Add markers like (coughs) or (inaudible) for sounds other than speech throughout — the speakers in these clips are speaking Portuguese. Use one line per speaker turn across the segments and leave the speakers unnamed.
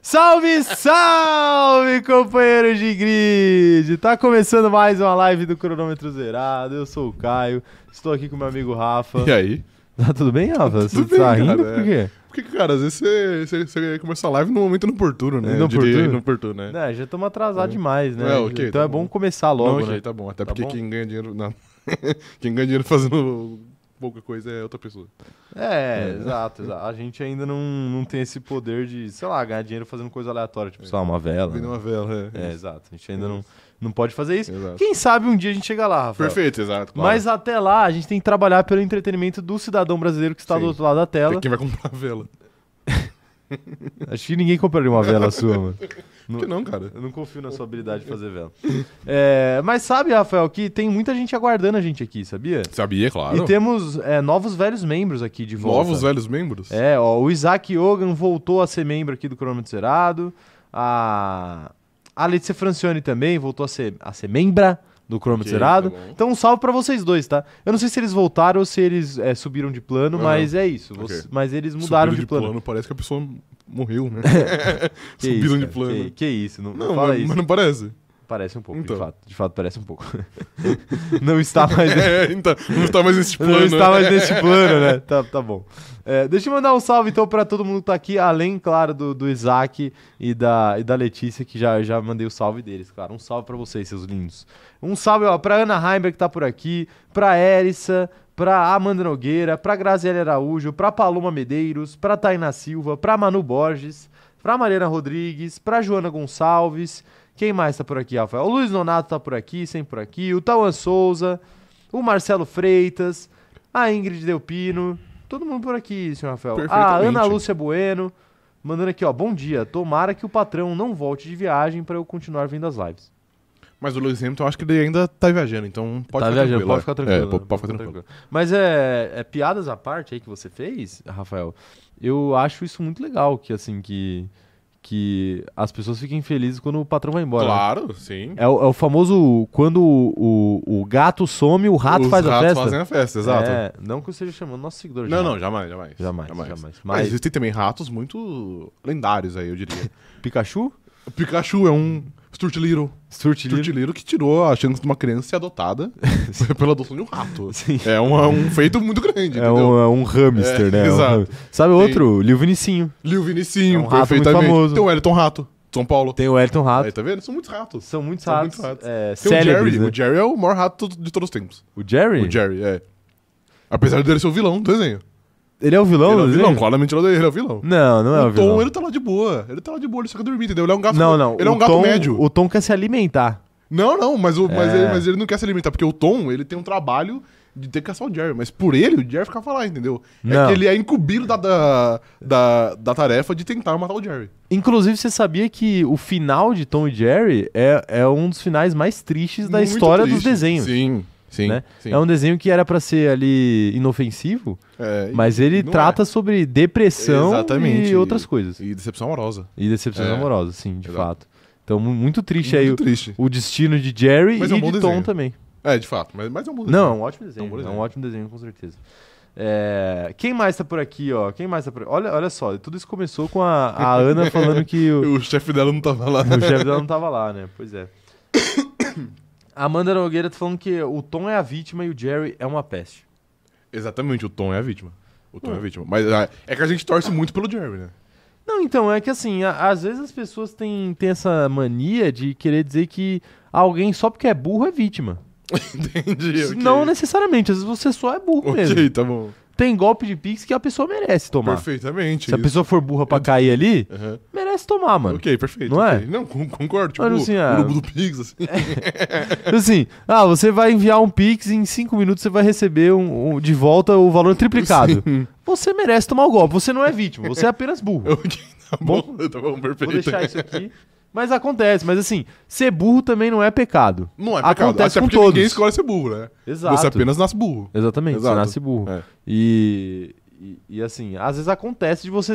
Salve, salve, companheiros de grid! Tá começando mais uma live do Cronômetro Zerado. Eu sou o Caio, estou aqui com meu amigo
(laughs)
Rafa.
E aí?
Tá tudo bem, Rafa? Você
Tudo
tá
bem,
rindo?
cara,
Por quê?
Porque, cara, às vezes você, você, você começa a live num momento inoportuno, né? Eu diria
Inoportuno?
Inoportuno, né?
É, já estamos atrasados demais, né?
É, ok,
então
tá
é bom
bom.
começar logo,
não, ok,
né?
tá bom. Até
Tá
porque
bom?
quem ganha dinheiro... Não. (laughs) quem ganha dinheiro fazendo pouca coisa é outra pessoa.
É,
É.
exato, exato. A gente ainda não, não tem esse poder de, sei lá, ganhar dinheiro fazendo coisa aleatória, tipo, sei lá, uma vela. né?
Vender É. uma vela, é.
É, exato. A gente ainda não, não pode fazer isso.
Exato.
Quem sabe um dia a gente chega lá, Rafa.
Perfeito, exato. claro.
Mas até lá, a gente tem que trabalhar pelo entretenimento do cidadão brasileiro que está do
Sim.
outro lado da
Até
tela.
Quem vai comprar a vela?
Acho que ninguém compraria uma vela sua, mano.
Por (laughs) que não, cara?
Eu não confio na sua habilidade de fazer vela. É, mas sabe, Rafael, que tem muita gente aguardando a gente aqui, sabia?
Sabia, claro.
E temos é, novos velhos membros aqui de volta.
Novos velhos membros?
É, ó, o Isaac Yogan voltou a ser membro aqui do Cronômetro Zerado. A, a Letícia Francione também voltou a ser, a ser membra do Cronômetro
Ok,
Zerado.
tá bom.
então, um salve pra vocês dois, tá? Eu não sei se eles voltaram ou se eles é, subiram de plano,
Aham.
mas é isso.
Ok.
Você- Mas eles mudaram
Subiram
de, plano.
Parece que a pessoa morreu, né?
(laughs)
(laughs)
Que
Subiram
isso,
de
cara,
plano.
Que, que isso, não, não
Não,
fala
mas,
isso.
mas
(laughs)
não parece. (laughs)
Parece um pouco,
Então.
de fato. De fato, parece um pouco. (laughs) não está
(laughs)
mais
É, então, não está mais nesse plano.
Não está mais
né?
neste plano, né? (laughs) Tá, tá bom. É, deixa eu mandar um salve, então, para todo mundo que tá aqui, além, claro, do, do Isaac e da, e da Letícia, que já, já mandei o salve deles, claro. Um salve para vocês, seus lindos. Um salve, ó, pra Ana Heimberg, que tá por aqui, pra Erissa, pra Amanda Nogueira, pra Graziela Araújo, pra Paloma Medeiros, pra Tainá Silva, pra Manu Borges, pra Mariana Rodrigues, pra Joana Gonçalves. Quem mais tá por aqui, Rafael? O Luiz Nonato tá por aqui, sempre por aqui. O Tauan Souza, o Marcelo Freitas, a Ingrid Delpino, todo mundo por aqui, senhor Rafael. A
Perfeitamente.
Ana Lúcia Bueno, mandando aqui, ó, bom dia. Tomara que o patrão não volte de viagem para eu continuar vindo às lives.
Mas o Lewis Hamilton, eu acho que ele ainda tá viajando, então pode
tá
ficar
viajando,
tranquilo.
pode
é.
ficar tranquilo.
É,
né?
pode, pode ficar tranquilo.
Mas é, é piadas à parte aí que você fez, Rafael. Eu acho isso muito legal, que assim, que, que as pessoas fiquem felizes quando o patrão vai embora. né?
Claro, sim.
É o, é o famoso quando o, o, o gato some, o rato
Os
faz a
ratos
festa.
fazem a festa, exato.
É, não que eu esteja chamando nossos seguidores. de
Não,
rato.
não, jamais, jamais.
Jamais, jamais.
Mas
Mas
existem também ratos muito lendários aí, eu diria. (laughs)
Pikachu?
o Pikachu é um Sturtilido. (laughs)
Surtiliro?
Sturtilido que tirou a chance de uma criança
(laughs)
ser adotada pela adoção de um rato.
Sim.
É um, é um feito muito grande,
É
entendeu?
um, é um hamster,
É,
né? É um
exato.
hamster. Sabe outro? Liu Vinicinho.
Liu Vinicinho,
É um rato muito
perfeitamente.
famoso.
Tem o Elton Rato, de São Paulo.
Tem o Elton Rato.
Aí, tá vendo? São muitos ratos.
São muitos
São
ratos.
muitos ratos.
É,
Tem o
célebres,
Jerry.
né?
O Jerry é o maior rato de todos os tempos.
O Jerry?
O Jerry, é. Apesar dele ser o vilão do desenho.
Ele é o vilão?
ele é o
do
vilão,
desenho?
claramente ele é o- ele é o vilão.
Não, não é o
o Tom,
vilão.
ele tá lá de boa. Ele tá lá de boa, ele só quer dormir, entendeu? Ele é um gato.
Não, não.
Ele é
o
um gato
Tom-
médio.
O Tom quer se alimentar.
Não, não, mas, o, mas,
É.
ele, mas ele não quer se alimentar, porque o Tom, ele tem um trabalho de ter que caçar o Jerry. Mas por ele, o Jerry ficava lá, entendeu?
Não.
É que ele é incumbido da, da, da, da tarefa de tentar matar o Jerry.
Inclusive, você sabia que o final de Tom e Jerry é, é um dos finais mais tristes da
Muito
história dos
triste.
desenhos.
Sim, sim.
né?
sim.
É um desenho que era pra ser ali inofensivo,
É, e-
mas ele
não
trata sobre depressão
Exatamente.
e outras coisas.
é. E decepção amorosa.
E decepções
É.
amorosas, sim, de
Exato.
fato. Então, mu- muito triste aí o,
Muito triste.
o destino de Jerry
Mas
e
é um
de
bom
Tom
desenho.
também.
É, de fato, mas, mas é um bom
Não, é um ótimo desenho.
É um bom
É um
desenho.
ótimo desenho, com certeza. É, Quem mais tá por aqui, ó? Quem mais tá por Olha, olha só, tudo isso começou com a, a Ana falando que
(laughs)
o,
O chefe dela não
(laughs)
tava lá.
o chefe dela não tava lá, né? Pois é. (coughs) A Amanda Nogueira tá falando que o Tom é a vítima e o Jerry é uma peste.
Exatamente, o Tom é a vítima. O Tom
Hum.
é a vítima. Mas ah, é que a gente torce muito pelo
(laughs)
Jerry, né?
Não, então, é que assim, a- às vezes as pessoas têm, têm essa mania de querer dizer que alguém só porque é burro é vítima.
Entendi. ok.
Não necessariamente, às vezes você só é burro
Ok,
mesmo.
tá bom.
Tem golpe de pix que a pessoa merece tomar.
Perfeitamente.
Se a
isso.
pessoa for burra pra cair ali,
Aham.
merece tomar, mano.
Ok, perfeito.
Não é?
ok. Não, con- concordo. Tipo,
Mas, assim, ah,
o grupo do Pix, assim. (laughs)
Assim, ah, você vai enviar um pix e em cinco minutos você vai receber um, um- de volta o valor triplicado. Você merece tomar o golpe, você não é vítima, você é apenas burro.
ok, tá bom. Tá bom, perfeito.
Vou deixar isso aqui. Mas acontece, mas assim, ser burro também não é pecado.
(laughs) Não é pecado.
Acontece
até
com
porque
todos.
ninguém escolhe ser burro, né?
Exato.
Você apenas nasce burro.
Exatamente,
Exato.
você nasce burro.
É.
E, e, e, assim, às vezes acontece de você.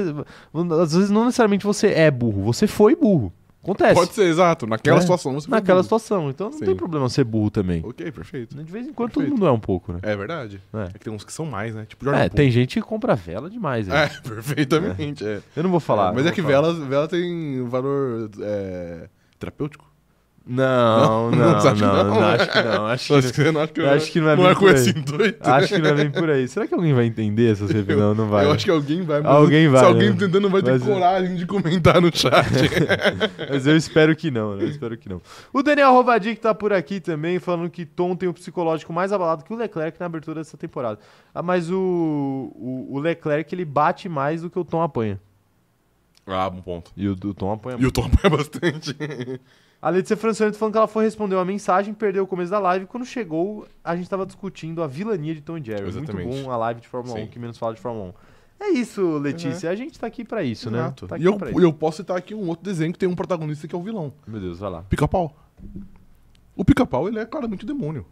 Às vezes não necessariamente você é burro, você foi burro. Acontece.
Pode ser, exato. Naquela
É.
situação você foi
Naquela
burro.
situação. Então não
Sim.
tem problema ser burro também.
Ok, perfeito.
De vez em quando todo
Perfeito.
mundo é um pouco, né?
É verdade.
É.
É. que tem uns que são mais, né? Tipo Jordan
É, tem gente que compra vela demais. né?
(laughs) É, perfeitamente. É.
Eu não vou falar.
Mas
eu
é
vou
que
falar.
vela, vela tem um valor é, terapêutico.
Não, não,
(laughs) Não,
não,
você acha que
não,
não?
acho que não. Acho que,
(laughs) Acho que, não, acho que,
né? acho que não é
não
bem
é com
por aí.
esse intuito.
acho que não é bem por aí. Será que alguém vai entender essa referência? Não, não vai.
(laughs) Eu
né?
acho que alguém vai, mas
Alguém vai,
se alguém
né?
entender, não vai ter
Mas-
coragem de comentar no
(laughs)
chat.
Mas eu espero que não, né? Eu espero que não. O Daniel Rovadic tá por aqui também, falando que Tom tem o psicológico mais abalado que o Leclerc na abertura dessa temporada. Ah, mas o, o, o Leclerc, ele bate mais do que o Tom apanha.
ah, bom ponto.
E o, o Tom apanha
E o Tom apanha bastante.
A Letícia Francione tá falando que ela foi responder uma mensagem, perdeu o começo da live. Quando chegou, a gente tava discutindo a vilania de Tom e Jerry. Muito
Exatamente.
bom a live de Fórmula
Sim. Uhum.
1, que menos fala de Fórmula 1. É isso, Letícia. A gente tá aqui pra isso,
Exato.
né? Tá
E
aqui
eu,
pra
e eu posso citar aqui um outro desenho que tem um protagonista que é o vilão.
isso. Meu Deus, vai lá.
Pica-pau. O pica-pau, ele é claramente
(laughs)
o demônio.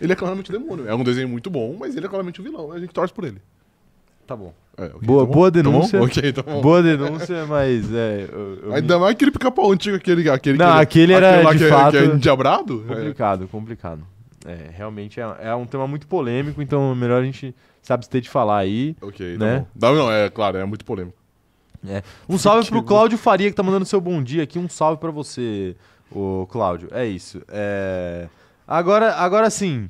Ele é claramente o demônio. É um desenho muito bom, mas ele é claramente o vilão. A gente torce por ele.
Tá bom.
É, ok,
Boa-
tá bom?
boa
Tá bom?
denúncia.
Ok, tá bom.
Boa denúncia, mas é. eu- eu me-
Ainda mais aquele pica-pau antigo, aquele, aquele
Não,
que-
aquele era,
lá
de
que, é-
fato-
que é endiabrado. É.
Complicado, complicado. É, realmente é, é um tema muito polêmico, então é melhor a gente se abster de falar aí.
Ok, tá
Né?
bom. Não, não, é claro, é muito polêmico.
Um salve pro Cláudio Faria, que tá mandando seu bom dia aqui. Um salve pra você, ô Cláudio. É isso. É... Agora, agora sim,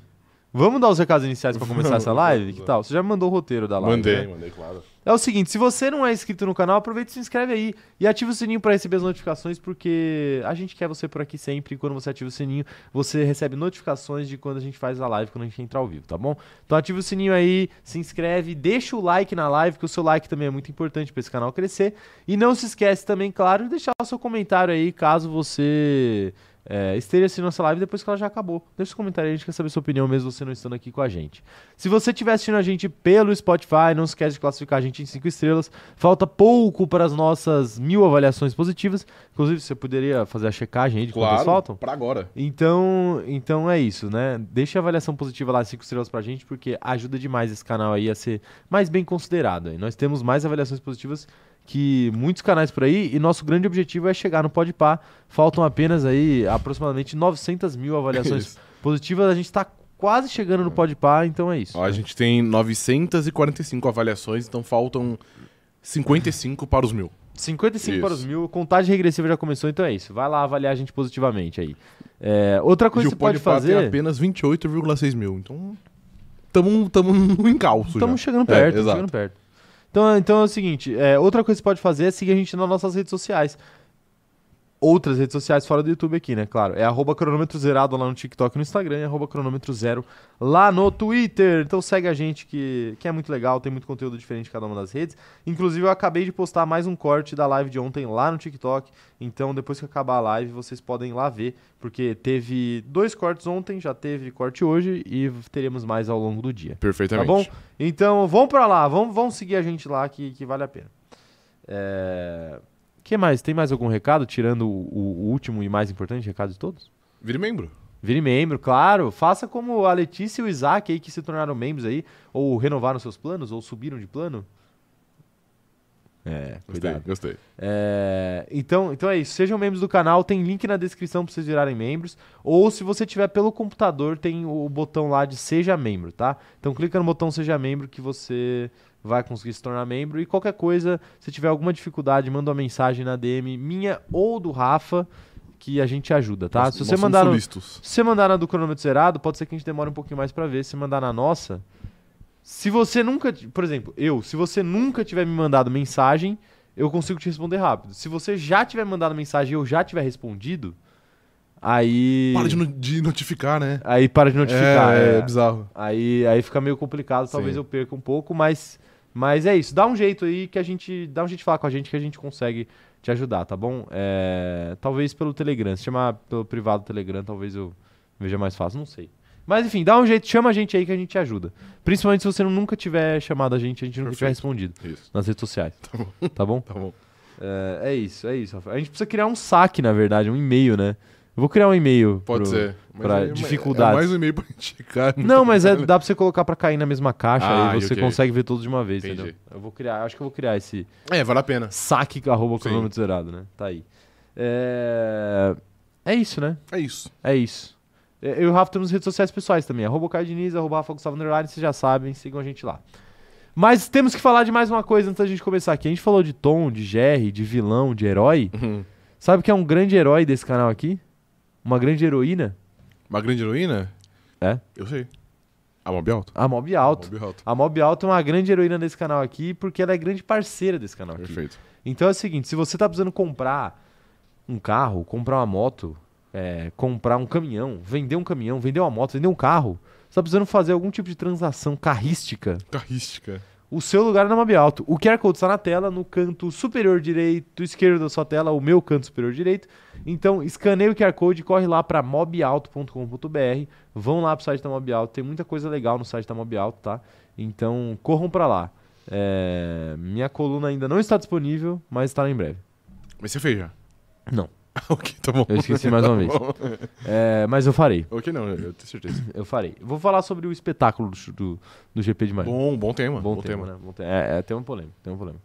vamos dar os recados iniciais pra começar essa live? Que tal? Você já mandou o roteiro da live, né?
mandei, mandei, claro.
É o seguinte, se você não é inscrito no canal, aproveita e se inscreve aí. E ativa o sininho pra receber as notificações, porque a gente quer você por aqui sempre. E quando você ativa o sininho, você recebe notificações de quando a gente faz a live, quando a gente entrar ao vivo, tá bom? Então ativa o sininho aí, se inscreve, deixa o like na live, que o seu like também é muito importante pra esse canal crescer. E não se esquece também, claro, de deixar o seu comentário aí, caso você é, esteja assistindo nossa live depois que ela já acabou. Deixa seu comentário aí, a gente quer saber sua opinião mesmo você não estando aqui com a gente. Se você estiver assistindo a gente pelo Spotify, não esquece de classificar a gente em 5 estrelas. Falta pouco para as nossas mil avaliações positivas. Inclusive, você poderia fazer a checagem aí de quantas faltam?
Claro, pra agora.
Então, então é isso, né? Deixa a avaliação positiva lá, 5 estrelas pra gente, porque ajuda demais esse canal aí a ser mais bem considerado. aí. Nós temos mais avaliações positivas que muitos canais por aí, e nosso grande objetivo é chegar no Podpah. Faltam apenas aí aproximadamente 900 mil avaliações
É (laughs) Isso.
positivas. A gente tá quase chegando no Podpah, então é isso.
Ó, a gente tem 945 avaliações, então faltam 55 para os mil.
55
Isso.
para os mil, contagem regressiva já começou, então é isso. Vai lá avaliar a gente positivamente aí. É, outra coisa
e
que
o
você pode
Podpah tem
fazer...
apenas 28,6 mil. Então, tamo, tamo no encalço
Estamos
já.
chegando
É,
perto, estamos
exato.
chegando perto. Então, então é o seguinte, é, outra coisa que você pode fazer é seguir a gente nas nossas redes sociais. Outras redes sociais fora do YouTube aqui, né? Claro. É arroba cronômetro zerado lá no TikTok e no Instagram e arroba cronômetro zero lá no Twitter. Então segue a gente que, que é muito legal, tem muito conteúdo diferente em cada uma das redes. Inclusive eu acabei de postar mais um corte da live de ontem lá no TikTok. Então depois que acabar a live vocês podem ir lá ver, porque teve dois cortes ontem, já teve corte hoje e teremos mais ao longo do dia. Tá
Perfeitamente.
bom? Então, vão pra lá, vão, vão seguir a gente lá que, que vale a pena. É... que mais? Tem mais algum recado, tirando o, o último e mais importante recado de todos?
Vire membro.
Vire membro, claro. Faça como a Letícia e o Isaac aí que se tornaram membros aí, ou renovaram seus planos, ou subiram de plano. É,
Gostei,
cuidado.
gostei.
É, então, então é isso. Sejam membros do canal. Tem link na descrição pra vocês virarem membros. Ou se você tiver pelo computador, tem o botão lá de Seja Membro, tá? Então clica no botão Seja Membro que você vai conseguir se tornar membro. E qualquer coisa, se tiver alguma dificuldade, manda uma mensagem na DM minha ou do Rafa que a gente ajuda, tá?
Nós-
se você
nós somos
mandar no,
solistas.
se você mandar na do cronômetro zerado, pode ser que a gente demore um pouquinho mais pra ver. Se mandar na nossa. Se você nunca. ti- Por exemplo, eu, se você nunca tiver me mandado mensagem, eu consigo te responder rápido. Se você já tiver mandado mensagem e eu já tiver respondido, aí.
Para de, no- de notificar, né?
Aí para de notificar.
é,
é.
é bizarro.
Aí, aí fica meio complicado, talvez
Sim.
eu perca um pouco, mas. Mas é isso, dá um jeito aí que a gente. Dá um jeito de falar com a gente que a gente consegue te ajudar, tá bom? É, talvez pelo Telegram. Se chamar pelo privado do Telegram, talvez eu veja mais fácil, não sei. Mas enfim, dá um jeito, chama a gente aí que a gente te ajuda. Principalmente se você nunca tiver chamado a gente, a gente nunca tiver
Perfeito.
respondido
Isso,
nas redes sociais. Tá bom? Tá bom?
tá bom.
É, é isso, é isso. Rafa. A gente precisa criar um saque, na verdade, um e-mail, né? Eu vou criar um e-mail.
Pode
pro-
ser. Mas
pra
é- é
dificuldades.
mais um e-mail pra indicar.
Não, mas é, dá pra você colocar pra cair na mesma caixa
Então, Ah,
aí você
ok.
consegue ver todos de uma vez,
Entendi.
entendeu? Eu vou criar, acho que eu vou criar esse
É, vale a pena.
saque arroba cronômetro zerado, né? Tá aí. É, é isso, né?
É isso.
É isso. É, Eu e o Rafa temos redes sociais pessoais também. Arroba o Caio Diniz, arroba Rafa Gustavo Underline, vocês já sabem, sigam a gente lá. Mas temos que falar de mais uma coisa antes da gente começar aqui. A gente falou de Tom, de Jerry, de vilão, de herói.
Uhum.
Sabe que é um grande herói desse canal aqui? Uma grande heroína?
Uma grande heroína?
É.
Eu sei. A Mob Alto?
A Mob Alto.
Mob Alto.
A Mob Alto é uma grande heroína desse canal aqui porque ela é grande parceira desse canal aqui.
Perfeito.
Então é o seguinte, se você tá precisando comprar um carro, comprar uma moto, é, comprar um caminhão, vender um caminhão, vender uma moto, vender um carro, você tá precisando fazer algum tipo de transação carrística,
Carrística.
o seu lugar é na Mob Alto. O QR Code está na tela, no canto superior direito, esquerdo da sua tela, o meu canto superior direito. Então, escaneia o QR Code, corre lá para mobalto.com.br, vão lá pro site da Mob Alto, tem muita coisa legal no site da Mob Alto, tá? Então, corram para lá. É, minha coluna ainda não está disponível, mas estará em breve.
Mas você fez já?
Não.
Ah, (laughs) ok, (laughs) tá bom.
Eu esqueci mais uma vez. É, mas eu farei,
Ok, não, eu tenho certeza.
eu farei. Vou falar sobre o espetáculo do, do, do GP de Miami.
Bom, bom tema.
Bom, tema, né? Bom tema. É, é, tem um problema, tem um problema.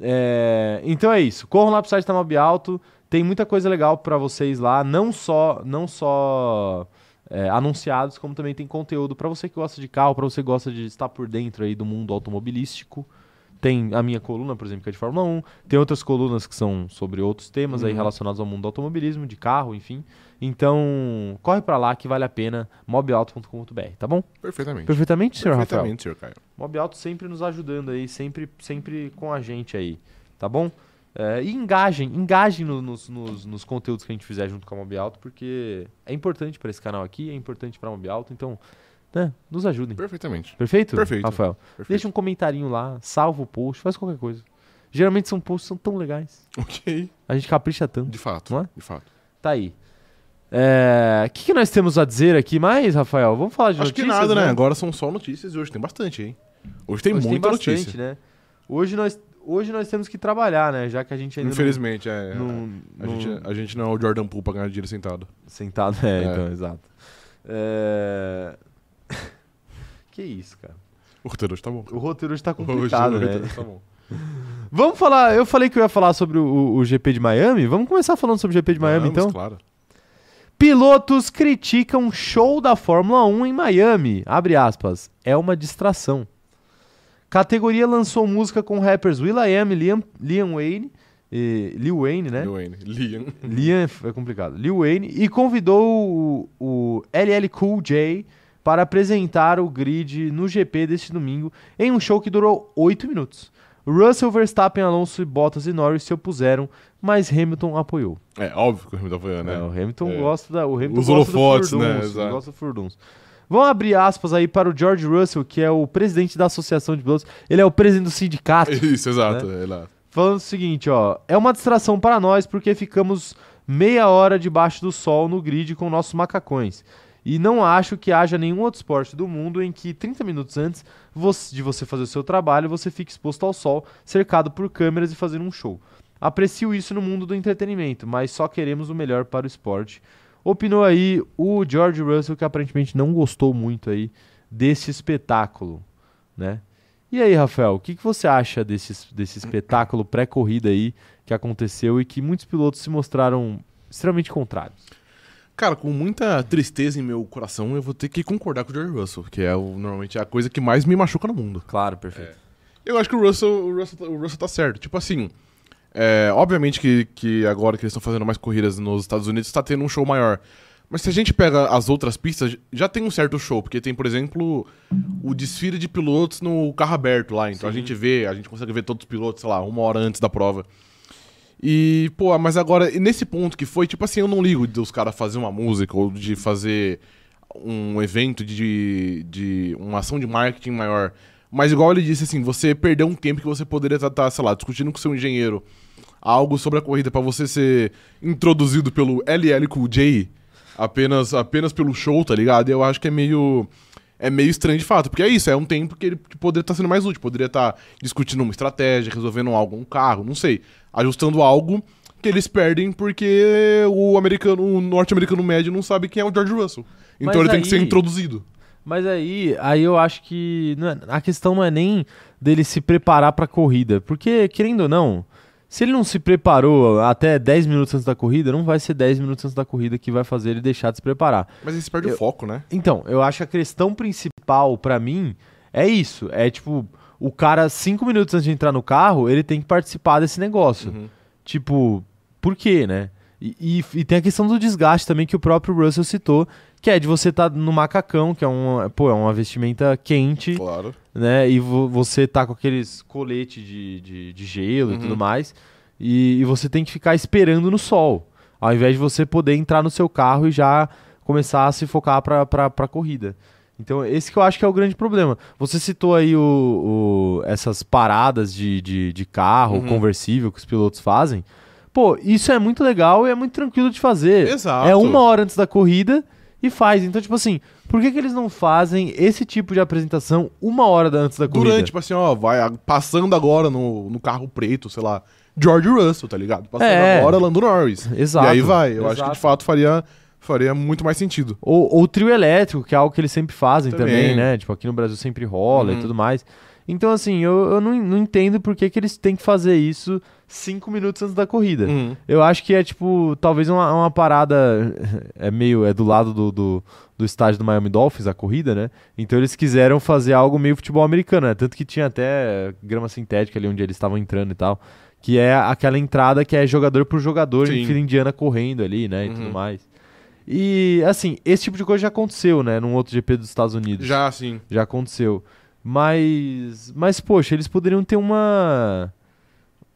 É, então é isso. Corram lá pro site da Mob Alto. Tem muita coisa legal pra vocês lá. Não só, não só é, anunciados, como também tem conteúdo pra você que gosta de carro, pra você que gosta de estar por dentro aí do mundo automobilístico. Tem a minha coluna, por exemplo, que é de Fórmula 1. Tem outras colunas que são sobre outros temas aí
Uhum.
relacionados ao mundo do automobilismo, de carro, enfim. Então, corre pra lá que vale a pena. mobalto.com.br, tá bom?
Perfeitamente.
Perfeitamente, senhor Rafael.
Perfeitamente, senhor Caio. (laughs)
Mob Alto sempre nos ajudando aí, sempre, sempre com a gente aí, tá bom? É, e engajem, engajem no- nos, nos- nos conteúdos que a gente fizer junto com a Mob Alto, porque é importante pra esse canal aqui, é importante pra Mob Alto, então, né, nos ajudem.
Perfeitamente.
Perfeito?
Perfeito.
Rafael,
Perfeito.
deixa um comentarinho lá, salva o post, faz qualquer coisa. Geralmente são posts que são tão legais.
Ok.
A gente capricha tanto.
De fato.
Não é?
De fato.
Tá aí. É, O que, que nós temos a dizer aqui mais, Rafael? Vamos falar de
Acho que
notícias,
nada, né? Agora são só notícias e hoje tem bastante, hein? Hoje tem
Hoje
muita
bastante,
notícia.
né? Hoje nós, hoje nós temos que trabalhar, né? Já que a gente ainda
Infelizmente, é.
não, não,
A,
não-
gente, a gente não é o Jordan Poole pra ganhar dinheiro sentado.
sentado (laughs) é,
É.
então, exato. É... (laughs) que isso, cara.
O roteiro hoje tá bom.
O roteiro hoje tá
O roteiro-
complicado,
o
né?
roteiro hoje tá bom.
Vamos falar, eu falei que eu ia falar sobre o- o, o GP de Miami, vamos começar falando sobre o GP de Miami,
Vamos,
então?
Claro.
Pilotos criticam show da Fórmula 1 em Miami. Abre aspas. É uma distração. Categoria lançou música com rappers will.i.am, Liam, Liam Wayne, eh, Lil Wayne, né?
Lil Wayne. Liam.
Liam é complicado. Lil Wayne e convidou o, o LL Cool J para apresentar o grid no GP deste domingo em um show que durou 8 minutos. Russell, Verstappen, Alonso, Bottas e Norris se opuseram, mas Hamilton apoiou.
É óbvio que o Hamilton foi,
É,
né?
o Hamilton
É.
gosta da, o Hamilton
Os
gosta do
holofotes,
furdunço,
né?
ele
Exato.
gosta do furdunço. Vamos abrir aspas aí para o George Russell, que é o presidente da Associação de Pilotos. Ele é o presidente do
(laughs)
sindicato.
Isso, exato.
Né?
É lá.
Falando o seguinte, ó. É uma distração para nós porque ficamos meia hora debaixo do sol no grid com nossos macacões. E não acho que haja nenhum outro esporte do mundo em que 30 minutos antes você- de você fazer o seu trabalho, você fique exposto ao sol, cercado por câmeras e fazendo um show. Aprecio isso no mundo do entretenimento, mas só queremos o melhor para o esporte. Opinou aí o George Russell, que aparentemente não gostou muito aí desse espetáculo, né? E aí, Rafael, o que, que você acha desse, es- desse espetáculo pré-corrida aí que aconteceu e que muitos pilotos se mostraram extremamente contrários?
Cara, com muita tristeza em meu coração, eu vou ter que concordar com o George Russell, que é o- normalmente a coisa que mais me machuca no mundo.
Claro, perfeito.
Eu acho que o Russell, o Russell, o Russell tá certo. Tipo assim, é, obviamente que, que agora que eles estão fazendo mais corridas nos Estados Unidos, tá tendo um show maior. Mas se a gente pega as outras pistas, já tem um certo show, porque tem, por exemplo, o desfile de pilotos no carro aberto lá. Então a gente vê, a gente consegue ver todos os pilotos, sei lá, uma hora antes da prova. E, pô, mas agora, e nesse ponto que foi, tipo assim, eu não ligo dos caras fazer uma música ou de fazer um evento de, de uma ação de marketing maior. Mas igual ele disse, assim, você perdeu um tempo que você poderia estar, sei lá, discutindo com seu engenheiro algo sobre a corrida pra você ser introduzido pelo LL Cool J apenas, apenas pelo show, tá ligado? Eu acho que é meio... É meio estranho de fato, porque é isso, é um tempo que ele poderia estar sendo mais útil, poderia estar discutindo uma estratégia, resolvendo algo, um carro, não sei, ajustando algo que eles perdem porque o americano, o norte-americano médio não sabe quem é o George Russell. Então
Mas
ele tem que ser
aí-
introduzido.
Mas aí, aí eu acho que não é- a questão não é nem dele se preparar para a corrida, porque querendo ou não, Se ele não se preparou até 10 minutos antes da corrida, não vai ser 10 minutos antes da corrida que vai fazer ele deixar de se preparar.
Mas eles perdem
Eu-
o foco, né?
Então, eu acho que a questão principal pra mim é isso. É tipo, o cara, cinco minutos antes de entrar no carro, ele tem que participar desse negócio.
Uhum.
Tipo, por quê, né? E, e- e tem a questão do desgaste também que o próprio Russell citou, que é de você estar no macacão, que é uma, pô, é uma vestimenta quente,
Claro.
né? E vo- você tá com aqueles colete de, de, de gelo e
Uhum.
tudo mais. E, e você tem que ficar esperando no sol, ao invés de você poder entrar no seu carro e já começar a se focar pra, pra, pra corrida. Então, esse que eu acho que é o grande problema. Você citou aí o, o- essas paradas de, de, de carro
Uhum.
conversível que os pilotos fazem. Pô, isso é muito legal e é muito tranquilo de fazer.
Exato.
É uma hora antes da corrida e faz. Então, tipo assim, por que, que eles não fazem esse tipo de apresentação uma hora da- antes da corrida?
Durante, tipo assim, ó, vai a- passando agora no, no carro preto, sei lá, George Russell, tá ligado? Passando
É.
agora Lando Norris.
Exato.
E aí vai. Eu acho que
Exato.
de fato faria, faria muito mais sentido.
Ou, ou trio elétrico, que é algo que eles sempre fazem também,
Também.
né? Tipo, aqui no Brasil sempre rola e
Uhum.
tudo mais. Então, assim, eu, eu não, não entendo por que, que eles têm que fazer isso cinco minutos antes da corrida.
Uhum.
Eu acho que é, tipo, talvez uma, uma parada. É meio. É do lado do, do, do estádio do Miami Dolphins, a corrida, né? Então eles quiseram fazer algo meio futebol americano, né? Tanto que tinha até grama sintética ali onde eles estavam entrando e tal. Que é aquela entrada que é jogador por jogador, em
Sim.
fila indiana correndo ali, né? E tudo
Uhum.
mais. E, assim, esse tipo de coisa já aconteceu, né? Num outro GP dos Estados Unidos.
Já, assim.
Já aconteceu. Mas. Mas, poxa, eles poderiam ter uma.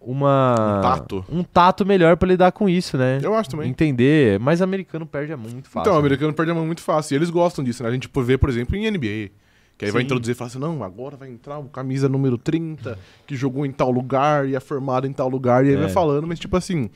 Uma.
Um tato.
Um tato melhor pra lidar com isso, né?
Eu acho também.
Entender. Mas americano perde é muito fácil.
Então, o
né?
americano perde a mão muito fácil. E eles gostam disso, né? A gente tipo, vê, por exemplo, em NBA. Que aí vai
Sim.
introduzir e fala assim: não, agora vai entrar o camisa número 30, que jogou em tal lugar e é formado em tal lugar. E aí
É.
vai falando, mas tipo assim.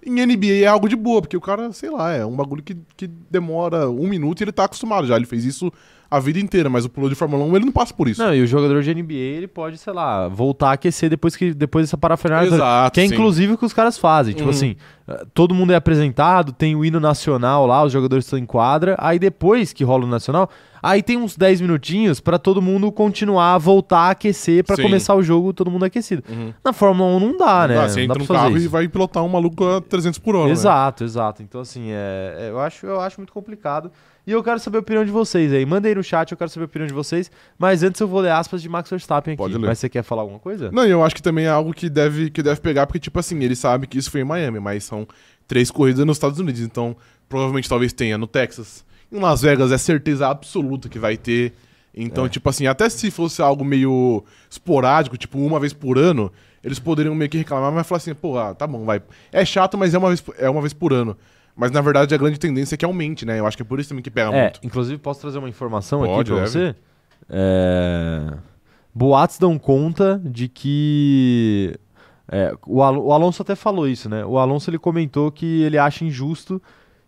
Em NBA é algo de boa, porque o cara, sei lá, é um bagulho que, que demora um minuto e ele tá acostumado já. Ele fez isso a vida inteira, mas o piloto de Fórmula 1 ele não passa por isso.
Não, e o jogador de NBA, ele pode, sei lá, voltar a aquecer depois, que, depois dessa parafernália. toda.
Exato.
Que é
sim.
inclusive o que os caras fazem. Tipo
Uhum.
assim, eh, todo mundo é apresentado, tem o hino nacional lá, os jogadores estão em quadra. Aí depois que rola o nacional, aí tem uns 10 minutinhos pra todo mundo continuar a voltar a aquecer pra
Sim.
começar o jogo todo mundo aquecido.
Uhum.
Na Fórmula 1 não dá,
Não
né?
dá, você
não dá
entra
pra
no
fazer
carro e
isso.
vai pilotar um maluco a 300 por hora. né?
Exato, exato. Então, assim, é, é- eu, acho, eu acho muito complicado. E eu quero saber a opinião de vocês aí. Mandei no chat, eu quero saber a opinião de vocês. Mas antes eu vou ler aspas de Max Verstappen aqui.
Pode ler.
Mas você quer falar alguma coisa?
Não, e eu acho que também é algo que deve, que deve pegar, porque, tipo assim, ele sabe que isso foi em Miami, mas são três corridas nos Estados Unidos, então provavelmente talvez tenha no Texas. Em Las Vegas é certeza absoluta que vai ter. Então,
É.
tipo assim, até se fosse algo meio esporádico, tipo uma vez por ano, eles poderiam meio que reclamar, mas falar assim, pô, ah, tá bom, vai. É chato, mas é uma vez, por- é uma vez por ano. Mas na verdade a grande tendência é que aumente, né? Eu acho que é por isso também que pega
é,
muito.
inclusive posso trazer uma informação aqui
Pode,
pra
deve.
você? É... Boatos dão conta de que... é, o, Al- o Alonso até falou isso, né? O Alonso ele comentou que ele acha injusto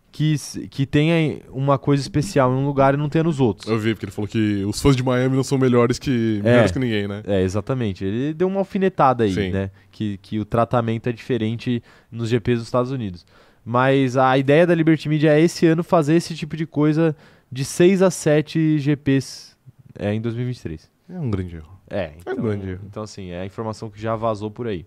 que, se- que tenha uma coisa especial em um lugar e não tenha nos outros.
Eu vi, porque ele falou que os fãs de Miami não são melhores que, melhores que ninguém, né?
É, exatamente. Ele deu uma alfinetada aí,
Sim.
né? Que, que o tratamento é diferente nos GPs dos Estados Unidos. Mas a ideia da Liberty Media é esse ano fazer esse tipo de coisa de 6 a 7 GPs é, em 2023.
É um grande erro.
É, então,
grande erro.
então assim, é a informação que já vazou por aí.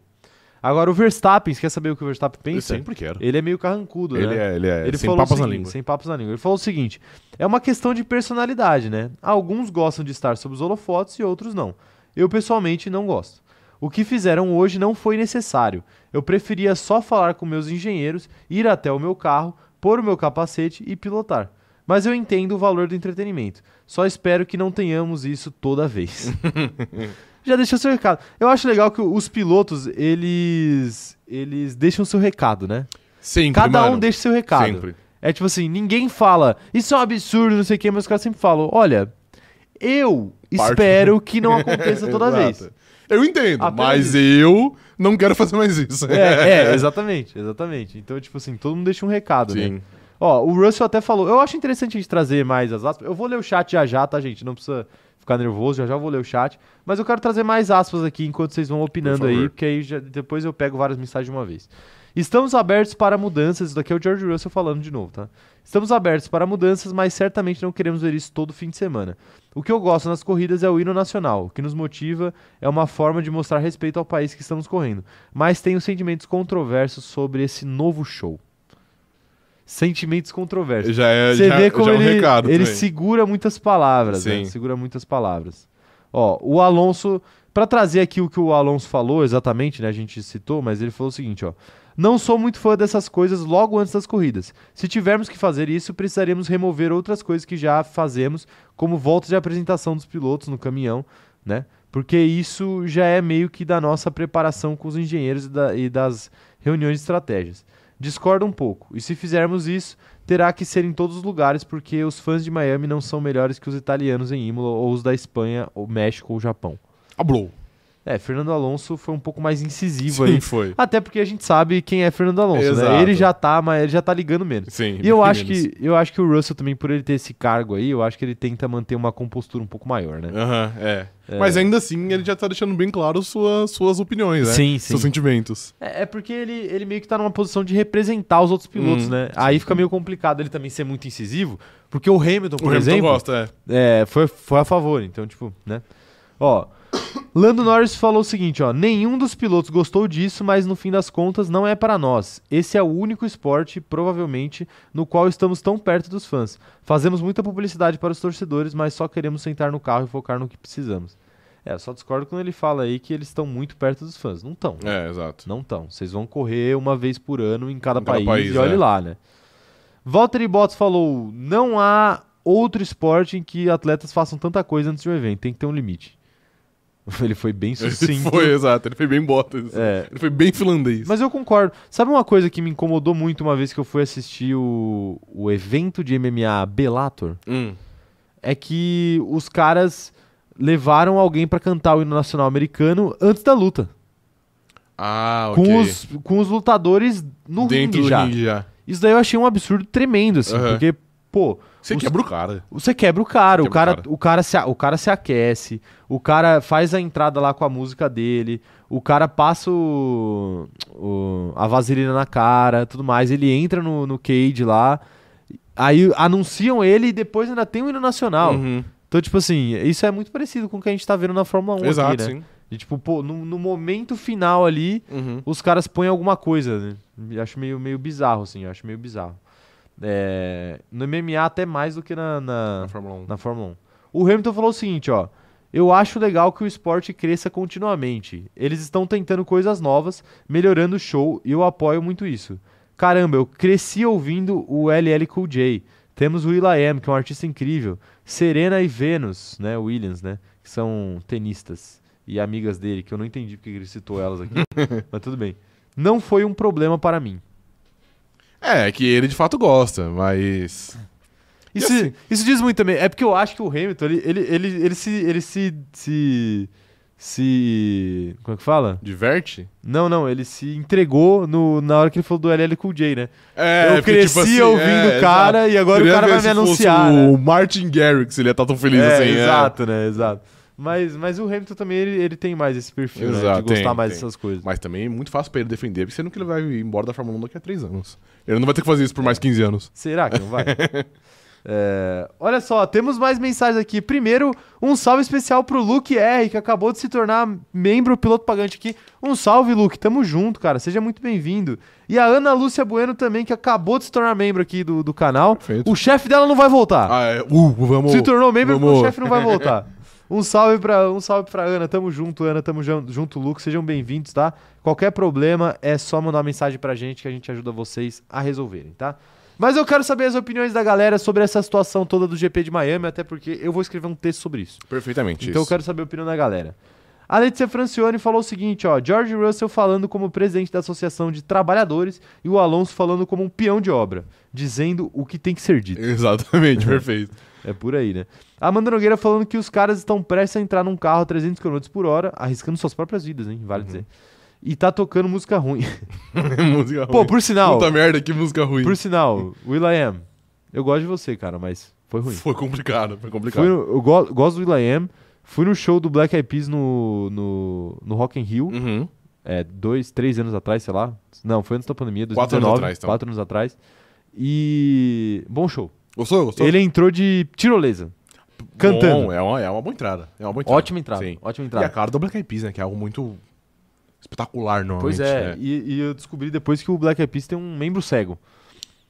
Agora, o Verstappen, você quer saber o que o Verstappen pensa?
Eu sempre quero.
Ele é meio carrancudo, né?
Ele é, ele é
Ele
sem
falou o
papas na
seguinte,
língua.
Sem papas na língua. Ele falou o seguinte: é uma questão de personalidade, né? Alguns gostam de estar sob os holofotes e outros não. Eu pessoalmente não gosto. O que fizeram hoje não foi necessário. Eu preferia só falar com meus engenheiros, ir até o meu carro, pôr o meu capacete e pilotar. Mas eu entendo o valor do entretenimento. Só espero que não tenhamos isso toda
(laughs)
vez. Já deixou seu recado. Eu acho legal que os pilotos, eles eles deixam seu recado, né?
Sempre,
Cada
mano.
um deixa seu recado.
Sempre.
É tipo assim, ninguém fala, isso é um absurdo, não sei o que, mas os caras sempre falam, olha, eu
Parte. (laughs)
espero que não aconteça toda vez.
Exato. Eu entendo,
Apenas
mas
isso.
eu não quero fazer mais isso. (laughs)
É, é, exatamente, exatamente. Então, tipo assim, todo mundo deixa um recado, né?
Sim.
Ó, o Russell até falou, eu acho interessante a gente trazer mais as aspas. Eu vou ler o chat já já, tá, gente? Não precisa ficar nervoso, já já eu vou ler o chat. Mas eu quero trazer mais aspas aqui enquanto vocês vão opinando
Por favor.
aí, porque aí já- depois eu pego várias mensagens de uma vez. Estamos abertos para mudanças. Isso daqui é o George Russell falando de novo, tá? Estamos abertos para mudanças, mas certamente não queremos ver isso todo fim de semana. O que eu gosto nas corridas é o hino nacional. O que nos motiva é uma forma de mostrar respeito ao país que estamos correndo. Mas tenho sentimentos controversos sobre esse novo show. Sentimentos controversos.
Já é,
Você
já,
vê como
já é um
ele,
recado
ele
também.
segura muitas palavras, né?
Sim.
Segura muitas palavras. Ó, o Alonso, Pra trazer aqui o que o Alonso falou exatamente, né? A gente citou, mas ele falou o seguinte, ó: não sou muito fã dessas coisas logo antes das corridas. Se tivermos que fazer isso, precisaremos remover outras coisas que já fazemos, como voltas de apresentação dos pilotos no caminhão, né? Porque isso já é meio que da nossa preparação com os engenheiros e, da- e das reuniões de estratégias. Discordo um pouco. E se fizermos isso, terá que ser em todos os lugares, porque os fãs de Miami não são melhores que os italianos em Imola ou os da Espanha, ou México ou Japão.
Hablou.
É, Fernando Alonso foi um pouco mais incisivo aí
Sim, foi.
até porque a gente sabe quem é Fernando Alonso, né?
Exato.
Ele já tá, mas ele já tá ligando menos.
Sim.
E eu
bem
acho
menos.
que eu acho que o Russell também por ele ter esse cargo aí, eu acho que ele tenta manter uma compostura um pouco maior, né?
Aham, é. Mas ainda assim, ele já tá deixando bem claro sua, suas opiniões, né?
Sim,
Seus
sim.
sentimentos.
É, é porque ele, ele meio que tá numa posição de representar os outros pilotos,
Hum,
né? Aí fica meio complicado ele também ser muito incisivo, porque o Hamilton, por
o Hamilton
exemplo,
gosta, é.
É, foi, foi a favor, então, tipo, né? Ó, (coughs) Lando Norris falou o seguinte, ó, nenhum dos pilotos gostou disso, mas no fim das contas não é para nós. Esse é o único esporte, provavelmente, no qual estamos tão perto dos fãs. Fazemos muita publicidade para os torcedores, mas só queremos sentar no carro e focar no que precisamos. É, eu só discordo quando ele fala aí que eles estão muito perto dos fãs. Não né? estão.
É, exato.
Não estão. Vocês vão correr uma vez por ano em cada,
Em cada
país,
país,
e olhe
é.
lá, né? Valtteri Bottas falou: não há outro esporte em que atletas façam tanta coisa antes de um evento, tem que ter um limite. (laughs) Ele foi bem
(laughs) Ele
sucinto.
foi, exato. Ele foi bem botas.
É,
Ele foi bem finlandês.
mas eu concordo. Sabe uma coisa que me incomodou muito uma vez que eu fui assistir o, o evento de MMA Bellator?
Hum.
É que os caras levaram alguém pra cantar o hino nacional americano antes da luta.
Ah, ok.
Com, os, com os lutadores no
Dentro
ringue
do
já.
ringue já.
Isso daí eu achei um absurdo tremendo, assim,
Aham.
porque, pô,
Você
Os-
quebra o cara.
você quebra o cara, o
Quebra o
cara,
cara.
o cara, se, a- o cara se aquece, o cara faz a entrada lá com a música dele, o cara passa o, o- a vaselina na cara, tudo mais, ele entra no, no cage lá, aí anunciam ele e depois ainda tem o hino nacional.
Uhum.
Então, tipo assim, isso é muito parecido com o que a gente tá vendo na Fórmula 1
Exato,
aqui, né?
sim.
E, tipo, pô, no, no momento final ali,
Uhum.
os caras põem alguma coisa, né? Eu Acho meio, meio bizarro, assim, eu acho meio bizarro. É, no MMA até mais do que na, na,
Na Fórmula 1.
na Fórmula 1. O Hamilton falou o seguinte, ó. Eu acho legal que o esporte cresça continuamente. Eles estão tentando coisas novas, melhorando o show e eu apoio muito isso. Caramba, eu cresci ouvindo o LL Cool J. Temos o Will.i.am, que é um artista incrível. Serena e Venus, né, Williams, né, que são tenistas e amigas dele, que eu não entendi porque ele citou elas aqui, mas tudo bem. Não foi um problema para mim.
É, que ele de fato gosta, mas. E assim,
Isso, isso diz muito também. É porque eu acho que o Hamilton, ele, ele, ele, ele se. Ele se, se. se- Como é que fala?
Diverte?
Não, não, ele se entregou no, na hora que ele falou do LL Cool J, né? eu
porque,
cresci
tipo assim,
ouvindo
é,
o cara e agora
Queria
o cara
ver
vai me
se fosse
anunciar. né?
O Martin Garrix, ele ia estar tão feliz
É,
assim, é.
exato, né? Exato. Mas, mas o Hamilton também, ele, ele tem mais esse perfil, né? De
Exato,
gostar
tem,
mais
tem.
dessas coisas.
Mas também é muito fácil pra ele defender, porque sendo que ele vai embora da Fórmula 1 daqui a 3 anos. Ele não vai ter que fazer isso por mais 15 anos.
Será que não vai? É, olha só, temos mais mensagens aqui. Primeiro, um salve especial pro Luke R, que acabou de se tornar membro piloto pagante aqui. Um salve, Luke. Tamo junto, cara. Seja muito bem-vindo. E a Ana Lúcia Bueno também, que acabou de se tornar membro aqui do, do canal.
Perfeito.
O chefe dela não vai voltar.
Ah, é. Uh, vamos.
Se tornou membro,
vamos-
o chefe não vai
(laughs)
voltar. Um salve pra, um salve pra Ana, tamo junto, Ana, tamo jun- junto, Lucas, sejam bem-vindos, tá? Qualquer problema é só mandar uma mensagem pra gente que a gente ajuda vocês a resolverem, tá? Mas eu quero saber as opiniões da galera sobre essa situação toda do GP de Miami, até porque eu vou escrever um texto sobre isso.
Perfeitamente.
Então eu
isso.
quero saber a opinião da galera. A Letícia Francione falou o seguinte, ó, George Russell falando como presidente da Associação de Trabalhadores e o Alonso falando como um peão de obra, dizendo o que tem que ser dito. (laughs)
Exatamente, perfeito. (laughs)
É por aí, né? A Amanda Nogueira falando que os caras estão prestes a entrar num carro a 300 km por hora, arriscando suas próprias vidas, hein?
Uhum.
Vale dizer. E tá tocando música ruim.
música
Pô,
ruim.
por sinal,
Puta merda, que música ruim.
por sinal, Will I Am. Eu gosto de você, cara, mas foi ruim.
Foi complicado, foi complicado.
Fui no- eu go- gosto do Will I Am. Fui no show do Black Eyed Peas no, no, no Rock in Rio.
Uhum.
é, dois, três anos atrás, sei lá. Não, foi antes da pandemia,
Quatro anos
2019,
atrás, então.
Quatro anos atrás. E. Bom show.
Gostou? Gostou?
Ele entrou de tirolesa.
Bom,
cantando.
é, uma, é uma boa entrada. É uma boa entrada.
Ótima entrada.
Sim.
Ótima
E
entrada.
a cara do Black Eyed Peas, né? Que é algo muito espetacular, normalmente.
Pois é,
né?
E, e eu descobri depois que o Black Eyed Peas tem um membro cego,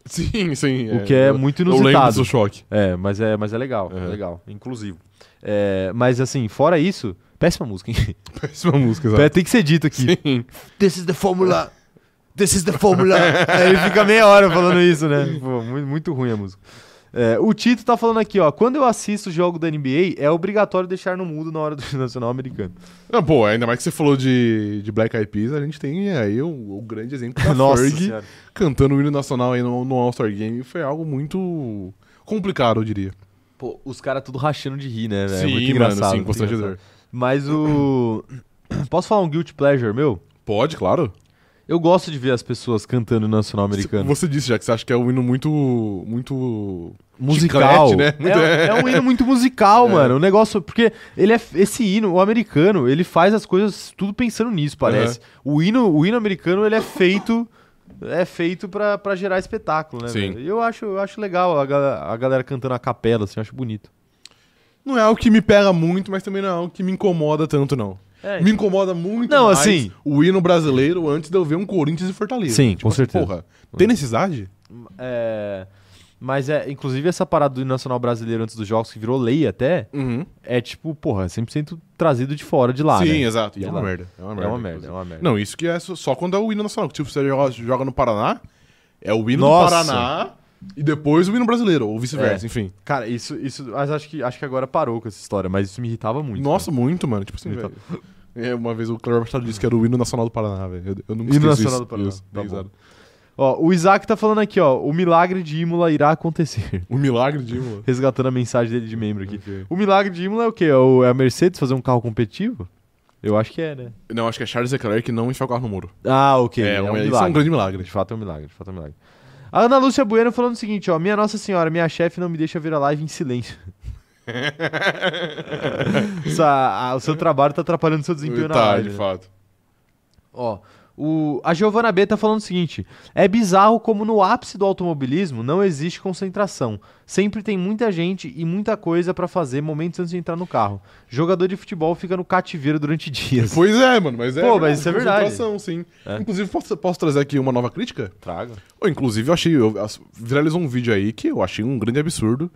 Sim, sim.
o que é muito
Eu lembro
inusitado.
do choque. (laughs)
É, mas é, mas é legal, é
Uhum.
legal, inclusivo. É, mas assim, fora isso, péssima música,
(laughs)
hein?
Péssima música, exato.
Tem que ser dito aqui.
Sim.
This is the formula. This is the
(laughs)
formula. Aí ele fica meia hora falando isso, né? Pô, muito, muito ruim a música. É, o Tito tá falando aqui, ó. Quando eu assisto o jogo da NBA, é obrigatório deixar no mudo na hora do (laughs) Nacional Americano.
Não, pô, ainda mais que você falou de, de Black Eyed Peas, a gente tem aí o, o grande exemplo (laughs) da Ferg
Senhora.
cantando o hino nacional aí no, no All-Star Game. Foi algo muito complicado, eu diria.
Pô, os caras tudo rachando de rir, né? velho?
Sim,
muito
mano,
engraçado.
sim,
muito
constrangedor.
engraçado. Mas o. (coughs) Posso falar um guilty pleasure, meu?
Pode, claro.
Eu gosto de ver as pessoas cantando o Nacional Americano.
Você disse já que você acha que é um hino muito. muito.
musical.
Chiclete, né? Muito-
é, é um hino muito
(laughs)
musical, mano. O negócio. Porque ele é, esse hino, o americano, ele faz as coisas tudo pensando nisso, parece. O, hino, o hino americano, ele é feito. É feito pra, pra gerar espetáculo, né?
Sim.
velho? E eu acho, eu acho legal a, ga- a galera cantando a capela, assim, eu acho bonito.
Não é algo que me pega muito, mas também não é algo que me incomoda tanto, não.
É,
Me incomoda muito
Não,
mais
assim-
o hino brasileiro antes de eu ver um Corinthians e Fortaleza. Tipo,
Sim, com certeza.
Porra, tem necessidade?
É, mas é, inclusive essa parada do hino nacional brasileiro antes dos jogos, que virou lei até,
Uhum.
é tipo, porra, 100% trazido de fora, de lá,
Sim,
né?
exato. E é
Sei
uma
lá.
merda. É uma merda.
É uma merda, é
inclusive.
uma merda.
Não, isso que é só- só quando é o hino nacional. Tipo, você joga, joga no Paraná, é o hino
Nossa.
do Paraná e depois o hino brasileiro, ou
É.
vice-versa, enfim.
Cara, isso, isso, mas acho que, acho que agora parou com essa história, mas isso me irritava muito.
Nossa, muito, mano. Tipo assim,
Então-
velho. É, uma vez o Cleber Machado disse que era o hino nacional do Paraná, velho. Eu, eu nunca
Hino
esqueço
nacional
isso.
do Paraná.
Isso,
Tá
bem
bom.
exato.
Ó, o Isaac tá falando aqui, ó. O milagre de Imola irá acontecer. (laughs)
O milagre de Imola.
Resgatando a mensagem dele de membro aqui.
Ok.
O milagre de Imola é o quê? É o- É a Mercedes fazer um carro competitivo? Eu acho que é, né?
Não, acho que é Charles Leclerc não enfiar o carro no muro.
Ah, ok.
é, um, isso é um grande milagre.
De fato é um milagre, de fato é um milagre. A Ana Lúcia Bueno falando o seguinte, ó. Minha Nossa Senhora, minha chefe não me deixa ver a live em (laughs) silêncio. Essa- a- o seu trabalho tá atrapalhando seu desempenho na
tá,
live.
de
né?
fato.
Ó, o, a Giovana B tá falando o seguinte: é bizarro como no ápice do automobilismo não existe concentração. Sempre tem muita gente e muita coisa pra fazer momentos antes de entrar no carro. Jogador de futebol fica no cativeiro durante dias.
Pois é, mano, mas é.
Pô, mas isso é verdade.
concentração, sim.
É.
Inclusive, posso, posso trazer aqui uma nova crítica?
Traga.
Ou, inclusive, eu achei. eu- as- viralizou um vídeo aí que eu achei um grande absurdo.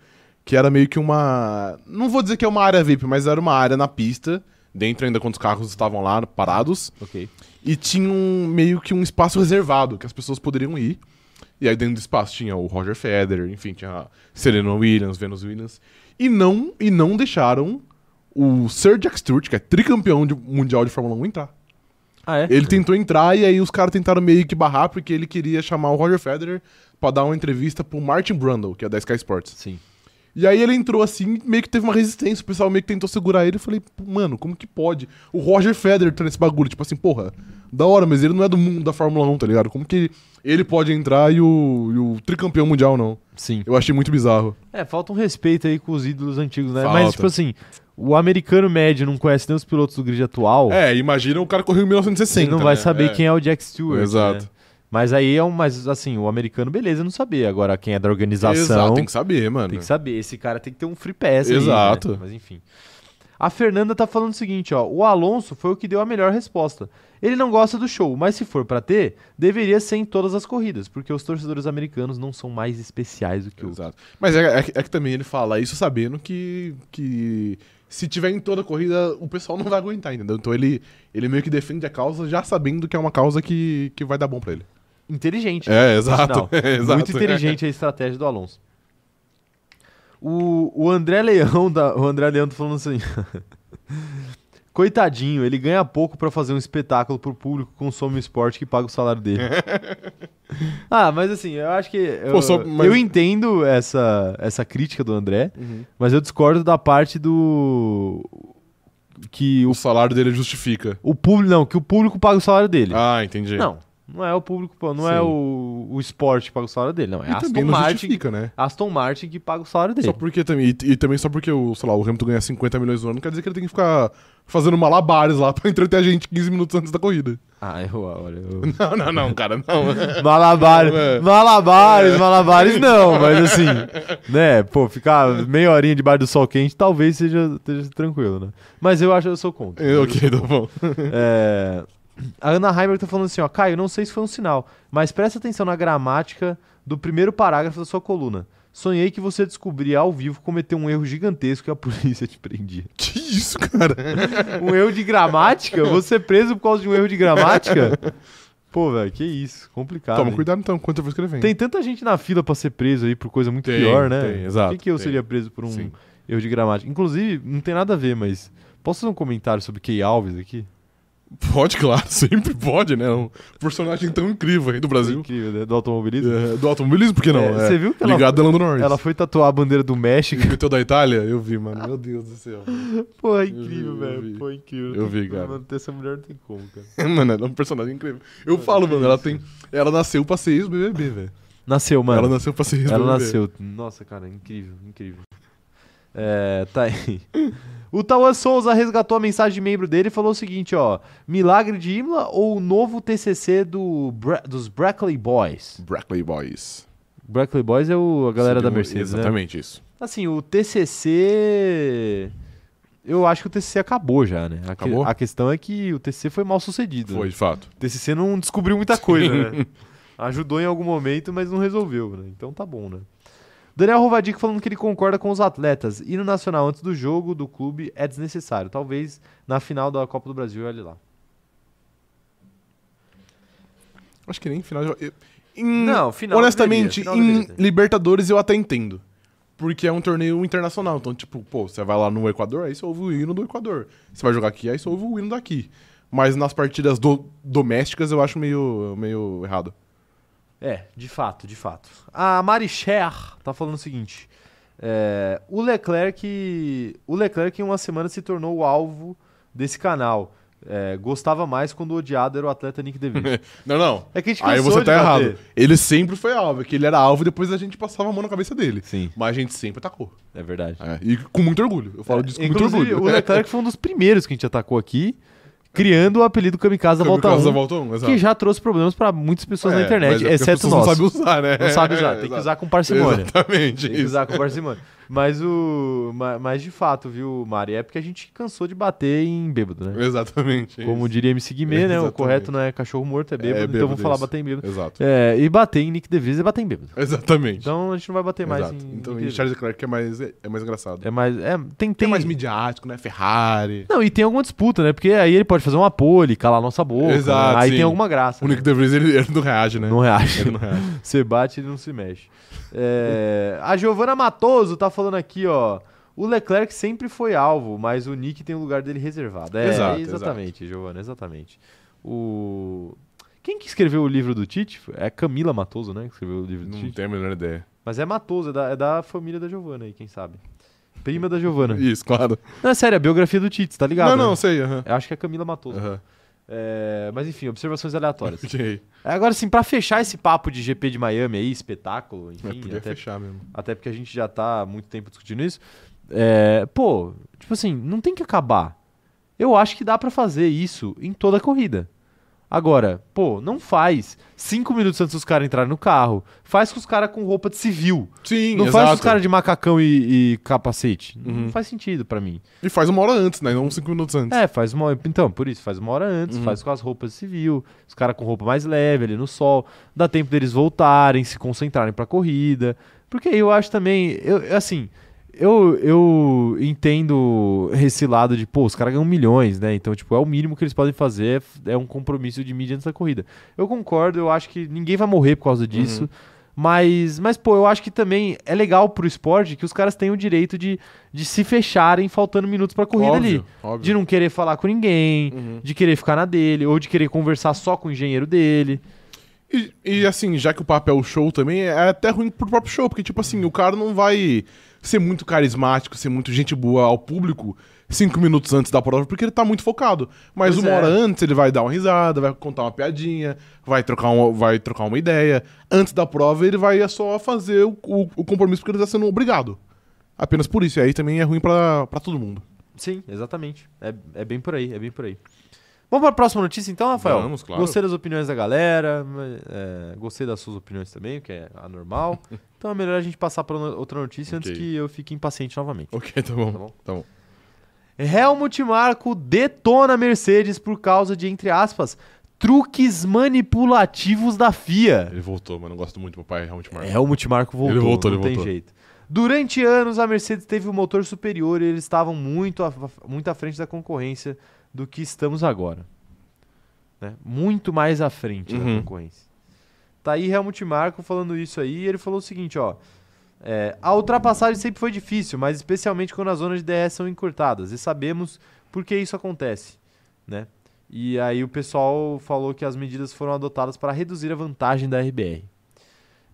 Que era meio que uma. Não vou dizer que é uma área VIP, mas era uma área na pista, dentro ainda quando os carros estavam lá parados.
Ok.
E tinha um, meio que um espaço reservado que as pessoas poderiam ir. E aí dentro do espaço tinha o Roger Federer, enfim, tinha a Serena Williams, Venus Williams. E não, e não deixaram o Serge Stewart, que é tricampeão de- mundial de Fórmula 1, entrar.
Ah, é?
Ele tentou entrar e aí os caras tentaram meio que barrar porque ele queria chamar o Roger Federer pra dar uma entrevista pro Martin Brundle, que é da Sky Sports.
Sim.
E aí ele entrou assim, meio que teve uma resistência, o pessoal meio que tentou segurar ele. Eu falei, "Pô, mano, como que pode? O Roger Federer tá nesse bagulho, tipo assim, porra, da hora, mas ele não é do mundo da Fórmula 1, tá ligado? Como que ele pode entrar e o, e o tricampeão mundial não?
Sim.
Eu achei muito bizarro.
É, falta um respeito aí com os ídolos antigos, né?
Falta.
Mas, tipo assim, o americano médio não conhece nem os pilotos do grid atual.
É, imagina o cara correu em 1960.
ele não vai saber quem é o Jack Stewart.
Exato.
né? Mas aí é um. Mas assim, o americano, beleza, não saber. Agora, quem é da
é.
organização.
Exato, tem que saber, mano.
Tem que saber, esse cara tem que ter um free pass. aí,
Exato.
né? Mas enfim. A Fernanda tá falando o seguinte, ó. O Alonso foi o que deu a melhor resposta. Ele não gosta do show, mas se for pra ter, deveria ser em todas as corridas, porque os torcedores americanos não são mais especiais do que os.
Exato. Mas é, é que- é que também ele fala isso sabendo que, que se tiver em toda a corrida, o pessoal não vai aguentar, entendeu? Então ele, ele meio que defende a causa já sabendo que é uma causa que, que vai dar bom pra ele.
Inteligente.
É,
Sinal.
(laughs) exato.
Muito inteligente a estratégia do Alonso. O, o André Leão, da, o André Leão tá falando assim. (laughs) Coitadinho, ele ganha pouco pra fazer um espetáculo pro público, consome o esporte que paga o salário
(laughs)
dele. ah, mas assim, eu acho que. Eu,
Pô, só- mas- Uhum.
eu entendo essa, essa crítica do André, mas eu discordo da parte do. que o,
O salário dele justifica.
o público. Não, que o público paga o salário dele.
Ah, entendi.
Não. Não é o público, pô, não é
Sim.
o, o esporte que paga o salário dele, não. É
E
Aston
também não
Martin,
justifica, né?
Aston Martin que paga o salário dele.
Só porque também, e, e também só porque o, sei lá, o Hamilton ganha 50 milhões no ano, não quer dizer que ele tem que ficar fazendo malabares lá (laughs) pra entreter a gente 15 minutos antes da corrida.
Ah, eu, olha, eu...
Não, não, não, cara, não.
(laughs) Malabares,
É.
malabares, malabares não, mas
(laughs)
assim, né, pô, ficar meia horinha debaixo do sol quente talvez seja, esteja tranquilo, né? Mas eu acho, eu sou contra.
É, (laughs) ok, tá bom. (laughs)
É, a Ana Heimer tá falando assim, ó, Caio, não sei se foi um sinal, mas presta atenção na gramática do primeiro parágrafo da sua coluna. Sonhei que você descobria ao vivo cometer um erro gigantesco e a polícia te prendia.
Que isso, cara?
Um erro de gramática? Você é preso por causa de um erro de gramática? Pô, velho, que isso, complicado.
Toma,
hein?
cuidado então, quanto eu vou escrevendo.
Tem tanta gente na fila pra ser preso aí por coisa muito
Tem,
pior, né?
tem, exato,
Por que, que eu
tem.
seria preso por um
Sim.
erro de gramática? Inclusive, não tem nada a ver, mas. Posso fazer um comentário sobre Key Alves aqui?
Pode, claro, (laughs) sempre pode, né? Um personagem tão incrível aí do Brasil.
Incrível, né? Do automobilismo.
É, do automobilismo, por que não?
É,
É,
você viu que ela-
Ligado a Lando Norris. (laughs)
Ela foi tatuar a bandeira do México.
Meteu da Itália? Eu vi, mano. Meu Deus do céu. (laughs)
Pô, é
vi,
incrível,
eu
velho.
vi.
Pô, é incrível.
Eu vi, cara.
Mano, ter essa mulher não tem como, cara.
mano, ela é um personagem incrível. Eu falo, mano, ela tem. Ela nasceu pra ser ex-BBB, velho.
Nasceu, mano.
Ela nasceu pra ser ex-BBB.
Ela nasceu. Nossa, cara, incrível, incrível. É, tá aí. (laughs) O Tauan Souza resgatou a mensagem de membro dele e falou o seguinte, ó. Milagre de Imla ou o novo TCC do Bra- dos Brackley Boys?
Brackley Boys.
Brackley Boys é o, a galera da Mercedes, né?
Exatamente isso.
Assim, o TCC... Eu acho que o TCC acabou já, né? A, que-
Acabou?
a questão é que o TCC foi mal sucedido.
Foi,
né?
de fato.
O TCC não descobriu muita coisa, né? Ajudou em algum momento, mas não resolveu, né? Então tá bom, né? Daniel Rovadic falando que ele concorda com os atletas. Ir no Nacional antes do jogo do clube é desnecessário. Talvez na final da Copa do Brasil, olhe lá.
Acho que nem final. de- Eu... Em-
Não, final
Honestamente,
deveria, final
em
deveria ter.
Libertadores eu até entendo. Porque é um torneio internacional. Então, tipo, pô, você vai lá no Equador, aí você ouve o hino do Equador. Você vai jogar aqui, aí você ouve o hino daqui. Mas nas partidas do- domésticas eu acho meio, meio errado.
É, de fato, de fato. A Maricher tá falando o seguinte: é, o Leclerc, o Leclerc em uma semana se tornou o alvo desse canal. É, gostava mais quando odiado era o atleta Nick DeVille.
Não, não.
É que a gente
Aí
cansou
você
de
tá
bater.
errado. Ele sempre foi alvo, é que ele era alvo e depois a gente passava a mão na cabeça dele.
Sim,
Mas a gente sempre atacou.
é verdade.
É, E com muito orgulho. Eu falo disso com muito
Inclusive,
orgulho.
o Leclerc foi um dos primeiros que a gente atacou aqui, criando o apelido Kamikaze da Volta 1,
volta 1, exato.
que já trouxe problemas pra muitas pessoas na
É, mas
internet,
é porque as
exceto
pessoas
nós.
Não sabe usar, né?
Não sabe usar,
(laughs)
tem
É,
que
exato.
usar com parcimônia.
Exatamente.
Tem que
isso.
usar com parcimônia. Mas o. ma- Mas de fato, viu, Mari? É porque a gente cansou de bater em bêbado, né?
(laughs) Exatamente.
Como diria MC Guimê, né? O
É Exatamente.
correto não é cachorro morto, é bêbado, então
bêbado
vamos falar
isso.
bater em bêbado.
isso. Exato.
É, e bater em Nick DeVries é bater em bêbado.
Exatamente.
Então a gente não vai bater mais
Exato.
em.
Então,
Nick
em
DeVries.
Charles Leclerc é mais, é mais engraçado.
É mais. É, tem,
Tem
tem-
mais midiático, né? Ferrari.
Não, e tem alguma disputa, né? Porque aí ele pode fazer uma pole, calar nossa boca.
Exato,
né? Aí
sim.
tem alguma graça.
O Nick De Vries, ele, ele não reage, né?
Não é. reage. (laughs)
Ele não reage.
Você bate, ele não se mexe. É, a Giovana Matoso tá falando aqui, ó. O Leclerc sempre foi alvo, mas o Nick tem o lugar dele reservado. É,
Exato,
exatamente, Giovana, exatamente. O... Quem que escreveu o livro do Tite? É Camila Matoso, né? Que escreveu o livro do
Não
Tite.
tenho a menor ideia.
Mas é Matoso, é da, é da família da Giovana aí, quem sabe. Prima
(laughs)
da Giovana.
Isso, claro.
Não, é sério, é a biografia do Tite, tá ligado?
Não, não,
né?
sei. aham.
Eu acho que é Camila Matoso.
Aham.
É, mas enfim, observações aleatórias.
(laughs) Ok. É,
Agora, assim, pra fechar esse papo de GP de Miami aí, espetáculo,
É,
enfim,
podia
até,
fechar mesmo.
até porque a gente já tá há muito tempo discutindo isso. é, pô, tipo assim, não tem que acabar. Eu acho que dá pra fazer isso em toda a corrida. Agora, pô, não faz cinco minutos antes dos caras entrarem no carro. Faz com os caras com roupa de civil.
Sim,
Não
exato.
faz com os caras de macacão e, e capacete. Não
Uhum.
faz sentido pra mim.
E faz uma hora antes, né? Não cinco minutos antes.
É, faz uma. Então, por isso, faz uma hora antes,
Uhum.
faz com as roupas civil, os caras com roupa mais leve ali no sol, dá tempo deles voltarem, se concentrarem pra corrida. Porque eu acho também, eu, assim, eu, eu entendo esse lado de, pô, os caras ganham milhões, né? Então, tipo, é o mínimo que eles podem fazer, é f- é um compromisso de mídia antes da corrida. Eu concordo, eu acho que ninguém vai morrer por causa disso.
Uhum.
Mas, mas, pô, eu acho que também é legal pro esporte que os caras tenham o direito de, de se fecharem faltando minutos pra corrida ali.
óbvio, Óbvio.
De não querer falar com ninguém,
Uhum.
de querer ficar na dele, ou de querer conversar só com o engenheiro dele.
E, e, assim, já que o papo é o show também, é até ruim pro próprio show, porque, tipo assim, o cara não vai ser muito carismático, ser muito gente boa ao público, cinco minutos antes da prova, porque ele tá muito focado. Mas
Pois
uma
é.
hora antes ele vai dar uma risada, vai contar uma piadinha, vai trocar uma, vai trocar uma ideia. Antes da prova ele vai só fazer o, o- o compromisso porque ele tá sendo obrigado. Apenas por isso. E aí também é ruim pra pra todo mundo.
Sim, exatamente. É, é bem por aí, é bem por aí. Vamos para a próxima notícia então, Rafael?
Vamos, claro.
Gostei das opiniões da galera, mas, é, gostei das suas opiniões também, o que é (laughs) anormal. então é melhor a gente passar para outra notícia antes
Ok.
que eu fique impaciente novamente.
Ok, tá bom.
Tá
Tá
bom.
bom.
Helmut Marko detona Mercedes por causa de, entre aspas, truques manipulativos da FIA.
Ele voltou, mas não gosto muito do papai realmente Marco.
Helmut Marko É, voltou,
Ele voltou,
não
ele
tem
voltou.
jeito. Durante anos, a Mercedes teve um motor superior e eles estavam muito, à- muito à frente da concorrência do que estamos agora. Né? Muito mais à frente da
Uhum.
concorrência. Tá aí Helmut Marko falando isso aí e ele falou o seguinte, ó. é, a ultrapassagem sempre foi difícil, mas especialmente quando as zonas de DRS são encurtadas. E sabemos por que isso acontece, né? E aí o pessoal falou que as medidas foram adotadas para reduzir a vantagem da RBR.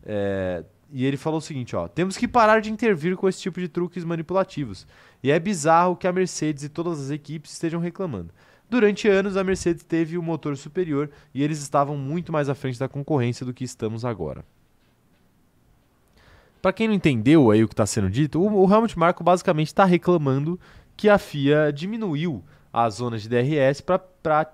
É, e ele falou o seguinte, ó, temos que parar de intervir com esse tipo de truques manipulativos. E é bizarro que a Mercedes e todas as equipes estejam reclamando. Durante anos a Mercedes teve o motor superior e eles estavam muito mais à frente da concorrência do que estamos agora. Para quem não entendeu aí o que está sendo dito, o, o Helmut Marko basicamente está reclamando que a FIA diminuiu as zonas de DRS para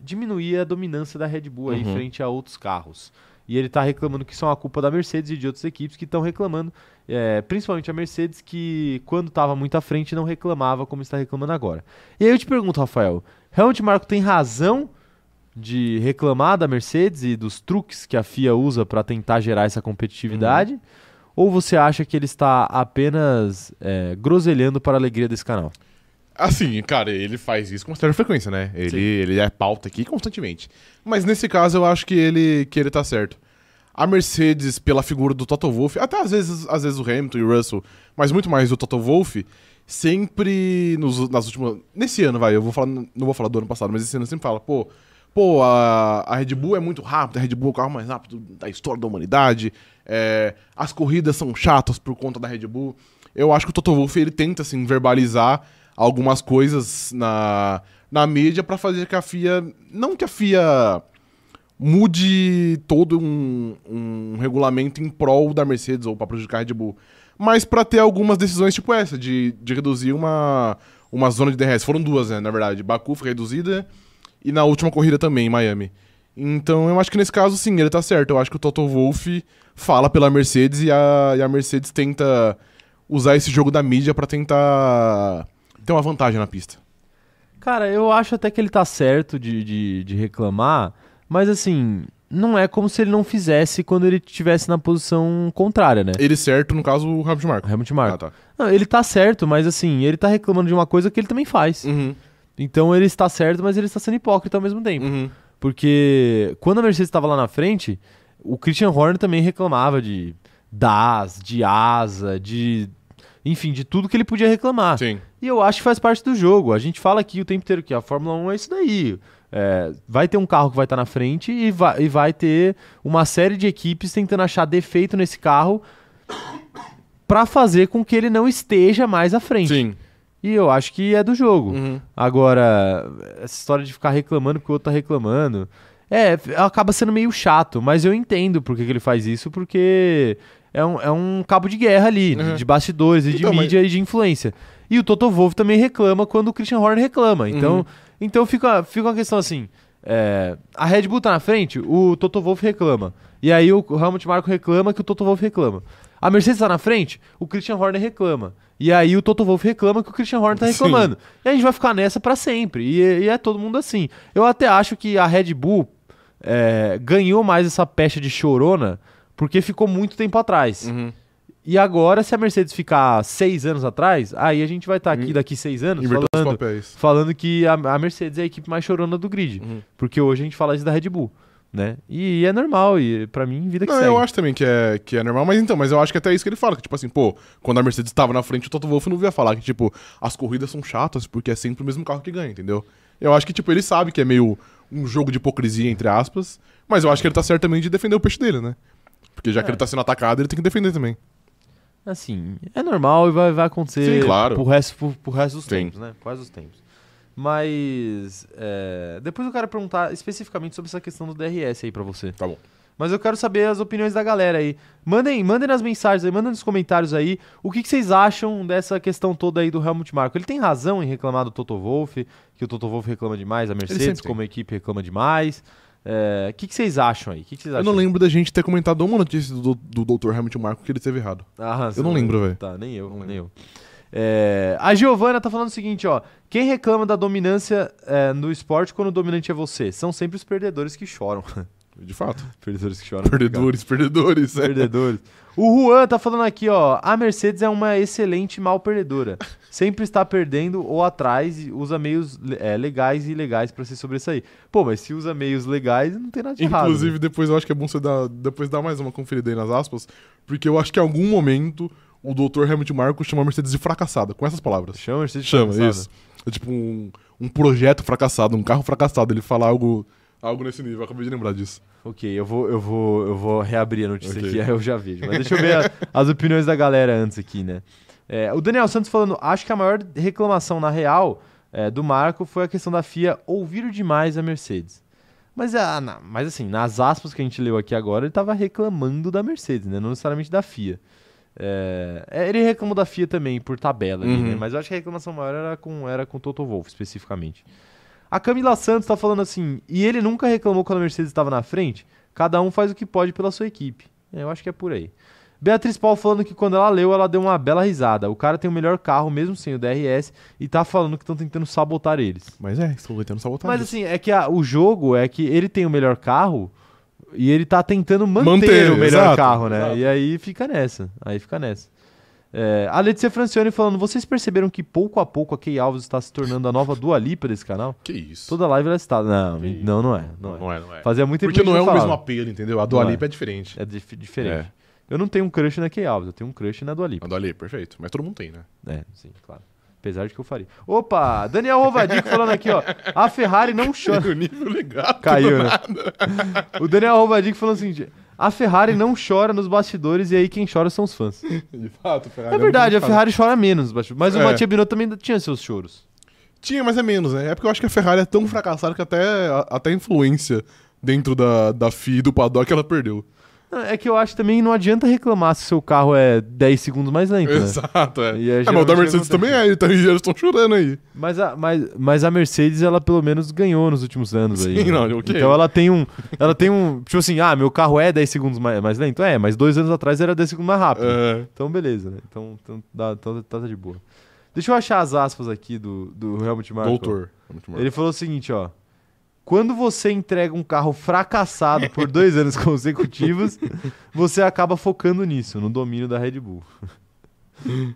diminuir a dominância da Red Bull aí
Uhum.
frente a outros carros. E ele está reclamando que isso é uma culpa da Mercedes e de outras equipes que estão reclamando, é, principalmente a Mercedes, que quando estava muito à frente não reclamava como está reclamando agora. E aí eu te pergunto, Rafael, Helmut Marko tem razão de reclamar da Mercedes e dos truques que a FIA usa para tentar gerar essa competitividade? Ou você acha que ele está apenas é, groselhando para a alegria desse canal?
Assim, cara, ele faz isso com uma certa frequência, né? Ele, ele é pauta aqui constantemente. Mas nesse caso eu acho que ele, que ele tá certo. A Mercedes, pela figura do Toto Wolff, até às vezes, às vezes o Hamilton e o Russell, mas muito mais o Toto Wolff, sempre nos, nas últimas. Nesse ano, vai, eu vou falar, não vou falar do ano passado, mas esse ano sempre fala, pô, pô, a, a Red Bull é muito rápida, a Red Bull é o carro mais rápido da história da humanidade, é, as corridas são chatas por conta da Red Bull. Eu acho que o Toto Wolff ele tenta assim verbalizar algumas coisas na, na mídia pra fazer que a FIA, não que a FIA mude todo um, um regulamento em prol da Mercedes ou pra prejudicar a Red Bull, mas pra ter algumas decisões tipo essa de, de reduzir uma uma zona de DRS. Foram duas, né, na verdade. Baku foi reduzida e na última corrida também, em Miami. Então eu acho que nesse caso, sim, ele tá certo. Eu acho que o Toto Wolff fala pela Mercedes e a, e a Mercedes tenta usar esse jogo da mídia pra tentar ter uma vantagem na pista.
Cara, eu acho até que ele tá certo de, de, de reclamar, mas assim, não é como se ele não fizesse quando ele estivesse na posição contrária, né?
Ele certo, no caso, o Hamilton Marco.
Helmut Marko.
tá.
Não, ele tá certo, mas assim, ele tá reclamando de uma coisa que ele também faz.
Uhum,
Então ele está certo, mas ele está sendo hipócrita ao mesmo tempo.
uhum.
Porque quando a Mercedes estava lá na frente, o Christian Horner também reclamava de DAS, de asa, de. Enfim, de tudo que ele podia reclamar.
Sim.
E eu acho que faz parte do jogo. A gente fala aqui o tempo inteiro que a Fórmula 1 é isso daí. É, vai ter um carro que vai estar na frente e vai, e vai ter uma série de equipes tentando achar defeito nesse carro para fazer com que ele não esteja mais à frente.
Sim.
E eu acho que é do jogo.
Uhum.
Agora, essa história de ficar reclamando porque o outro tá reclamando. É, f- acaba sendo meio chato, mas eu entendo por que, que ele faz isso, porque é um, é um cabo de guerra ali, de-
Uhum.
de, bastidores e
Então,
de
mas-
mídia e de influência. E o Toto Wolff também reclama quando o Christian Horner reclama. Então,
Uhum.
então fica, fica uma questão assim. é, a Red Bull tá na frente, o Toto Wolff reclama. E aí o Helmut Marko reclama que o Toto Wolff reclama. A Mercedes tá na frente, o Christian Horner reclama. E aí o Toto Wolff reclama que o Christian Horner tá
Sim.
reclamando. E a gente vai ficar nessa pra sempre. E, e é todo mundo assim. Eu até acho que a Red Bull é, ganhou mais essa pecha de chorona porque ficou muito tempo atrás.
Uhum.
E agora, se a Mercedes ficar seis anos atrás, aí a gente vai estar aqui
Hum.
daqui seis anos
Inverteu os
falando,
papéis.
falando que a, a Mercedes é a equipe mais chorona do grid.
Uhum.
Porque hoje a gente fala isso da Red Bull, né? E, é normal, e pra mim, vida que
Não,
segue.
eu acho também que é, que é normal, mas então, mas eu acho que até isso que ele fala, que tipo assim, pô, quando a Mercedes estava na frente, o Toto Wolff não via falar que, tipo, as corridas são chatas porque é sempre o mesmo carro que ganha, entendeu? Eu acho que, tipo, ele sabe que é meio um jogo de hipocrisia, entre aspas, mas eu acho que ele tá certo também de defender o peixe dele, né? Porque já que
É.
ele tá sendo atacado, ele tem que defender também.
Assim, é normal e vai, vai acontecer
Sim, claro.
pro, resto, pro, pro resto dos
Sim.
tempos, né? Pro resto dos tempos. Mas. é, depois eu quero perguntar especificamente sobre essa questão do DRS aí pra você.
Tá bom.
Mas eu quero saber as opiniões da galera aí. Mandem, mandem nas mensagens aí, mandem nos comentários aí o que, que vocês acham dessa questão toda aí do Helmut Marko. Ele tem razão em reclamar do Toto Wolff, que o Toto Wolff reclama demais, a Mercedes
sempre
como equipe reclama demais. É, O que, que vocês acham aí? O que, que vocês
Eu
acham?
não lembro da gente ter comentado uma notícia do, do Dr. Hamilton Marco que ele teve errado.
Ah, você
não lembro, velho.
Tá, nem eu,
Não
nem eu. É, a Giovana tá falando o seguinte, ó. Quem reclama da dominância é, no esporte quando o dominante é você? São sempre os perdedores que choram.
De fato.
(laughs) perdedores que choram.
(laughs) Perdedores, perdedores. é.
Perdedores. O Juan tá falando aqui, ó. A Mercedes é uma excelente mal perdedora. Sempre está perdendo ou atrás e usa meios é, legais e ilegais pra se sobressair. Pô, mas se usa meios legais, não tem nada de errado. né?
Inclusive, depois eu acho que é bom você dar, depois dar mais uma conferida aí nas aspas, porque eu acho que em algum momento o Dr. Hamilton Marco chama a Mercedes de fracassada, com essas palavras.
né? Chama a Mercedes né? de
Chama,
fracassada.
isso. É tipo um, um projeto fracassado, um carro fracassado. Ele fala algo, algo nesse nível, eu acabei de lembrar disso.
Ok, eu vou, eu vou, eu vou reabrir a notícia
Ok.
aqui, (laughs) aí eu já vejo. Mas deixa eu ver a- as opiniões da galera antes aqui, né? É, o Daniel Santos falando, acho que a maior reclamação na real é, do Marco foi a questão da FIA ouvir demais a Mercedes. Mas, a, na- mas assim, nas aspas que a gente leu aqui agora, ele estava reclamando da Mercedes, né? Não necessariamente da FIA. É, é, ele reclamou da FIA também, por tabela, ali,
Uhum.
né? Mas eu acho que a reclamação maior era com, era com o Toto Wolff, especificamente. A Camila Santos tá falando assim, e ele nunca reclamou quando a Mercedes estava na frente? Cada um faz o que pode pela sua equipe. É, eu acho que é por aí. Beatriz Paul falando que quando ela leu, ela deu uma bela risada. O cara tem o melhor carro, mesmo sem o DRS, e tá falando que estão tentando sabotar eles.
Mas é, estão tentando sabotar.
Mas
isso.
assim, é que a- o jogo é que ele tem o melhor carro e ele tá tentando manter,
Manter,
o melhor
exato,
carro, né?
exato.
E aí fica nessa. Aí fica nessa. É, a Letícia Francione falando: vocês perceberam que pouco a pouco a Key Alves está se tornando a nova Dua Lipa desse canal?
Que isso.
Toda live ela está. Não, não, não é. Não é.
Não é, não é.
Fazia muito tempo
Porque
que a
não é
gente
o mesmo
falava.
apelo, entendeu? A Dua
Não é.
Lipa é diferente.
É dif- diferente.
É.
Eu não tenho um crush na Key Alves, eu tenho um crush na Dua Lipa.
A Dua Lipa, é perfeito. Mas todo mundo tem, né?
É, sim, claro. Apesar de que eu faria. Opa, Daniel Rovadico falando aqui, ó. A Ferrari não chora.
(laughs) O nível legal.
Caiu, né? O Daniel Rovadico falando o seguinte: a Ferrari não chora nos bastidores e aí quem chora são os fãs.
(laughs) De fato, Ferrari.
É verdade, a
muito cara.
Ferrari chora menos nos bastidores. Mas o
É.
Matia Binotto também tinha seus choros.
Tinha, mas é menos, né? É porque eu acho que a Ferrari é tão fracassada que até a, até a influência dentro da, da FIA e do paddock ela perdeu.
É que eu acho também que não adianta reclamar se o seu carro é 10 segundos mais lento. né?
Exato, é.
E é
é, mas o
geralmente
da
acontece.
Mercedes também é, então eles estão chorando aí.
Mas, a, mas, mas a Mercedes, ela pelo menos ganhou nos últimos anos aí.
Sim,
né?
não, ok.
Então ela tem um. Ela tem um. Tipo assim, ah, meu carro é 10 segundos mais, mais lento? É, mas dois anos atrás era 10 segundos mais rápido.
É.
Então, beleza, né? Então, então, dá, então tá, tá de boa. Deixa eu achar as aspas aqui do, do Helmut Marko.
É, Doutor.
Ele falou o seguinte, ó. Quando você entrega um carro fracassado por dois
(laughs)
anos consecutivos, você acaba focando nisso, no domínio da Red Bull.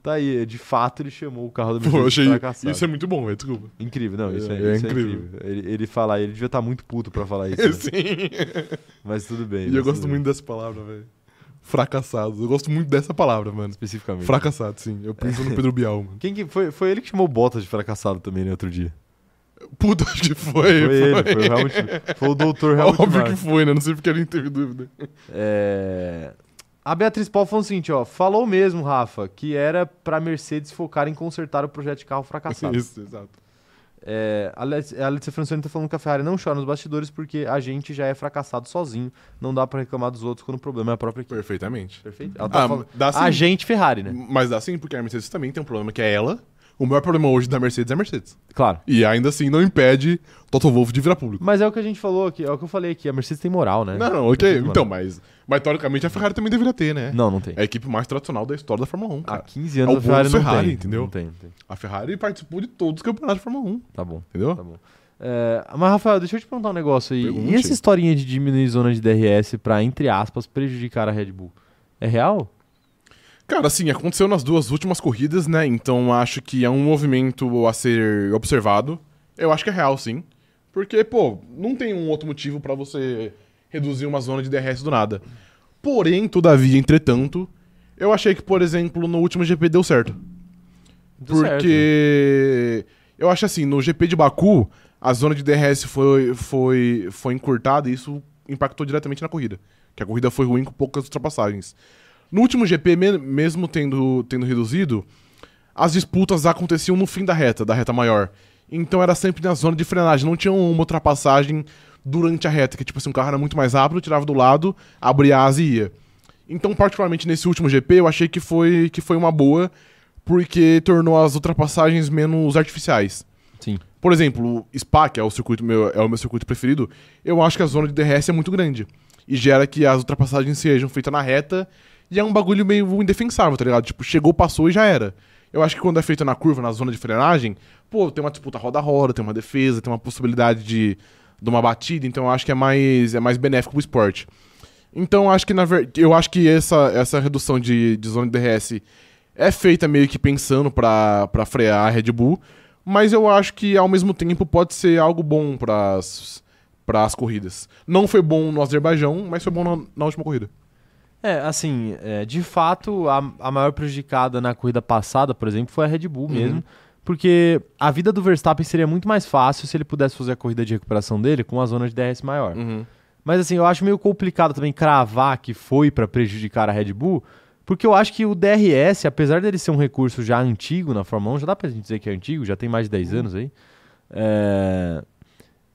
tá aí, de fato ele chamou o carro da
Pô, eu
Mercedes de
achei.
fracassado.
Isso é muito bom, velho, desculpa.
Incrível, não, isso é,
É, é
isso é incrível.
incrível.
Ele, ele fala, ele devia estar muito puto pra falar
(laughs)
isso, né?
Sim.
mas tudo bem.
E eu gosto muito dessa palavra, velho. Fracassado. Eu gosto muito dessa palavra, mano.
Especificamente.
Fracassado, sim. Eu penso no Pedro Bial, mano.
Quem que, foi, foi ele que chamou o Bottas de fracassado também, né, outro dia.
Puta, acho que foi.
Foi ele, foi o Helmut, foi o doutor Helmut
(laughs) Óbvio
Marko.
que foi, né? Não sei porque ele não teve dúvida.
É, A Beatriz Paul falou o seguinte, ó, falou mesmo, Rafa, que era pra Mercedes focar em consertar o projeto de carro fracassado.
Isso, exato.
É, a Let- a Letícia Francione tá falando que a Ferrari não chora nos bastidores porque a gente já é fracassado sozinho, não dá pra reclamar dos outros quando o problema é a própria equipe.
Perfeitamente.
Perfeito? Ela tá
Ah, Hum.
falando...
dá sim.
A gente Ferrari, né?
Mas dá sim, porque a Mercedes também tem um problema que é ela. O maior problema hoje da Mercedes é a Mercedes.
Claro.
E ainda assim não impede Toto Wolff de virar público.
Mas é o que a gente falou aqui, é o que eu falei aqui, a Mercedes tem moral, né?
Não, É. não, ok.
Mercedes,
Então, mas, mas teoricamente a Ferrari também deveria ter, né?
Não, não tem.
É a equipe mais tradicional da história da Fórmula 1,
Há
cara.
15 anos
É o
a Ferrari,
bom
não
Ferrari,
tem.
entendeu?
Não tem, não tem.
A Ferrari participou de todos os campeonatos da Fórmula 1,
Tá bom.
entendeu?
Tá bom. É, mas, Rafael, deixa eu te perguntar um negócio aí. E
Pergunte.
essa historinha de diminuir zona de DRS pra, entre aspas, prejudicar a Red Bull? É real?
Cara, assim, aconteceu nas duas últimas corridas, né? Então acho que é um movimento a ser observado. Eu acho que é real, sim. Porque, pô, não tem um outro motivo pra você reduzir uma zona de DRS do nada. Porém, todavia, entretanto, eu achei que, por exemplo, no último GP deu certo.
Deu certo.
Porque eu acho assim, no GP de Baku, a zona de DRS foi, foi, foi encurtada e isso impactou diretamente na corrida. Que a corrida foi ruim com poucas ultrapassagens. No último GP, me- mesmo tendo, tendo reduzido, as disputas aconteciam no fim da reta, da reta maior. Então era sempre na zona de frenagem, não tinha uma ultrapassagem durante a reta, que tipo assim, um carro era muito mais rápido, tirava do lado, abria a asa e ia. Então, particularmente nesse último GP, eu achei que foi, que foi uma boa, porque tornou as ultrapassagens menos artificiais.
Sim.
Por exemplo, o Spa, que é o, circuito meu, é o meu circuito preferido, eu acho que a zona de DRS é muito grande. E gera que as ultrapassagens sejam feitas na reta. E é um bagulho meio indefensável, tá ligado? Tipo, chegou, passou e já era. Eu acho que quando é feito na curva, na zona de frenagem, pô, tem uma disputa roda a roda, tem uma defesa, tem uma possibilidade de, de uma batida, então eu acho que é mais, é mais benéfico pro esporte. Então eu acho que na ver... eu acho que essa, essa redução de, de zona de DRS é feita meio que pensando pra pra frear a Red Bull, mas eu acho que ao mesmo tempo pode ser algo bom pras as corridas. Não foi bom no Azerbaijão, mas foi bom na, na última corrida.
É, assim, é, de fato, a, a maior prejudicada na corrida passada, por exemplo, foi a Red Bull mesmo. Porque a vida do Verstappen seria muito mais fácil se ele pudesse fazer a corrida de recuperação dele com a zona de DRS maior. Mas assim, eu acho meio complicado também cravar que foi para prejudicar a Red Bull, porque eu acho que o DRS, apesar dele ser um recurso já antigo na Fórmula 1, já dá pra gente dizer que é antigo, já tem mais de 10 anos aí. é,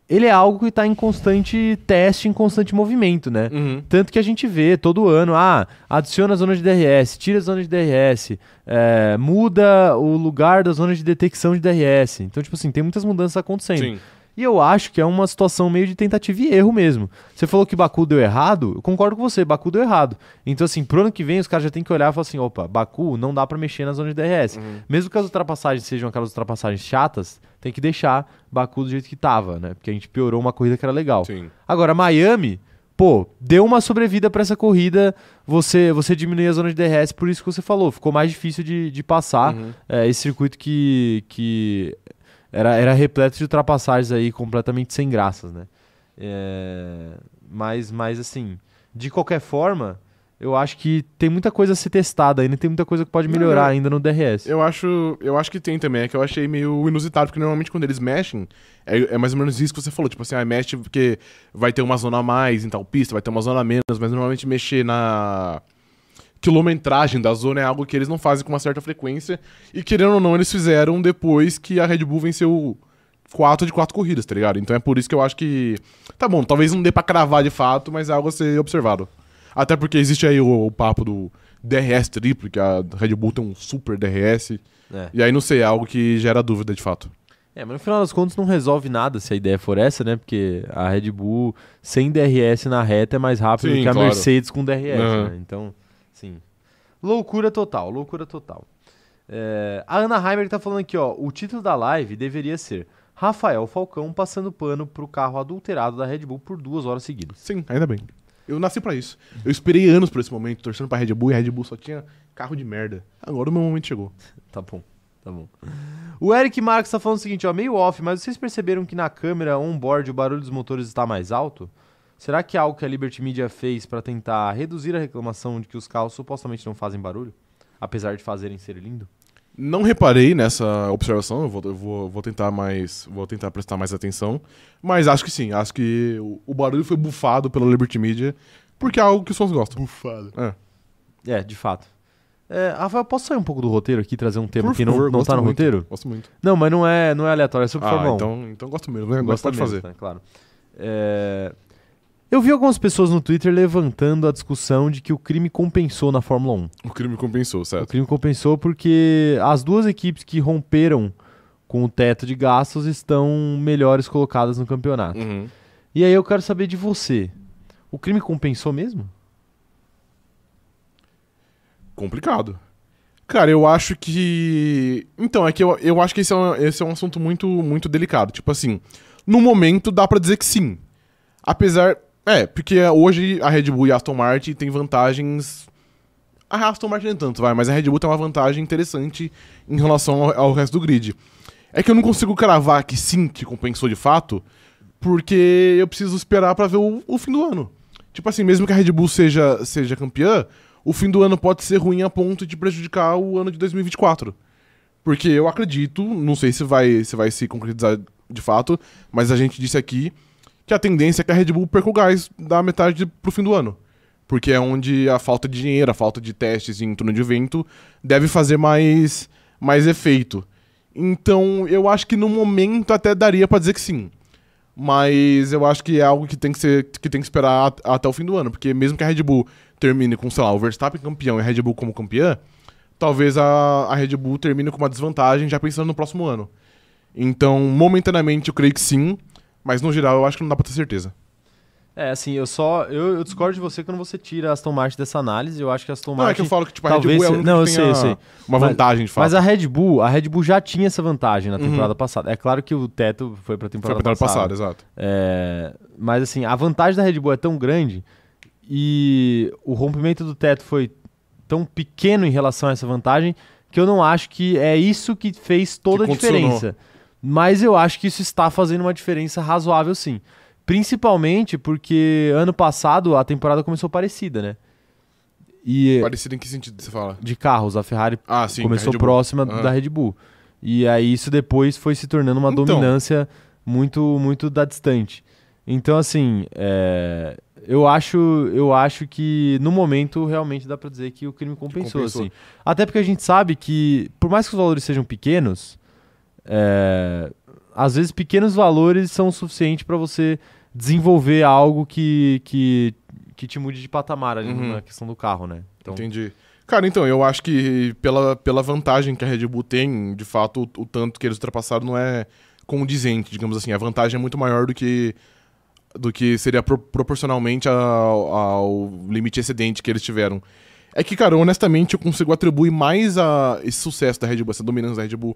Ele é algo que tá em constante teste, em constante movimento, né?
Uhum.
Tanto que a gente vê todo ano, ah, adiciona a zona de DRS, tira a zona de DRS, é, muda o lugar da zona de detecção de DRS. Então, tipo assim, tem muitas mudanças acontecendo.
Sim.
E eu acho que é uma situação meio de tentativa e erro mesmo. Você falou que Baku deu errado, eu concordo com você, Baku deu errado. Então, assim, pro ano que vem os caras já têm que olhar e falar assim: opa, Baku não dá pra mexer na zona de DRS. Mesmo que as ultrapassagens sejam aquelas ultrapassagens chatas, tem que deixar Baku do jeito que tava, né? Porque a gente piorou uma corrida que era legal.
Sim.
Agora, Miami, pô, deu uma sobrevida pra essa corrida, você você diminuiu a zona de DRS, por isso que você falou, ficou mais difícil de, de passar
Uhum.
é, esse circuito que, que era, era repleto de ultrapassagens aí, completamente sem graças, né? É, mas, mas, assim, de qualquer forma, eu acho que tem muita coisa a ser testada ainda, tem muita coisa que pode
Não,
melhorar
eu-
ainda no DRS.
Eu acho, eu acho que tem também, é que eu achei meio inusitado, porque normalmente quando eles mexem, é, é mais ou menos isso que você falou, tipo assim, ah, mexe porque vai ter uma zona a mais em tal pista, vai ter uma zona a menos, mas normalmente mexer na quilometragem da zona é algo que eles não fazem com uma certa frequência, e querendo ou não, eles fizeram depois que a Red Bull venceu quatro de quatro corridas, tá ligado? Então é por isso que eu acho que, tá bom, talvez não dê pra cravar de fato, mas é algo a ser observado. Até porque existe aí o, o papo do DRS triplo, que a Red Bull tem um super DRS,
É.
e aí, não sei, é algo que gera dúvida de fato.
É, mas no final das contas não resolve nada se a ideia for essa, né? Porque a Red Bull sem DRS na reta é mais rápido
Sim,
que a
claro.
Mercedes com DRS,
Aham.
né? Então, sim. Loucura total, loucura total. É, a Ana Heimer tá falando aqui, ó. O título da live deveria ser Rafael Falcão passando pano pro carro adulterado da Red Bull por duas horas seguidas.
Sim, ainda bem. Eu nasci pra isso. Eu esperei anos por esse momento, torcendo pra Red Bull, e a Red Bull só tinha carro de merda. Agora o meu momento chegou.
Tá bom, tá bom. O Eric Marques tá falando o seguinte, ó, meio off, mas vocês perceberam que na câmera on-board o barulho dos motores está mais alto? Será que é algo que a Liberty Media fez para tentar reduzir a reclamação de que os carros supostamente não fazem barulho? Apesar de fazerem ser lindo?
Não reparei nessa observação, eu vou, eu vou, vou tentar mais. Vou tentar prestar mais atenção. Mas acho que sim, acho que o, o barulho foi bufado pela Liberty Media, porque é algo que os fãs gostam. Bufado. É.
É, de fato. É, Rafael, posso sair um pouco do roteiro aqui e trazer um tema
Por
que
favor,
não, não
gosto
tá no
muito,
roteiro?
Gosto muito.
Não, mas não é, não é aleatório, é sobre
Ah,
Fórmula 1.
então, então gosto mesmo, né? Mas
Gosta
pode
menos,
fazer.
né? Claro. É, Eu vi algumas pessoas no Twitter levantando a discussão de que o crime compensou na Fórmula 1.
O crime compensou,
O
certo?
crime compensou porque as duas equipes que romperam com o teto de gastos estão melhores colocadas no campeonato.
Uhum.
E aí eu quero saber de você. O crime compensou mesmo?
Complicado. Cara, eu acho que. Então, é que eu, eu acho que esse é, um, esse é um assunto muito, muito delicado. Tipo assim, no momento dá pra dizer que sim. Apesar. É, porque hoje a Red Bull e a Aston Martin têm vantagens. A Aston Martin nem tanto, vai, mas a Red Bull tem uma vantagem interessante em relação ao, ao resto do grid. É que eu não consigo cravar que sim, que compensou de fato, porque eu preciso esperar pra ver o, o fim do ano. Tipo assim, mesmo que a Red Bull seja, seja campeã, o fim do ano pode ser ruim a ponto de prejudicar o ano de 2024. Porque eu acredito, não sei se vai, se vai se concretizar de fato, mas a gente disse aqui que a tendência é que a Red Bull perca o gás da metade pro fim do ano. Porque é onde a falta de dinheiro, a falta de testes em túnel de vento deve fazer mais, mais efeito. Então, eu acho que no momento até daria pra dizer que sim. Mas eu acho que é algo que tem que, ser, que, tem que esperar at- até o fim do ano. Porque mesmo que a Red Bull termine com, sei lá, o Verstappen campeão e a Red Bull como campeã, talvez a, a Red Bull termine com uma desvantagem já pensando no próximo ano. Então, momentaneamente, eu creio que sim. Mas no geral, eu acho que não dá pra ter certeza.
É, assim, eu só. Eu, eu discordo de você quando você tira a Aston Martin dessa análise. Eu acho que a Aston
Não, é
Martin.
que eu falo que tipo, a
talvez
Red Bull é
se-
a única
não, eu
que
sei, eu
tem a-
sei.
uma
Mas-
vantagem, de fato. Uhum.
Mas a Red Bull, a Red Bull já tinha essa vantagem na temporada passada. É claro que o teto foi pra
Foi a
temporada
temporada
passada.
passada, exato.
É, mas assim, a vantagem da Red Bull é tão grande e o rompimento do teto foi tão pequeno em relação a essa vantagem que eu não acho que é isso que fez toda
Que
a diferença. Mas eu acho que isso está fazendo uma diferença razoável sim. Principalmente porque ano passado a temporada começou parecida, né? E
Parecido em que sentido você fala?
de carros, a Ferrari
Ah, sim.
É. começou
a Red Bull. Ah.
próxima
Aham.
da Red Bull. E aí isso depois foi se tornando uma
Então.
dominância muito muito da distante. Então assim, é, eu acho eu acho que no momento realmente dá pra dizer que o crime compensou,
Compensou.
assim. Até porque a gente sabe que por mais que os valores sejam pequenos, é, às vezes pequenos valores são o suficiente pra você desenvolver algo que, que que te mude de patamar ali
Uhum.
na questão do carro, né? Então,
Entendi. Cara, então, eu acho que pela, pela vantagem que a Red Bull tem, de fato, o, o tanto que eles ultrapassaram não é condizente, digamos assim. A vantagem é muito maior do que, do que seria pro- proporcionalmente ao, ao limite excedente que eles tiveram. É que, cara, honestamente, eu consigo atribuir mais a esse sucesso da Red Bull, essa dominância da Red Bull,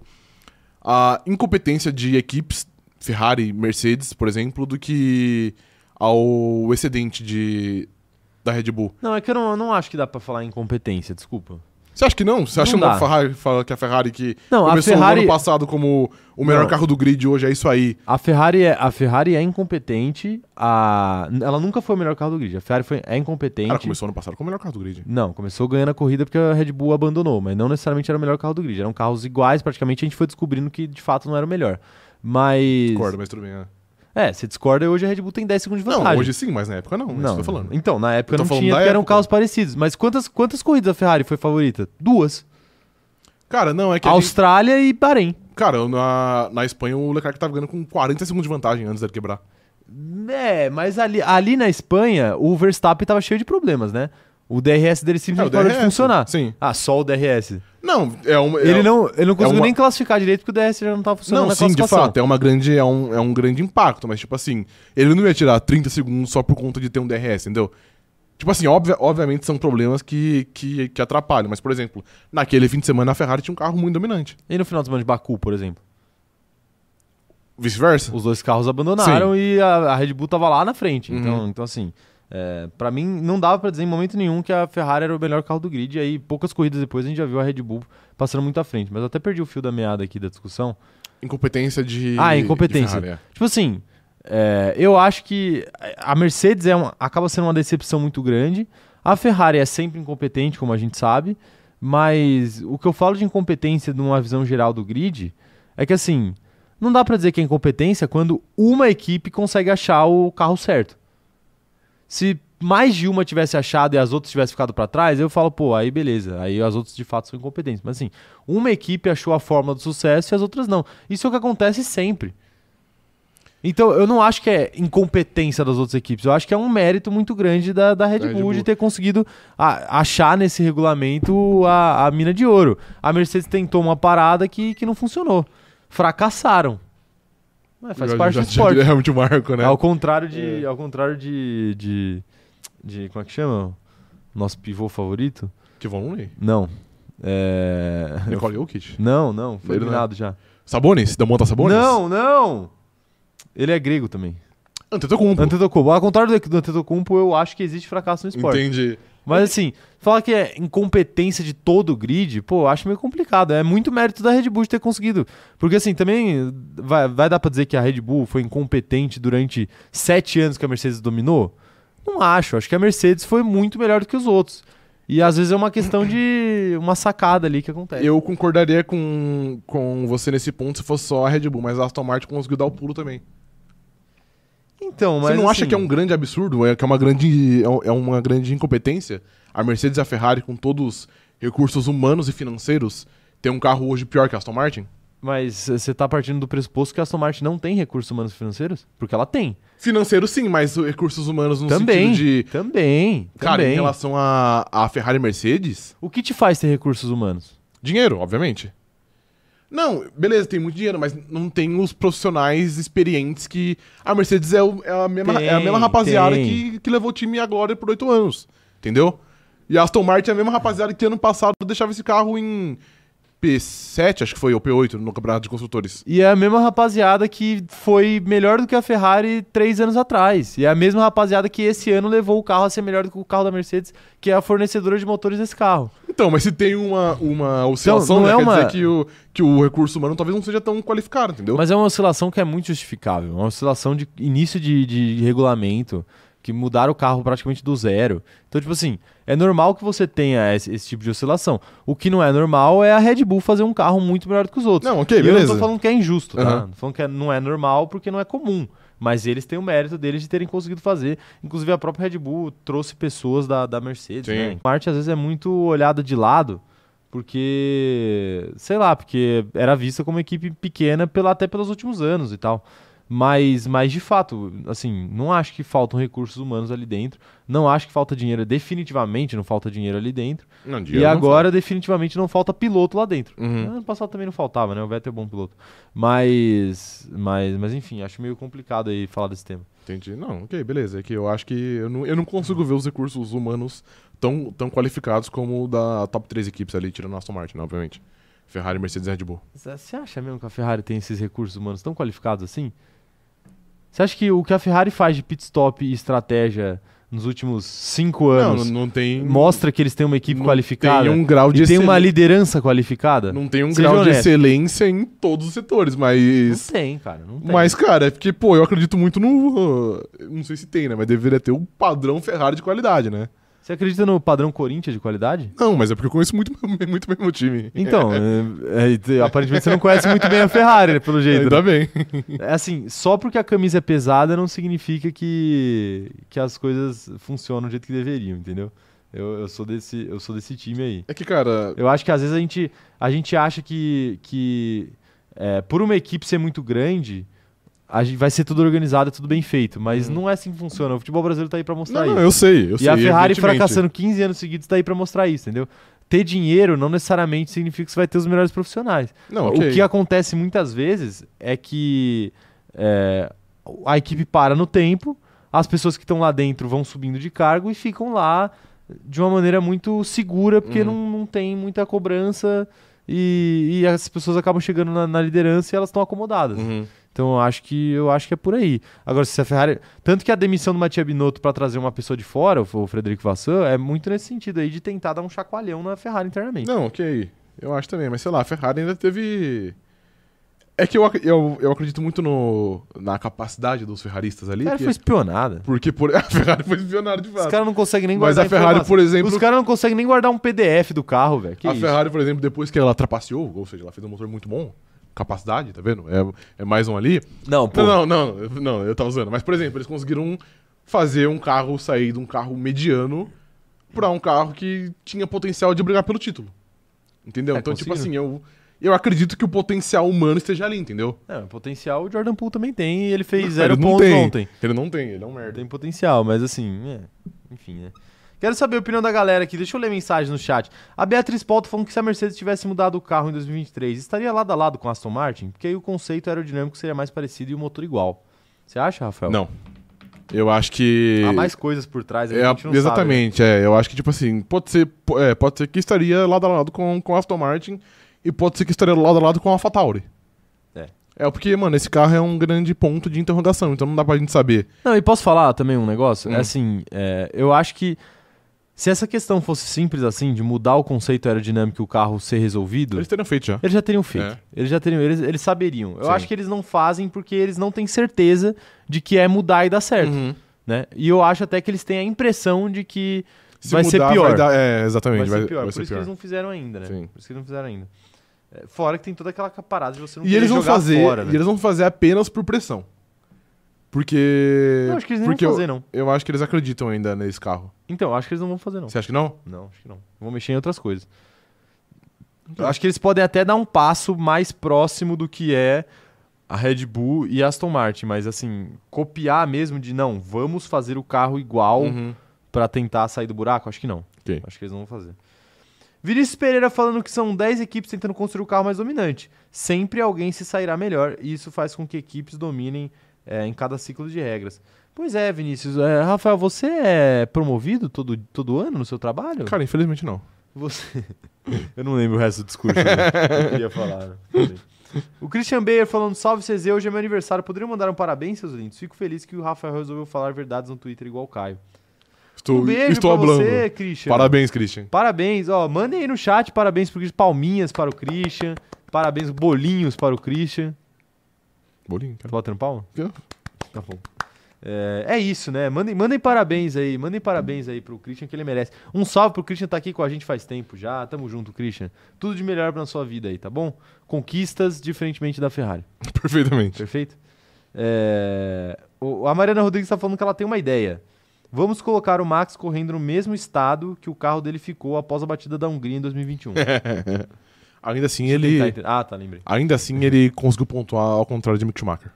a incompetência de equipes, Ferrari, Mercedes, por exemplo, do que ao excedente de, da Red Bull.
Não, é que eu não, eu não acho que dá pra falar em incompetência, desculpa.
Você acha que não? Você acha
Não
uma
dá.
Ferrari, fala que a Ferrari que
Não, a
começou o
Ferrari,
ano passado como o melhor
Não.
carro do grid hoje é isso aí?
a Ferrari é, a Ferrari é incompetente, a ela nunca foi o melhor carro do grid. A Ferrari foi é incompetente.
Cara, começou ano passado como o melhor carro do grid.
Não, começou ganhando a corrida porque a Red Bull abandonou, mas não necessariamente era o melhor carro do grid. Eram carros iguais, praticamente a gente foi descobrindo que de fato não era o melhor. Mas
Concordo, mas tudo bem. né?
É, você discorda e hoje a Red Bull tem 10 segundos de
Não,
vantagem.
hoje sim, mas na época não, não. isso que eu tô falando.
Então, na época
Eu tô
não
falando
tinha,
da
porque eram
época.
carros parecidos. Mas quantas, quantas corridas a Ferrari foi favorita? Duas.
Cara, não, é que a gente-
Austrália e Bahrein.
cara, na, na Espanha o Leclerc tava ganhando com 40 segundos de vantagem antes dele quebrar.
É, mas ali, ali na Espanha, o Verstappen tava cheio de problemas, né? O DRS dele
É, o
simplesmente parou de
DRS,
funcionar.
Sim.
Ah, só o DRS.
Não, é uma é
ele,
um-
não, ele não conseguiu
uma-
nem classificar direito porque o DRS já não tava funcionando
Não,
na
sim, de
classificação.
fato, é uma grande é um, é um grande impacto, mas tipo assim, ele não ia tirar 30 segundos só por conta de ter um DRS, entendeu? Tipo assim, obvia- obviamente são problemas que, que, que atrapalham, mas por exemplo, naquele fim de semana a Ferrari tinha um carro muito dominante.
E no final de semana de Baku, por exemplo.
Vice-versa?
Os dois carros abandonaram e a, a Red Bull tava lá na frente.
Uhum.
Então, então assim, é, para mim não dava pra dizer em momento nenhum que a Ferrari era o melhor carro do grid. E aí, poucas corridas depois, a gente já viu a Red Bull passando muito à frente. Mas eu até perdi o fio da meada aqui da discussão.
Incompetência de.
Ah, incompetência.
de Ferrari, é.
Tipo assim, é, eu acho que a Mercedes é uma- acaba sendo uma decepção muito grande. A Ferrari é sempre incompetente, como a gente sabe. Mas o que eu falo de incompetência numa visão geral do grid é que assim, não dá pra dizer que é incompetência quando uma equipe consegue achar o carro certo. Se mais de uma tivesse achado e as outras tivessem ficado pra trás, eu falo, pô, aí beleza, aí as outras de fato são incompetentes. Mas assim, uma equipe achou a fórmula do sucesso e as outras não. Isso é o que acontece sempre. Então, eu não acho que é incompetência das outras equipes. Eu acho que é um mérito muito grande da, da Red,
Da Red
Bull, de
Bull.
ter conseguido a- achar nesse regulamento a, a mina de ouro. A Mercedes tentou uma parada que, que não funcionou. Fracassaram. Ué, faz
Já-
parte
já-
do
já
esporte.
diria (laughs) realmente o marco, né?
Ao contrário de. Ao contrário de, de. de- Como é que chama? Nosso pivô favorito?
Que vão ler.
Não.
(laughs)
É...
Nicole Jokic.
Não, não. Foi
Ele não é.
eliminado já.
Sabonis? Da Monta Sabonis?
Não, não! Ele é grego também.
Antetokounmpo.
Antetokounmpo. Ao contrário do do Antetokounmpo, eu acho que existe fracasso no esporte.
Entendi.
Mas assim, falar que é incompetência de todo o grid, pô, eu acho meio complicado. É muito mérito da Red Bull de ter conseguido. Porque assim, também vai, vai dar pra dizer que a Red Bull foi incompetente durante sete anos que a Mercedes dominou? Não acho. Acho que a Mercedes foi muito melhor do que os outros. E às vezes é uma questão de uma sacada ali que acontece.
Eu concordaria com, com você nesse ponto se fosse só a Red Bull, mas a Aston Martin conseguiu dar o pulo também.
Então, mas.
Você não acha
assim,
que é um grande absurdo, é que é uma grande, é um- é uma grande incompetência a Mercedes e a Ferrari, com todos os recursos humanos e financeiros, ter um carro hoje pior que a Aston Martin?
Mas eh, você tá partindo do pressuposto que a Aston Martin não tem recursos humanos e financeiros? Porque ela tem.
Financeiro sim, mas o- recursos humanos no
também.
sentido de...
Também.
Cara,
também.
em relação a, a Ferrari e Mercedes,
O que te faz ter recursos humanos?
dinheiro, obviamente. Não, beleza, tem muito dinheiro, mas não tem os profissionais experientes que... A Mercedes é, o- é a, mesma, é a
Tem,
mesma rapaziada
tem.
que, que levou o time à glória por oito anos, entendeu? E a Aston Martin é a mesma rapaziada que ano passado deixava esse carro em P7, acho que foi, ou P8, no Campeonato de Construtores.
E é a mesma rapaziada que foi melhor do que a Ferrari três anos atrás. E é a mesma rapaziada que esse ano levou o carro a ser melhor do que o carro da Mercedes, que é a fornecedora de motores desse carro.
Então, mas se tem uma, uma oscilação,
não
né,
é
quer
uma-
dizer que o, que o recurso humano talvez não seja tão qualificado, entendeu?
Mas é uma oscilação que é muito justificável. Uma oscilação de início de, de regulamento, que mudaram o carro praticamente do zero. Então, tipo assim, é normal que você tenha esse, esse tipo de oscilação. O que não é normal é a Red Bull fazer um carro muito melhor do que os outros.
Não, ok,
E eu não
beleza.
tô falando que é injusto, tá?
Aham.
Tô falando que é- não é normal porque não é comum. Mas eles têm o mérito deles de terem conseguido fazer. Inclusive, a própria Red Bull trouxe pessoas da, da Mercedes.
Sim.
Né? Marte, às vezes, é muito olhada de lado, porque, sei lá, porque era vista como equipe pequena pela, até pelos últimos anos e tal. Mas, mas, de fato, assim, não acho que faltam recursos humanos ali dentro. Não acho que falta dinheiro, definitivamente não falta dinheiro ali dentro.
Não,
e
dinheiro não
agora, definitivamente, não falta piloto lá dentro.
Uhum.
Ano passado também não faltava, né? O Vettel é bom piloto. Mas, mas, mas enfim, acho meio complicado aí falar desse tema.
Entendi. Não, ok, beleza. É que eu acho que eu não, eu não consigo ver os recursos humanos tão, tão qualificados como o da top 3 equipes ali, tirando a Aston Martin, né, obviamente. Ferrari, Mercedes e Red Bull.
Zé, Você acha mesmo que a Ferrari tem esses recursos humanos tão qualificados assim? Você acha que o que a Ferrari faz de pit stop e estratégia nos últimos cinco
Não,
anos
não, não tem.
mostra que eles têm uma equipe
não
qualificada?
Tem um grau de
e tem uma
excel-
liderança qualificada?
Não tem um
Seja
grau de
honesto.
excelência em todos os setores,
Não
mas.
tem, cara. Não tem.
Mas, cara, é porque, pô, eu acredito muito no. uh, Não sei se tem, né? Mas deveria ter um padrão Ferrari de qualidade, né?
Você acredita no padrão Corinthians de qualidade?
Não, mas é porque eu conheço muito, (laughs) muito bem meu time.
Então, é- é- aparentemente você não conhece muito bem a Ferrari, né,
(laughs)
pelo jeito. né?
Ainda bem.
É assim, só porque a camisa é pesada não significa que, que as coisas funcionam do jeito que deveriam, entendeu? Eu, eu sou desse, eu sou desse time aí.
É que, cara.
Eu acho que às vezes a gente, a gente acha que, que é, por uma equipe ser muito grande, a gente vai ser tudo organizado, tudo bem feito. Mas não é assim que funciona. O futebol brasileiro tá aí pra mostrar
Uhum. Não,
isso.
não, eu sei, eu
e
sei.
a Ferrari
evidentemente.
fracassando 15 anos seguidos tá aí pra mostrar isso, entendeu? Ter dinheiro não necessariamente significa que você vai ter os melhores profissionais.
Não, ok.
O que acontece muitas vezes é que é, a equipe para no tempo, as pessoas que estão lá dentro vão subindo de cargo e ficam lá de uma maneira muito segura, porque
Uhum.
não, não tem muita cobrança e, e as pessoas acabam chegando na, na liderança e elas estão acomodadas.
Uhum.
Então eu acho que eu acho que é por aí. Agora, se a Ferrari. Tanto que a demissão do Matia Binotto para trazer uma pessoa de fora, o o Frederico Vassan, é muito nesse sentido aí de tentar dar um chacoalhão na Ferrari internamente.
Não, ok. Eu acho também, mas sei lá, a Ferrari ainda teve. É que eu, ac- eu, eu acredito muito no, na capacidade dos ferraristas
a
ali.
Ferrari
que-
foi espionada.
Porque por... (laughs) a Ferrari foi visionária de
Os
fato.
caras não conseguem nem
Mas
guardar
a Ferrari,
informação.
por exemplo.
Os caras não conseguem nem guardar um PDF do carro, velho. Que
a
isso?
Ferrari, por exemplo, depois que ela trapaceou, ou seja, ela fez um motor muito bom. Capacidade, tá vendo? É, é mais um ali.
Não, pô.
Não, não, não, não, eu tava usando. Mas, por exemplo, eles conseguiram fazer um carro sair de um carro mediano pra um carro que tinha potencial de brigar pelo título. Entendeu?
É,
então, tipo assim,
conseguiram.
eu, eu acredito que o potencial humano esteja ali, entendeu?
É, potencial o Jordan Poole também tem e ele fez
Ele
zero
não
pontos
tem.
ontem.
Ele não tem, ele é um merda.
Tem potencial, mas assim, é. enfim, né? Quero saber a opinião da galera aqui. Deixa eu ler mensagem no chat. A Beatriz Paulo falando que se a Mercedes tivesse mudado o carro em 2023, estaria lado a lado com a Aston Martin? Porque aí o conceito aerodinâmico seria mais parecido e o motor igual. Você acha, Rafael?
Não. Eu acho que.
Há mais coisas por trás. aí
É,
que Ah, a gente não sabe, né?
exatamente, é. Eu acho que, tipo assim, pode ser, po- é, pode ser que estaria lado a lado com, com a Aston Martin e pode ser que estaria lado a lado com a AlphaTauri.
É.
É porque, mano, esse carro é um grande ponto de interrogação, então não dá pra gente saber.
Não, e posso falar também um negócio?
Hum.
É assim, é, eu acho que se essa questão fosse simples assim, de mudar o conceito aerodinâmico e o carro ser resolvido,
Eles teriam feito já.
eles já teriam feito.
É.
Eles já teriam, eles, eles saberiam. Eu
Sim.
acho que eles não fazem porque eles não têm certeza de que é mudar e dar certo,
Uhum.
né? E eu acho até que eles têm a impressão de que
Se
vai ser
mudar,
pior.
Vai dar, é, exatamente,
vai,
vai,
ser pior.
vai
Por
ser
isso que
pior.
eles não fizeram ainda, né?
Sim.
Por isso que eles não fizeram ainda. É, Fora né? que tem toda aquela parada de você não
E
querer
eles vão
jogar
fazer,
fora, né?
e eles vão fazer apenas por pressão. Porque.
Não, acho que eles nem
porque
vão fazer,
eu,
não.
eu acho que eles acreditam ainda nesse carro.
Então, acho que eles não vão fazer, não.
Você acha que não?
Não, acho que não. Vão mexer em outras coisas. Eu acho que eles podem até dar um passo mais próximo do que é a Red Bull e a Aston Martin, mas assim, copiar mesmo de não, vamos fazer o carro igual
Uhum.
pra tentar sair do buraco, acho que não.
Ok.
Acho que eles não vão fazer. Vinícius Pereira falando que são 10 equipes tentando construir o carro mais dominante. Sempre alguém se sairá melhor, e isso faz com que equipes dominem é, em cada ciclo de regras. Pois é, Vinícius. É, Rafael, você é promovido todo, todo ano no seu trabalho?
Cara, infelizmente não.
Você. (laughs) Eu não lembro o resto do discurso. né? Eu queria falar. né? Falei. O Christian Bayer falando: Salve CZ, hoje é meu aniversário. Poderiam mandar um parabéns, seus lindos? Fico feliz que o Rafael resolveu falar verdades no Twitter igual o Caio.
Estou,
um beijo
estou
pra
hablando.
você, Christian.
Parabéns, Christian.
Parabéns, ó. Mandem aí no chat parabéns pro Christian. Palminhas para o Christian. Parabéns, bolinhos para o Christian.
Bolinho,
Tá
cara. (laughs)
batendo palma?
Quê?
Tá bom. É, é isso, né? Mandem, mandem parabéns aí, mandem parabéns aí pro Christian que ele merece. Um salve pro Christian, tá aqui com a gente faz tempo já. Tamo junto, Christian. Tudo de melhor pra sua vida aí, tá bom? Conquistas diferentemente da Ferrari,
Perfeitamente.
perfeito? É, o- a Mariana Rodrigues tá falando que ela tem uma ideia. Vamos colocar o Max correndo no mesmo estado que o carro dele ficou após a batida da Hungria em (laughs) 2021.
Ainda assim,
Tá
ele.
um. entendendo? Ah, tá, lembrei.
Ainda assim, ele conseguiu pontuar ao contrário de Mick Schumacher.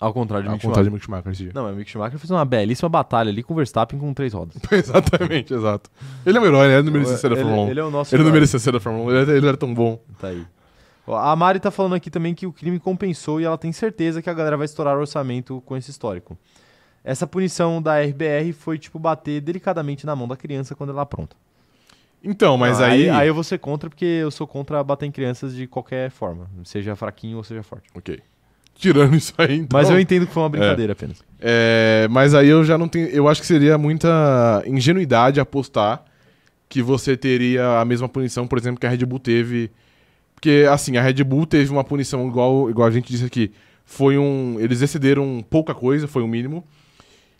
Ao contrário de
Ao
Mick
contrário
Schumacher.
de Mick Schumacher esse dia. (laughs)
Não, mas o Mick Schumacher fez uma belíssima batalha ali com o Verstappen com três rodas.
Exatamente, exato. Ele é o herói, né? Ele não merecia ser da
ele,
Fórmula 1.
ele
Ele,
é o nosso
não
herói.
merecia ser da Fórmula 1. Ele, era- ele era tão bom.
Tá aí. Ó, A Mari tá falando aqui também que o crime compensou e ela tem certeza que a galera vai estourar o orçamento com esse histórico. Essa punição da RBR foi tipo bater delicadamente na mão da criança quando ela apronta.
Então, mas
Não,
aí.
aí. eu vou ser contra porque eu sou contra bater em crianças de qualquer forma, seja fraquinho ou seja forte.
Ok. Tirando isso aí, então.
Mas eu entendo que foi uma brincadeira apenas.
É, mas aí eu já não tenho. Eu acho que seria muita ingenuidade apostar que você teria a mesma punição, por exemplo, que a Red Bull teve. Porque, assim, a Red Bull teve uma punição igual, igual a gente disse aqui. Foi um. Eles excederam pouca coisa, foi o mínimo.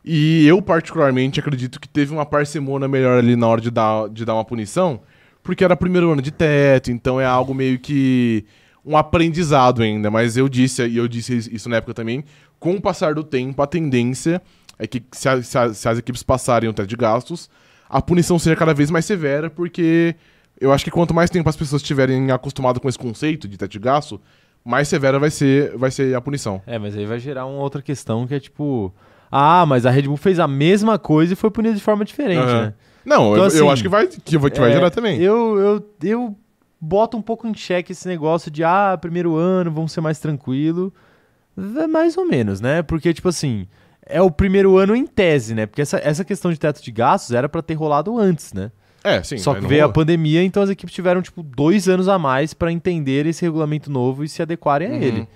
E eu, particularmente, acredito que teve uma parcimônia melhor ali na hora de dar, de dar uma punição, porque era primeiro ano de teto, então é algo meio que um aprendizado ainda. Mas eu disse, e eu disse isso na época também, com o passar do tempo, a tendência é que se, a- se a- se as equipes passarem o teto de gastos, a punição seja cada vez mais severa, porque eu acho que quanto mais tempo as pessoas estiverem acostumadas com esse conceito de teto de gasto, mais severa vai ser, vai ser a punição.
É, mas aí vai gerar uma outra questão que é tipo. Ah, mas a Red Bull fez a mesma coisa e foi punida de forma diferente,
Aham.
né?
Não,
Então,
eu, eu
assim,
acho que vai, que vai, que vai
É,
gerar também.
Eu, eu, eu boto um pouco em xeque esse negócio de, ah, primeiro ano, vamos ser mais tranquilo. É mais ou menos, né? Porque, tipo assim, é o primeiro ano em tese, né? Porque essa, essa questão de teto de gastos era pra ter rolado antes, né?
É, sim.
Só
mas
que
não
veio a
rolou.
pandemia, então as equipes tiveram, tipo, dois anos a mais pra entender esse regulamento novo e se adequarem a
Uhum.
ele.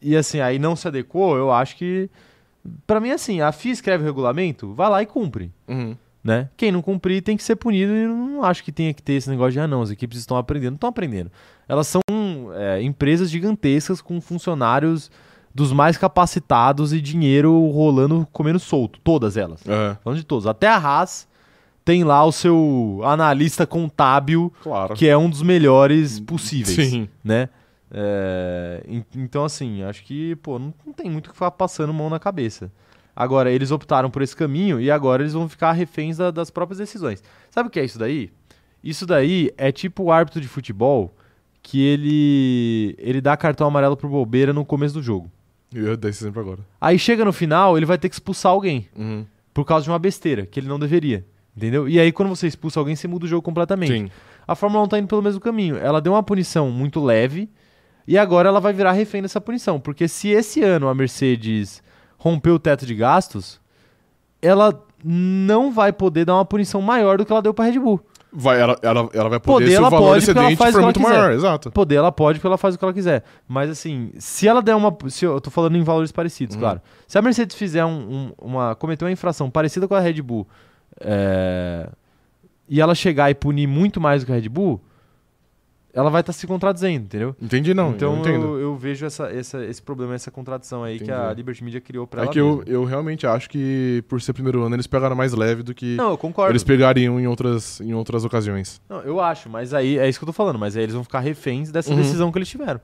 E assim, aí não se adequou, eu acho que. Pra mim, assim, a FIA escreve o regulamento, vai lá e cumpre
Uhum.
né? Quem não cumprir tem que ser punido e eu não acho que tenha que ter esse negócio de ah não, as equipes estão aprendendo, estão aprendendo. Elas são é, empresas gigantescas com funcionários dos mais capacitados e dinheiro rolando, comendo solto, todas elas.
Aham,
Falando de todos, até a Haas tem lá o seu analista contábil,
Claro.
que é um dos melhores possíveis,
Sim.
né? É, en- então assim, acho que pô, não, não tem muito o que ficar passando mão na cabeça. Agora, eles optaram por esse caminho e agora eles vão ficar reféns da- das próprias decisões. Sabe o que é isso daí? Isso daí é tipo o árbitro de futebol que ele ele dá cartão amarelo pro bobeira no começo do jogo.
Eu dei esse exemplo agora.
Aí chega no final, ele vai ter que expulsar alguém
Uhum.
por causa de uma besteira que ele não deveria, entendeu? E aí quando você expulsa alguém, você muda o jogo completamente.
Sim.
A Fórmula 1 tá indo pelo mesmo caminho. Ela deu uma punição muito leve e agora ela vai virar refém dessa punição. Porque se esse ano a Mercedes rompeu o teto de gastos, ela não vai poder dar uma punição maior do que ela deu pra Red Bull.
Vai, ela, ela, ela vai poder,
Poder,
se
ela
o valor
pode, porque ela
excedente
faz
for
o que
muito
ela quiser.
maior. Exato.
Poder ela pode, porque ela faz o que ela quiser. Mas assim, se ela der uma. Se eu eu tô falando em valores parecidos,
Uhum.
claro. Se a Mercedes fizer um- um- uma. cometer uma infração parecida com a Red Bull é, e ela chegar e punir muito mais do que a Red Bull, ela vai estar se contradizendo, entendeu?
Entendi, não.
então
eu entendo.
eu, eu vejo essa- essa- esse problema, essa contradição aí que a
Entendi.
Liberty Media criou pra
é
ela.
que eu,
mesma.
eu realmente acho que, por ser primeiro ano, eles pegaram mais leve do que
Não, eu concordo.
eles pegariam em outras, em outras ocasiões.
Não, eu acho, mas aí é isso que eu tô falando, mas aí eles vão ficar reféns dessa
Uhum.
decisão que eles tiveram.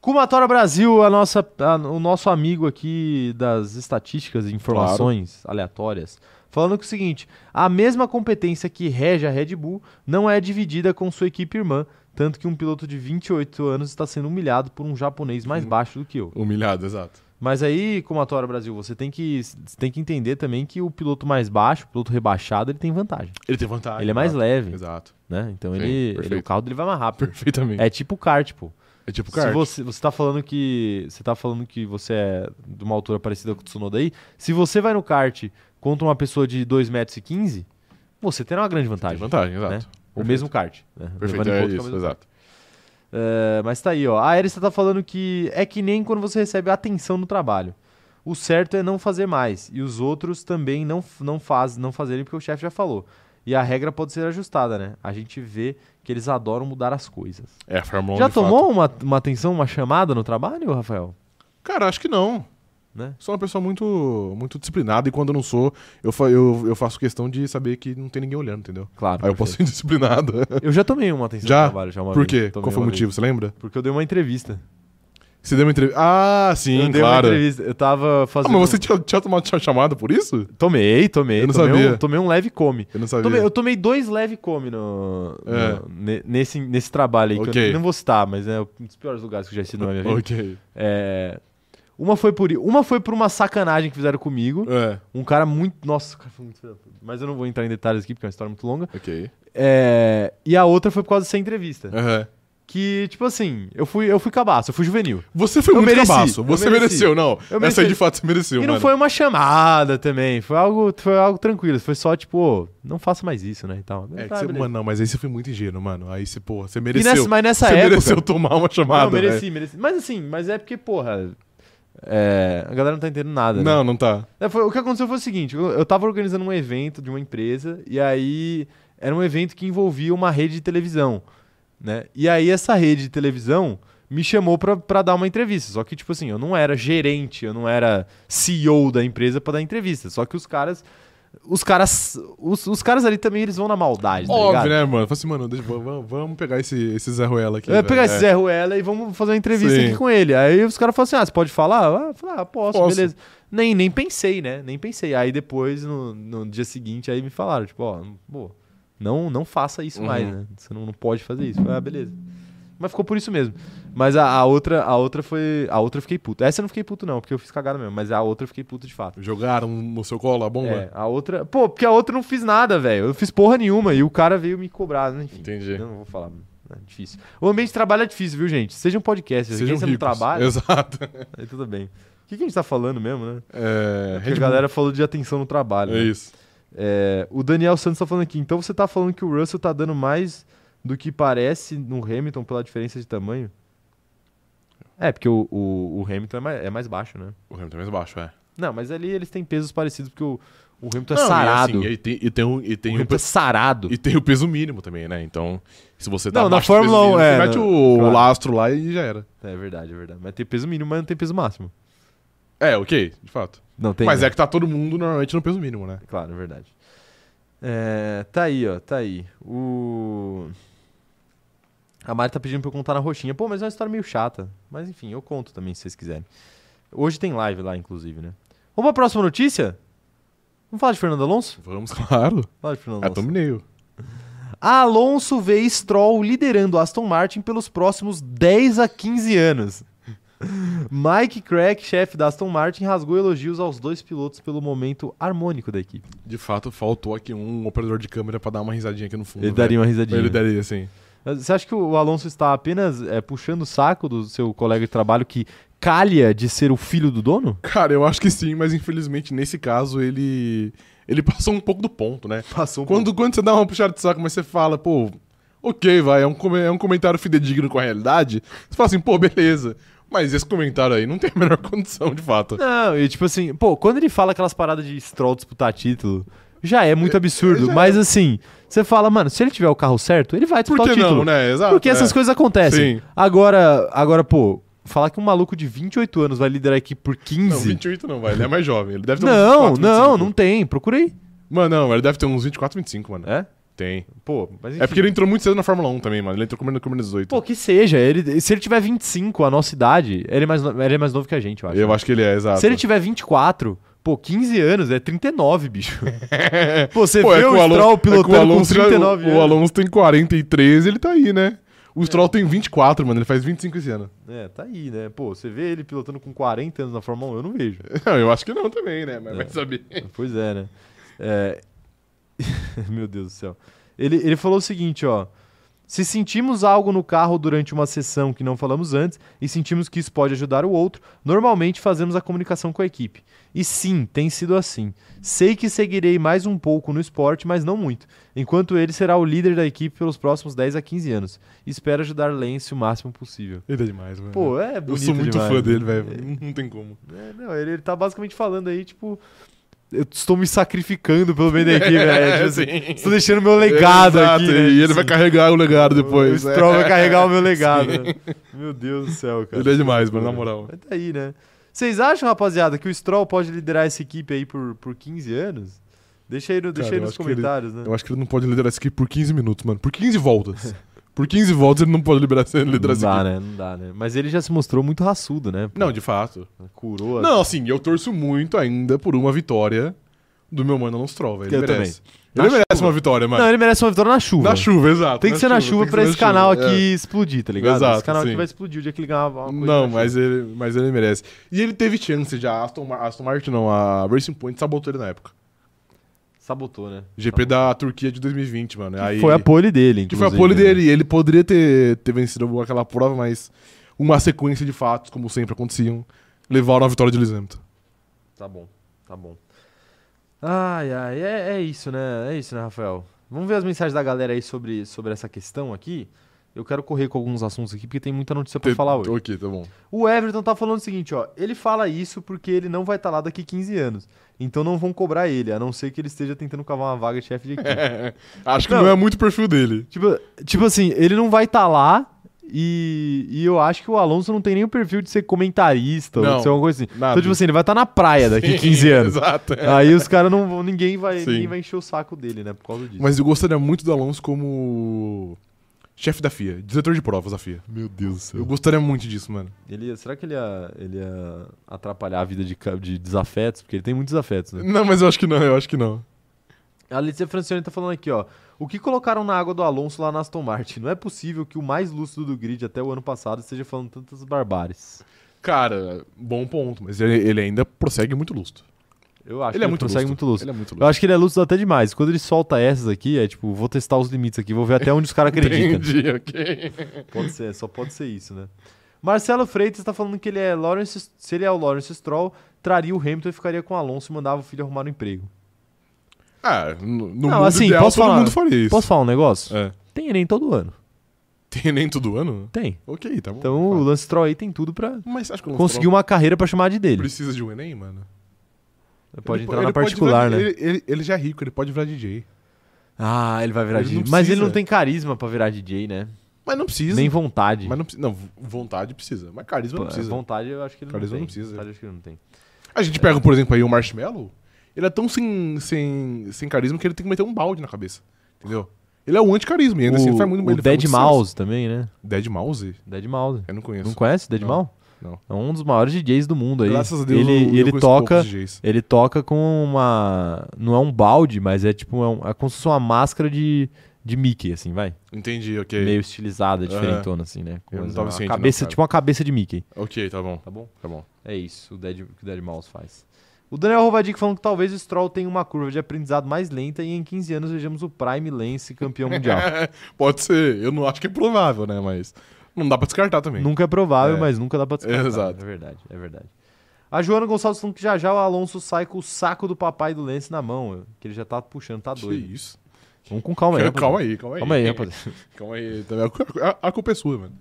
Kumatora Brasil, a nossa, a- o nosso amigo aqui das estatísticas e informações aleatórias, falando que é o seguinte: a mesma competência que rege a Red Bull não é dividida com sua equipe irmã, tanto que um piloto de 28 anos está sendo humilhado por um japonês mais baixo do que eu.
Humilhado, exato.
Mas aí, Kumatora Brasil, você tem que, você tem que entender também que o piloto mais baixo, o piloto rebaixado, ele tem vantagem.
Ele tem vantagem.
ele é mais
Ah, exato.
leve,
Exato. (laughs)
né? Então
Sim,
ele, ele- o
perfeito.
carro dele vai mais rápido.
Perfeitamente. É,
É tipo kart, pô.
tipo
Se
kart.
você, você tá falando que. Você tá falando que você é de uma altura parecida com o Tsunoda aí. Se você vai no kart contra uma pessoa de 2,15 metros, e 15, você terá uma grande
Tem
vantagem.
vantagem, exato.
né? O mesmo kart. né? Levando
Perfeito,
em
é
conta que o
isso,
mesmo
exato.
é, mas tá aí, ó. A Erissa tá falando que é que nem quando você recebe atenção no trabalho. O certo é não fazer mais. E os outros também não, f- não, faz, não fazerem porque o chefe já falou. E a regra pode ser ajustada, né? A gente vê que eles adoram mudar as coisas.
É, a Fórmula 1
já
de fato.
tomou uma, uma atenção, uma chamada no trabalho, Rafael?
Cara, acho que não.
Né?
Sou uma pessoa muito, muito disciplinada e quando eu não sou, eu, fa- eu, eu faço questão de saber que não tem ninguém olhando, entendeu?
Claro.
Aí eu posso
Ah, perfeito.
ser (laughs) indisciplinado.
Eu já tomei uma atenção
Já?
no trabalho. Já uma
Por
vez.
quê?
Tomei
Qual foi o
uma vez.
motivo? Você lembra?
Porque eu dei uma entrevista.
Você deu uma entrevista. Ah, sim,
eu dei
claro.
uma entrevista. Eu tava
Ah,
fazendo.
mas você tinha, tinha tomado cha- chamada por isso?
Tomei, tomei.
Eu não
tomei Um,
sabia.
tomei um leve come.
Eu não sabia.
Tomei- eu tomei dois leve come no,
É.
no- ne- nesse, nesse trabalho aí, que
Ok.
eu não vou citar, mas é um dos piores lugares que eu já estive na minha vida.
Ok.
É, uma, foi por, i- uma foi por uma sacanagem que fizeram comigo.
É,
Um cara muito. Nossa, o cara foi muito. filho da puta. Mas eu não vou entrar em detalhes aqui porque é uma história muito longa.
ok.
É, e a outra foi por causa dessa entrevista.
Aham.
Que, tipo assim, eu fui, eu fui cabaço, eu fui juvenil.
Você foi
Eu
muito
mereci,
cabaço.
eu
Você
mereci.
mereceu, não.
Eu
Essa aí
mereci.
de fato você mereceu,
e não
mano.
foi uma chamada também. Foi algo, foi algo tranquilo. Foi só, tipo, ô, não faça mais isso, né? E tal.
É, que
Tá,
você,
beleza.
mano, não, mas aí você foi muito ingênuo, mano. Aí você, porra, você
E
mereceu.
nessa- mas nessa
você
época.
mereceu tomar uma chamada. né?
não,
velho.
mereci, mereci. Mas assim, mas é porque, porra. é, a galera não tá entendendo nada. né?
Não, não tá.
É, foi- o que aconteceu foi o seguinte: eu, eu tava organizando um evento de uma empresa, e aí era um evento que envolvia uma rede de televisão. Né? E aí essa rede de televisão me chamou pra, pra dar uma entrevista. Só que, tipo assim, eu não era gerente, eu não era CEO da empresa pra dar entrevista. Só que os caras. Os caras. Os, os caras ali também eles vão na maldade, tá ligado?
Óbvio, né, mano? Fala assim, mano, deixa- vamos, vamos pegar esse, esse Zé Ruela aqui.
É,
velho.
pegar
É.
esse Zé Ruela e vamos fazer uma entrevista
Sim.
aqui com ele. Aí os caras falaram assim: ah, você pode falar? Ah, eu falei, ah, posso,
Posso.
beleza. Nem, nem pensei, né? Nem pensei. Aí depois, no, no dia seguinte, aí me falaram: tipo, ó, pô, não, não faça isso
Uhum.
mais, né? Você não, não pode fazer isso. Eu falei, ah, beleza. Mas ficou por isso mesmo. Mas a, a outra a outra foi. A outra eu fiquei puto. Essa eu não fiquei puto, não, porque eu fiz cagada mesmo. Mas a outra eu fiquei puto de fato.
É. Jogaram no seu colo a bomba?
É, a outra. Pô, porque a outra eu não fiz nada, velho. Eu não fiz porra nenhuma. E o cara veio me cobrar, né? enfim.
Entendi.
Eu não vou falar. É difícil. O ambiente de trabalho é difícil, viu, gente? Seja um podcast, seja
Sejam
quem você não
ricos.
trabalha,
(laughs) Exato.
aí tudo bem. O que, que a gente tá falando mesmo, né?
É,
Porque
Red
a
Bull.
galera falou de atenção no trabalho.
É
né?
isso.
É, o Daniel Santos tá falando aqui. Então você tá falando que o Russell tá dando mais do que parece no Hamilton pela diferença de tamanho? É, porque o, o, o Hamilton é mais, é mais baixo, né?
O Hamilton é mais baixo, é.
Não, mas ali eles têm pesos parecidos, porque o, o Hamilton é
Não, e
sarado.
assim, E, tem, e tem um- e
o
tem um
Hamilton é
peso-
sarado.
e tem o peso mínimo também, né? Então, se você tá
Não, na
abaixo do peso
Fórmula 1,
mínimo,
é,
você mete
na-
o
claro.
lastro lá e já era.
É verdade, é verdade. Mas tem peso mínimo, mas não tem peso máximo.
É, ok, de fato.
Não tem.
Mas
né?
é que tá todo mundo normalmente no peso mínimo, né?
Claro, é verdade. É, tá aí, ó, tá aí. O. A Mari tá pedindo pra eu contar na roxinha. Pô, mas é uma história meio chata. Mas enfim, eu conto também se vocês quiserem. Hoje tem live lá, inclusive, né? Vamos pra próxima notícia? Vamos falar de Fernando Alonso?
Vamos, (laughs) claro.
Fala de Fernando
É
Alonso.
thumbnail.
Alonso vê Stroll liderando Aston Martin pelos próximos 10 a 15 anos. (laughs) Mike Crack, chefe da Aston Martin, rasgou elogios aos dois pilotos pelo momento harmônico da equipe.
De fato, faltou aqui um operador de câmera pra dar uma risadinha aqui no fundo.
Ele
velho.
daria uma risadinha. né?
Ele daria, assim.
Mas Você acha que o Alonso está apenas é, puxando o saco do seu colega de trabalho que calha de ser o filho do dono?
Cara, eu acho que sim, mas infelizmente nesse caso ele ele (laughs) passou um pouco do ponto, né?
(laughs) Passou um
Quando, quando você dá uma puxada de saco, mas você fala, pô, ok, vai, é um, come- é um comentário fidedigno com a realidade, você fala assim, pô, beleza. Mas esse comentário aí não tem a menor (laughs) condição, de fato.
Não, e tipo assim, pô, quando ele fala aquelas paradas de Stroll disputar título, já é muito absurdo.
já é.
Mas assim, você fala, mano, se ele tiver o carro certo, ele vai
Por
disputar
que
o título.
não, né? Exato.
Porque essas
é.
coisas acontecem.
Sim.
Agora, agora, pô, falar que um maluco de 28 anos vai liderar aqui por
Não,
15.
28 não, vai, ele é mais jovem. Ele deve ter
Não,
uns 24,
não,
25.
não tem. Procura aí.
Mano, não, ele deve ter uns 24, 25, mano.
É?
Tem.
Pô, mas enfim.
É porque ele entrou muito cedo na Fórmula 1 também, mano. Ele entrou com menos com menos 18.
Pô, que seja. Ele, se ele tiver 25, a nossa idade, ele é mais, no- ele é mais novo que a gente, eu acho.
Eu acho que ele é, exato.
Se ele tiver 24, pô, 15 anos, é 39,
(laughs)
bicho. pô, você
Pô,
vê o,
Alon-
Stroll
é que o
pilotando com
Alonso já-
39
o,
anos.
o Alonso tem 43 ele tá aí, né? O Stroll tem 24, mano. Ele faz 25 esse ano. (laughs)
É, tá aí, né? Pô, você vê ele pilotando com 40 anos na Fórmula 1, eu não vejo.
Não, eu acho que não também, né?
É.
Mas vai saber.
pois é, né? É, (laughs) Meu Deus do céu. Ele, ele falou o seguinte, ó. Se sentimos algo no carro durante uma sessão que não falamos antes e sentimos que isso pode ajudar o outro, normalmente fazemos a comunicação com a equipe. E sim, tem sido assim. Sei que seguirei mais um pouco no esporte, mas não muito, enquanto ele será o líder da equipe pelos próximos 10 a 15 anos. Espero ajudar Lance o máximo possível.
Ele é demais, velho.
Pô, é
eu
bonito
sou muito
demais. né?
fã dele, velho. Não tem como.
É, não, ele, ele tá basicamente falando aí, tipo, eu estou me sacrificando pelo bem da
(laughs)
equipe, né? Tipo assim,
É, Sim.
estou deixando meu legado
Exato,
aqui, né? Tipo,
E ele
Assim,
vai carregar o legado
O
depois. né?
Stroll vai carregar o meu legado.
Sim.
né? Meu Deus do céu, cara.
Ele é demais, mano, na moral.
Mas tá aí, né? Vocês acham, rapaziada, que o Stroll pode liderar essa equipe aí por, por 15 anos? Deixa aí, no- deixa
Cara,
aí
eu
nos
acho que ele-
comentários, né?
Eu acho que ele não pode liderar essa equipe por 15 minutos, mano. Por
(laughs)
15 voltas. Por 15 voltas ele não pode liberar, liderar
Não
essa
dá,
equipe.
né? Não dá, né? Mas ele já se mostrou muito raçudo, né?
Não, de fato.
Curou.
Não, assim, eu torço muito ainda por uma vitória do meu mano Alonso Troll, velho. Ele
Eu
merece.
Na
Ele merece
chuva.
uma vitória, mano.
Não, ele merece uma vitória na chuva.
Na chuva, exato.
Tem que ser na chuva
tem que
pra
ser na
esse canal
chuva,
aqui explodir, tá ligado? esse
Exato,
canal aqui
sim.
vai explodir o dia que ele ganhar uma
é.
coisa.
Não,
na
mas
chuva.
ele, mas ele merece. E ele teve chance já. A Aston, Mar- Aston Martin não, a Racing Point sabotou ele na época.
Sabotou, né?
GP da Turquia de 2020, mano. Aí,
Foi a pole dele,
Que
inclusive.
foi a pole
né?
dele. Ele poderia ter, ter vencido aquela prova, mas uma sequência de fatos, como sempre aconteciam, levaram a vitória de Lewis Hamilton.
Tá bom, tá bom. Ai, ai, é, é isso, né? É isso, né, Rafael? Vamos ver as mensagens da galera aí sobre, sobre essa questão aqui. Eu quero correr com alguns assuntos aqui, porque tem muita notícia pra
Te-
falar hoje.
Ok, tá bom.
O Everton tá falando o seguinte, ó. Ele fala isso porque ele não vai estar lá daqui 15 anos. Então não vão cobrar ele, a não ser que ele esteja tentando cavar uma vaga de chefe de equipe.
Acho que
Não.
não, é muito o perfil dele.
Tipo, tipo assim, ele não vai estar lá e, e eu acho que o Alonso não tem nem o perfil de ser comentarista ou
Não,
de ser alguma coisa assim.
nada.
Então, tipo assim, ele vai estar na praia daqui 15 anos.
Exato. é.
Aí os caras não vão. Ninguém vai,
Sim.
ninguém vai encher o saco dele, né? Por causa disso.
Mas eu gostaria muito do Alonso como chefe da FIA, diretor de provas da FIA.
Meu Deus do
Eu gostaria muito disso, mano.
Ele ia- será que ele ia, ele ia atrapalhar a vida de, ca- de desafetos? Porque ele tem muitos desafetos, né?
Não, mas eu acho que não, eu acho que não.
A Letícia Francione tá falando aqui, ó. O que colocaram na água do Alonso lá na Aston Martin? Não é possível que o mais lúcido do grid até o ano passado esteja falando tantas barbares.
Cara, bom ponto, mas ele, ele ainda prossegue muito lustro.
Eu acho
Ele
que
é muito
consegue muito
lustro.
lúcido.
Ele é muito
Eu
lustro.
acho que ele é lúcido até demais. Quando ele solta essas aqui, é tipo, vou testar os limites aqui, vou ver até onde os caras acreditam.
(laughs) Entendi, ok.
Pode ser, só pode ser isso, né? Marcelo Freitas tá falando que ele é Lawrence, se ele é o Lawrence Stroll, traria o Hamilton e ficaria com o Alonso e mandava o filho arrumar um emprego.
Ah, no, no
Não,
mundo
assim,
ideal,
posso
todo
falar-
mundo faria isso.
Posso falar um negócio?
É.
Tem Enem todo ano.
Tem nem todo ano?
Tem.
Ok, tá bom.
Então o Lance Stroll aí tem tudo pra
Mas você acha que o Lance
conseguir uma carreira pra chamar de
Stroll
dele.
precisa de um Enem, mano?
Pode
Ele po-
entrar na
ele pode
particular,
virar-
né?
Ele, ele- ele já é rico, ele pode virar DJ.
Ah, ele vai virar
Ele não
DJ. Mas ele
precisa.
não tem carisma pra virar DJ, né?
Mas não precisa.
Nem vontade.
Mas não precisa. Não, vontade precisa. Mas carisma
Pô,
não precisa.
vontade eu acho que ele não
Carisma
tem.
não precisa.
Vontade eu acho que ele não tem.
A gente pega, por exemplo, aí o Marshmallow. Ele é tão sem, sem, sem carisma que ele tem que meter um balde na cabeça. Entendeu? Ele é o anticarisma. E ainda assim ele faz muito
o
ele faz
Dead
muito sucesso.
Mouse também, né?
Dead Mouse?
Dead Mouse.
Eu não conheço.
Não conhece Dead
Não,
Mouse?
não.
É um dos maiores DJs do mundo aí.
Graças a Deus eu- eu
Ele, ele
conheço
toca.
poucos DJs.
Ele toca com uma. Não é um balde, mas é tipo. É, um, é como se fosse uma máscara de, de Mickey, assim, vai.
Entendi, ok.
Meio estilizada,
Aham.
diferentona, assim, né?
Eu não
Coisa-
tava
uma
ciente, não,
cabeça,
cara.
tipo uma cabeça de Mickey,
Ok, tá bom.
tá bom?
Tá bom.
É isso, o Dead, que o Dead Mouse faz. O Daniel Rovadic falando que talvez o Stroll tenha uma curva de aprendizado mais lenta e em 15 anos vejamos o Prime Lance campeão
(laughs)
mundial.
Pode ser. Eu não acho que é provável, né? Mas não dá pra descartar também.
Nunca é provável,
É.
mas nunca dá pra descartar.
Exato.
É verdade, é verdade. A Joana Gonçalves falando que já já o Alonso sai com o saco do papai do Lance na mão, que ele já tá puxando, tá
Que
doido.
isso.
Vamos com calma aí.
Calma,
rapaziada.
aí, calma aí.
Calma aí, rapaziada.
Calma aí. Também a- A, a culpa é sua, mano.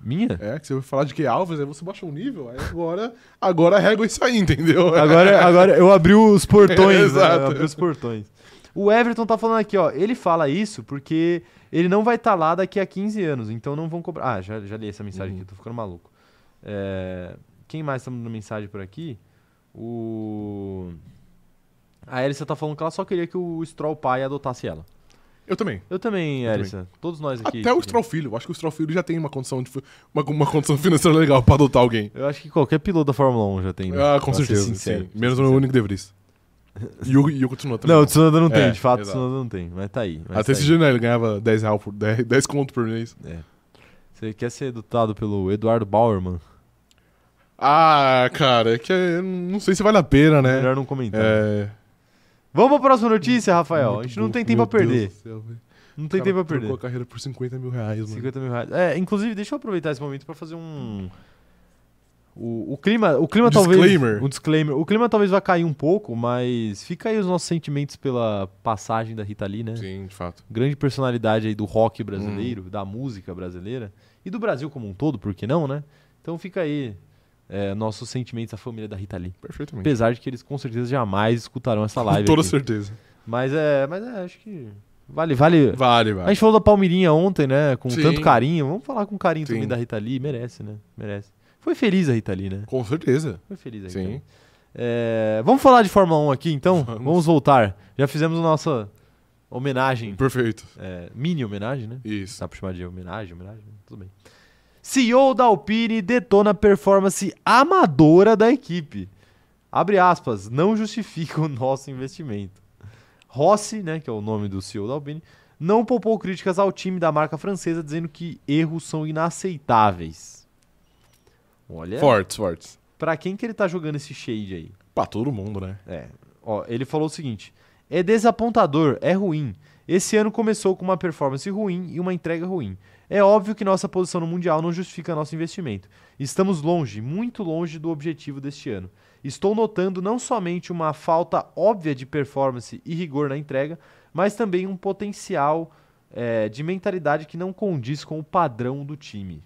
Minha?
É, que você vai falar de que Alves, aí você baixou o nível, aí agora, agora a régua é isso aí, entendeu?
Agora, agora eu abri os
(laughs)
portões.
Exato.
Né? Eu abri os portões. O Everton tá falando aqui, ó. Ele fala isso porque ele não vai estar lá daqui a 15 anos, então não vão cobrar. Ah, já, já li essa mensagem
Uhum.
aqui, tô ficando maluco. É, Quem mais tá mandando mensagem por aqui? O. A Elissa tá falando que ela só queria que o Stroll pai adotasse ela.
Eu também.
Eu também,
Eu
Erissa. Todos nós aqui.
Até o Stroll Filho. Eu acho que o Stroll Filho já tem uma condição, de, fi- uma, uma condição (laughs) financeira legal pra adotar alguém.
Eu acho que qualquer piloto da Fórmula 1 já tem. né?
Ah, com
Pra ser
certeza.
sincero.
sim. Menos o único
(laughs)
De Vries. E o, e o Tsunoda também.
Não, o Tsunoda não tem,
É,
de fato,
exato.
o Tsunoda não tem. Mas tá aí. mas
Até
tá
esse
aí.
janeiro ele ganhava 10 real por (laughs) 10, 10 conto por mês.
É. Você quer ser adotado pelo Eduardo Bauerman?
Ah, cara, é que eu não sei se vale a pena, né?
Melhor não comentar.
É.
Vamos pra próxima notícia, Rafael. a
Muito
gente não
bom.
tem tempo a
Meu Deus
perder.
do céu, velho.
Não tem
O cara
tempo a
trocou
perder.
a carreira por 50 mil reais, mano.
50 mil reais. É, inclusive, deixa eu aproveitar esse momento pra fazer um. O, o clima, o clima talvez.
Disclaimer.
Um disclaimer. O clima talvez vai cair um pouco, mas fica aí os nossos sentimentos pela passagem da Rita Lee, né?
Sim, Hum. de fato.
Grande personalidade aí do rock brasileiro, da música brasileira e do Brasil como um todo, por que não, né? Então fica aí é, nossos sentimentos à família da Rita Lee.
Perfeitamente.
Apesar de que eles com certeza jamais escutarão essa live.
Com toda
aqui.
certeza.
Mas é, mas é, acho que vale, vale.
Vale,
A
vale.
gente falou da Palmeirinha ontem, né? Com
Sim.
tanto carinho. Vamos falar com carinho
Sim.
também da Rita Lee. Merece, né? Merece. Foi feliz a Rita Lee, né?
Com certeza.
Foi feliz a Rita
Sim.
Lee. É, vamos falar de Fórmula 1 aqui, então? Vamos,
Vamos.
voltar. Já fizemos nossa homenagem.
Perfeito.
é, mini homenagem, né?
Isso.
Dá pra chamar de homenagem, homenagem? né? Tudo bem. CEO da Alpine detona a performance amadora da equipe. Abre aspas, não justifica o nosso investimento. Rossi, né, que é o nome do CEO da Alpine, não poupou críticas ao time da marca francesa, dizendo que erros são inaceitáveis. Olha,
Fortes, fortes.
pra quem que ele tá jogando esse shade aí?
Pra todo mundo, né?
É. Ó, ele falou o seguinte: é desapontador, é ruim. Esse ano começou com uma performance ruim e uma entrega ruim. É óbvio que nossa posição no Mundial não justifica nosso investimento. Estamos longe, muito longe do objetivo deste ano. Estou notando não somente uma falta óbvia de performance e rigor na entrega, mas também um potencial eh, de mentalidade que não condiz com o padrão do time.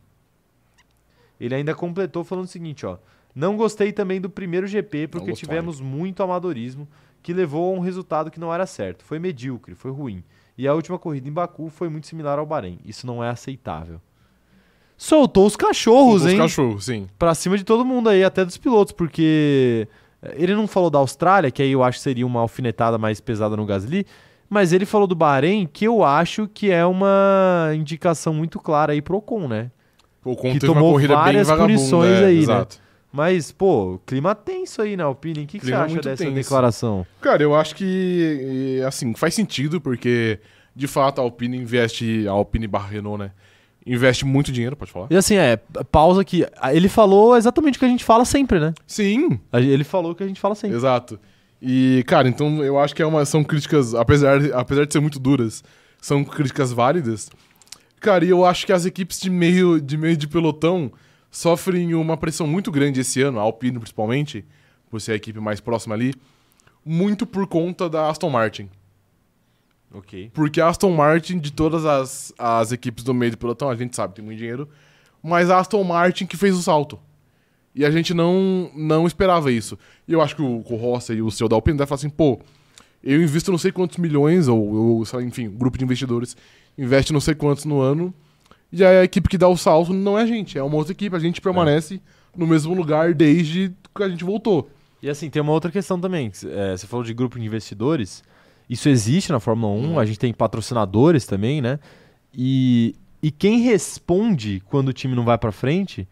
Ele ainda completou falando o seguinte, ó. Não gostei também do primeiro GP porque
gostou,
tivemos muito amadorismo que levou a um resultado que não era certo. Foi medíocre, foi ruim. E a última corrida em Baku foi muito similar ao Bahrein. Isso não é aceitável. Soltou os cachorros,
Com os
hein?
cachorros, sim.
Pra cima de todo mundo aí, até dos pilotos, porque eh, ele não falou da Austrália, que aí eu acho que seria uma alfinetada mais pesada no Gasly, mas ele falou do Bahrein, que eu acho que é uma indicação muito clara aí pro Ocon, né?
O Conte
Que
teve uma
tomou
corrida bem
várias
vagabunda.
punições
é,
aí, né?
exato.
Mas, pô, clima tenso aí na Alpine. O que, que você
Clima
acha
muito
dessa
tenso.
declaração?
Cara, eu acho que, eh, assim, faz sentido, porque, de fato, a Alpine investe, a Alpine barra Renault, né? Investe muito dinheiro, pode falar?
E assim, é, pausa aqui. Ah, Ele falou exatamente o que a gente fala sempre, né?
Sim,
A- Ele falou o que a gente fala sempre.
exato. E, cara, então eu acho que é uma, são críticas, apesar, apesar de ser muito duras, são críticas válidas. Cara, e eu acho que as equipes de meio de, meio de pelotão sofrem uma pressão muito grande esse ano, a Alpine principalmente, por ser a equipe mais próxima ali, muito por conta da Aston Martin.
Ok.
Porque a Aston Martin, de todas as, as equipes do meio do pelotão, a gente sabe, tem muito dinheiro. Mas a Aston Martin que fez o salto. E a gente não, não esperava isso. E eu acho que o, que o Rossi e o seu da Alpine devem falar assim, pô, eu invisto não sei quantos milhões, ou, ou sei lá, enfim, um grupo de investidores investe não sei quantos no ano. E aí a equipe que dá o salto não é a gente, é uma outra equipe. A gente permanece no mesmo lugar desde que a gente voltou.
E assim, tem uma outra questão também. que, é, você falou de grupo de investidores. Isso existe na Fórmula 1, a gente tem patrocinadores também, né? E, e quem responde quando o time não vai pra frente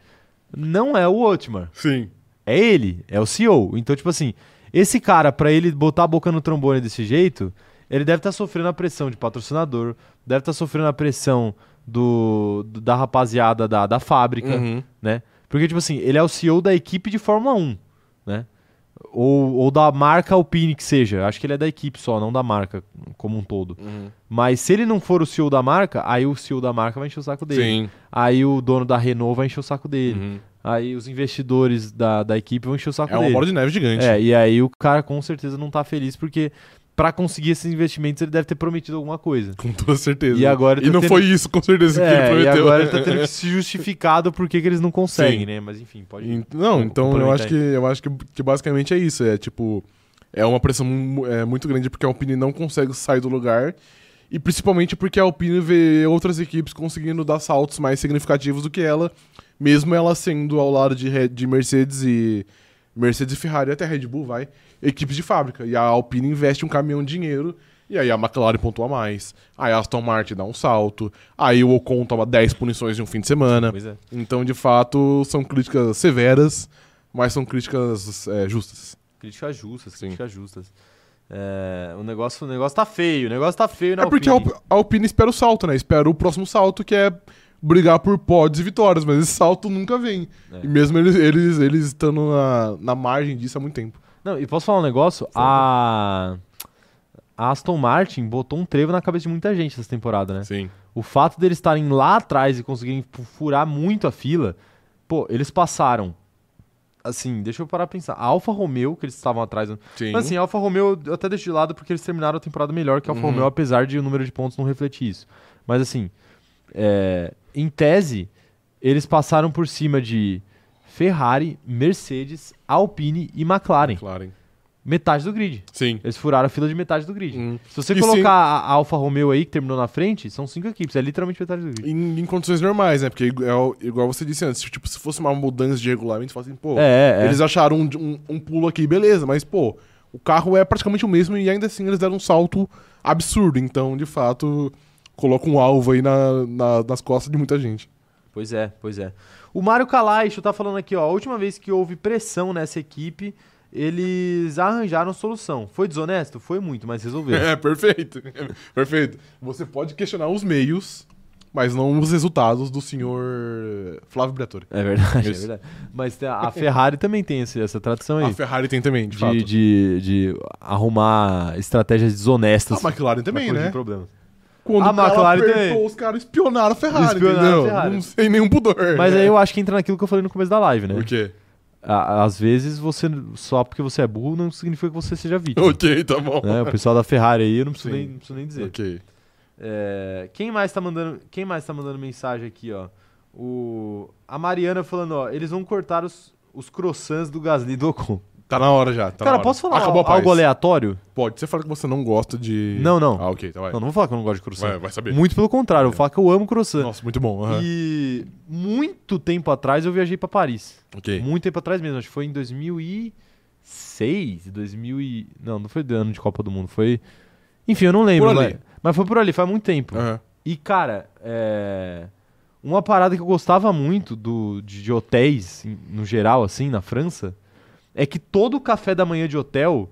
não é o Otmar.
Sim.
É ele, é o CEO. Então, tipo assim, esse cara, pra ele botar a boca no trombone desse jeito, ele deve estar sofrendo a pressão de patrocinador, deve estar sofrendo a pressão do, do- da rapaziada da, da fábrica,
Uhum.
né? Porque, tipo assim, ele é o CEO da equipe de Fórmula 1, né? Ou, ou da marca Alpine, que seja. Acho que ele é da equipe só, não da marca como um todo.
Uhum.
Mas se ele não for o CEO da marca, aí o CEO da marca vai encher o saco dele.
Sim.
Aí o dono da Renault vai encher o saco dele.
Uhum.
Aí os investidores da, da equipe vão encher o saco
É uma
dele.
bola de neve gigante.
É, e aí o cara com certeza não tá feliz porque pra conseguir esses investimentos ele deve ter prometido alguma coisa.
Com toda certeza.
E agora ele
e
tá
não
tendo-
foi isso, com certeza, que ele
É, e
prometeu.
agora ele tá
(laughs)
tendo que se justificar do porquê que eles não conseguem,
Sim.
né? Mas enfim, pode.
E- Não, então eu
complementar
acho que eu acho que, que basicamente é isso. É tipo. É uma pressão mu- é, muito grande porque a Alpine não consegue sair do lugar. E principalmente porque a Alpine vê outras equipes conseguindo dar saltos mais significativos do que ela, mesmo ela sendo ao lado de, Red- de Mercedes e. Mercedes e Ferrari até Red Bull, vai. Equipes de fábrica. E a Alpine investe um caminhão de dinheiro E aí a McLaren pontua mais. Aí a Aston Martin dá um salto. Aí o Ocon toma 10 punições em um fim de semana.
Pois é.
Então, de fato, são críticas severas, mas são críticas é, justas.
Críticas justas,
Sim.
críticas justas. É, o, negócio, o negócio tá feio, o negócio tá feio na
É porque a
Alpine.
Alp- a Alpine espera o salto, né? Espera o próximo salto, que é brigar por pódios e vitórias, mas esse salto nunca vem.
É.
E mesmo eles, eles, eles estando na, na margem disso há muito tempo.
Não, e posso falar um negócio? A... a Aston Martin botou um trevo na cabeça de muita gente essa temporada, né?
Sim.
O fato deles estarem lá atrás e conseguirem fu- furar muito a fila, pô, eles passaram. Assim, deixa eu parar pra pensar. A Alfa Romeo, que eles estavam atrás. né?
Sim.
Mas assim, a Alfa Romeo eu até deixo de lado porque eles terminaram a temporada melhor que a Alfa
Uhum.
Romeo, apesar de o número de pontos não refletir isso. Mas assim, é, em tese, eles passaram por cima de Ferrari, Mercedes, Alpine e McLaren.
McLaren.
Metade do grid.
Sim.
Eles furaram a fila de metade do grid.
Hum.
Se você
E
colocar
sim.
a a Alfa Romeo aí, que terminou na frente, são cinco equipes. É literalmente metade do grid.
Em, em condições normais, né? Porque é o- igual você disse antes, tipo, se fosse uma mudança de regulamento, você fala assim, pô,
É, é, é.
eles acharam um, um- um pulo aqui, beleza, mas, pô, o carro é praticamente o mesmo e ainda assim eles deram um salto absurdo. Então, de fato, coloca um alvo aí na- na- nas costas de muita gente.
Pois é, pois é. O Mário Kalaisho tá falando aqui, ó. A última vez que houve pressão nessa equipe, eles arranjaram solução. Foi desonesto? Foi muito, mas resolveram.
(laughs) É, perfeito. Perfeito. Você pode questionar os meios, mas não os resultados do senhor Flávio Briatore.
(laughs) É verdade,
Isso.
é verdade. Mas tem- a Ferrari também tem esse- essa tradição aí.
A Ferrari tem também, de, fato.
de, de, de arrumar estratégias desonestas.
A McLaren também,
pra corrigir
né?
problemas.
Quando
A
o cara
McLaren
apertou,
também.
os caras espionaram a Ferrari,
Espionaram a
entendeu?
Ferrari.
Não sem nenhum pudor.
Mas
né? (laughs)
aí eu acho que entra naquilo que eu falei no começo da live, né?
O quê?
A- Às vezes você só porque você é burro não significa que você seja vítima.
Ok, tá bom.
né? O pessoal da Ferrari aí eu não preciso,
Sim.
nem, não preciso nem dizer.
Ok.
É, quem mais tá mandando, quem mais tá mandando mensagem aqui, ó? O a Mariana falando, ó, eles vão cortar os, os croissants do Gasly e do Ocon.
Tá na hora já. tá na
Cara,
hora.
posso falar
Acabou a paz.
algo aleatório?
Pode. Você fala que você não gosta de...
Não, não.
Ah, ok, tá, vai.
Não, não vou falar que eu não gosto de
vai,
croissant.
vai saber.
Muito pelo contrário, eu vou falar que eu amo croissant.
Nossa, muito bom. aham.
E muito tempo atrás eu viajei pra Paris.
Ok.
Muito tempo atrás mesmo, acho que foi em 2006, 2000 e... Não, não foi do ano de Copa do Mundo, foi... Enfim, eu não lembro,
Por ali.
mas... mas foi por ali, faz muito tempo.
Aham.
E, cara, é... uma parada que eu gostava muito do, de, de hotéis, em- no geral, assim, na França, é que todo café da manhã de hotel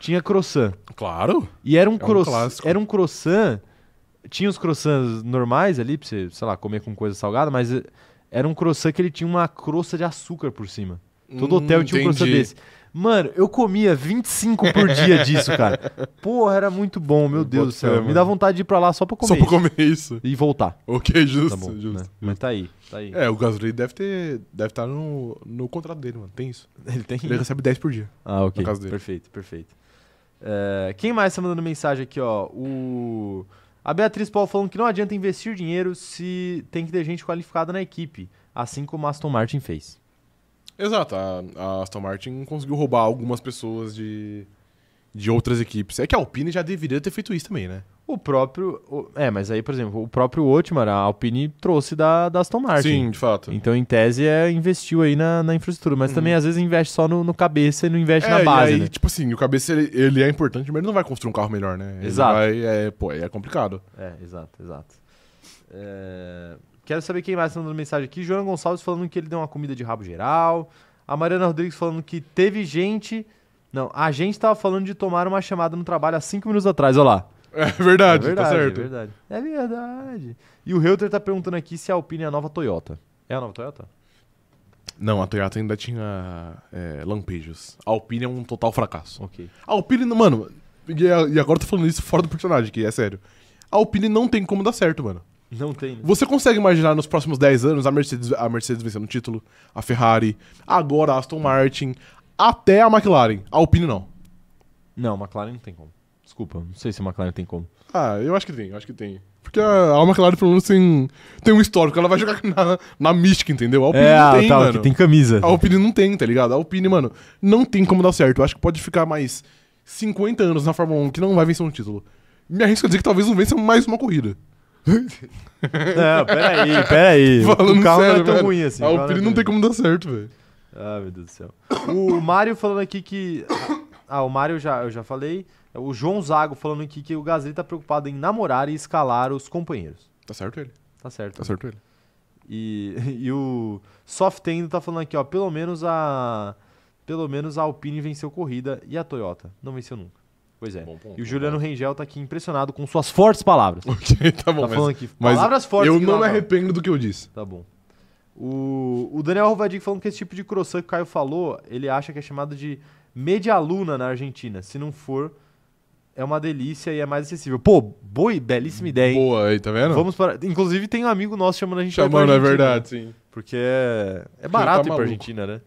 tinha croissant.
Claro.
E era um,
um
croiss-
clássico.
era um croissant. Tinha os croissants normais ali, pra você, sei lá, comer com coisa salgada, mas eh, era um croissant que ele tinha uma crosta de açúcar por cima. Todo
Hum,
hotel tinha um croissant
entendi.
desse. Mano, eu comia 25 por dia disso,
(laughs)
cara. Porra, era muito bom, meu
Eu
Deus do
boto
céu.
fé,
Me
mano.
dá vontade de ir pra lá só pra comer.
Só pra
isso
comer isso.
E voltar.
Ok,
Tá
justo,
bom, né?
justo.
Mas tá aí, tá aí.
É, o Gasly deve ter. Deve estar no, no contrato dele, mano. Tem isso.
Ele tem.
É, Ele recebe 10 por dia.
(laughs) Ah, ok.
no caso dele.
Perfeito, perfeito. É, quem mais tá mandando mensagem aqui, ó? O. A Beatriz Paul falando que não adianta investir dinheiro se tem que ter gente qualificada na equipe, assim como a Aston Martin fez.
Exato. A, a Aston Martin conseguiu roubar algumas pessoas de. De outras equipes. É que a Alpine já deveria ter feito isso também, né?
O próprio. o- É, mas aí, por exemplo, o próprio Otmar, a Alpine trouxe da, da Aston Martin.
Sim, de fato.
Então, em tese, é, investiu aí na, na infraestrutura, mas também às vezes investe só no, no cabeça e não investe na
e
base.
aí,
né?
tipo assim, o cabeça ele, ele é importante, mas ele não vai construir um carro melhor, né? Ele
Exato.
vai- é, pô, aí é complicado. (laughs)
É, exato, exato. É, Quero saber quem mais tá mandando mensagem aqui. João Gonçalves falando que ele deu uma comida de rabo geral. A Mariana Rodrigues falando que teve gente. Não, a gente tava falando de tomar uma chamada no trabalho há cinco minutos atrás, olha lá.
É verdade, tá
é
certo.
verdade. É verdade. E o Reuter tá perguntando aqui se a Alpine é a nova Toyota. É a nova Toyota?
não, a Toyota ainda tinha é, lampejos. A Alpine é um total fracasso.
Ok.
A Alpine, não- mano, e a- e agora eu tô falando isso fora do personagem, que é sério. A Alpine não tem como dar certo, mano.
Não tem, né?
Você consegue imaginar nos próximos 10 anos a Mercedes, a Mercedes vencendo o título, a Ferrari, agora a Aston Martin, até a McLaren. A Alpine não.
Não, a McLaren não tem como. Desculpa, não sei se a McLaren tem como.
Ah, eu acho que tem, eu acho que tem. Porque a, a McLaren, pelo menos, tem, um tem um histórico. Ela vai (laughs) jogar na, na mística, entendeu? A Alpine não tem,
tá,
mano.
que tem camisa.
A Alpine não tem, tá ligado? A Alpine, mano, não tem como dar certo. Eu acho que pode ficar mais 50 anos na Fórmula 1 que não vai vencer um título. Me arrisco a dizer que talvez não vença mais uma corrida.
Não, peraí,
(laughs)
peraí.
Falando
o carro não é
sério,
tão
velho.
ruim assim.
a
o carro é
Alpine
tão
não tem
ruim.
como dar certo, velho.
Ah, meu Deus do céu. O Mário falando aqui que Ah, o Mário já, eu já falei. O João Zago falando aqui que o Gasly tá preocupado em namorar e escalar os companheiros.
Tá certo ele.
Tá certo.
Tá certo ele.
E, e o Softendo tá falando aqui, ó, pelo menos a pelo menos a Alpine venceu corrida e a Toyota não venceu nunca. Pois é.
Bom ponto,
e o
bom
Juliano Rengel tá aqui impressionado com suas fortes palavras.
(laughs) Ok, tá bom,
tá falando
mas,
aqui,
mas
palavras fortes. que
eu não me
acabam.
arrependo do que eu disse.
Tá bom. O, o Daniel Rovadic falando que esse tipo de croissant que o Caio falou, ele acha que é chamado de medialuna na Argentina. Se não for, é uma delícia e é mais acessível. Pô, boi, belíssima ideia, hein?
Boa aí, tá vendo?
Vamos para... Inclusive tem um amigo nosso chamando a gente né? pra ir pra
Chamando, é
Argentina,
verdade, sim.
Porque é, é barato
tá
ir pra
maluco.
Argentina, né?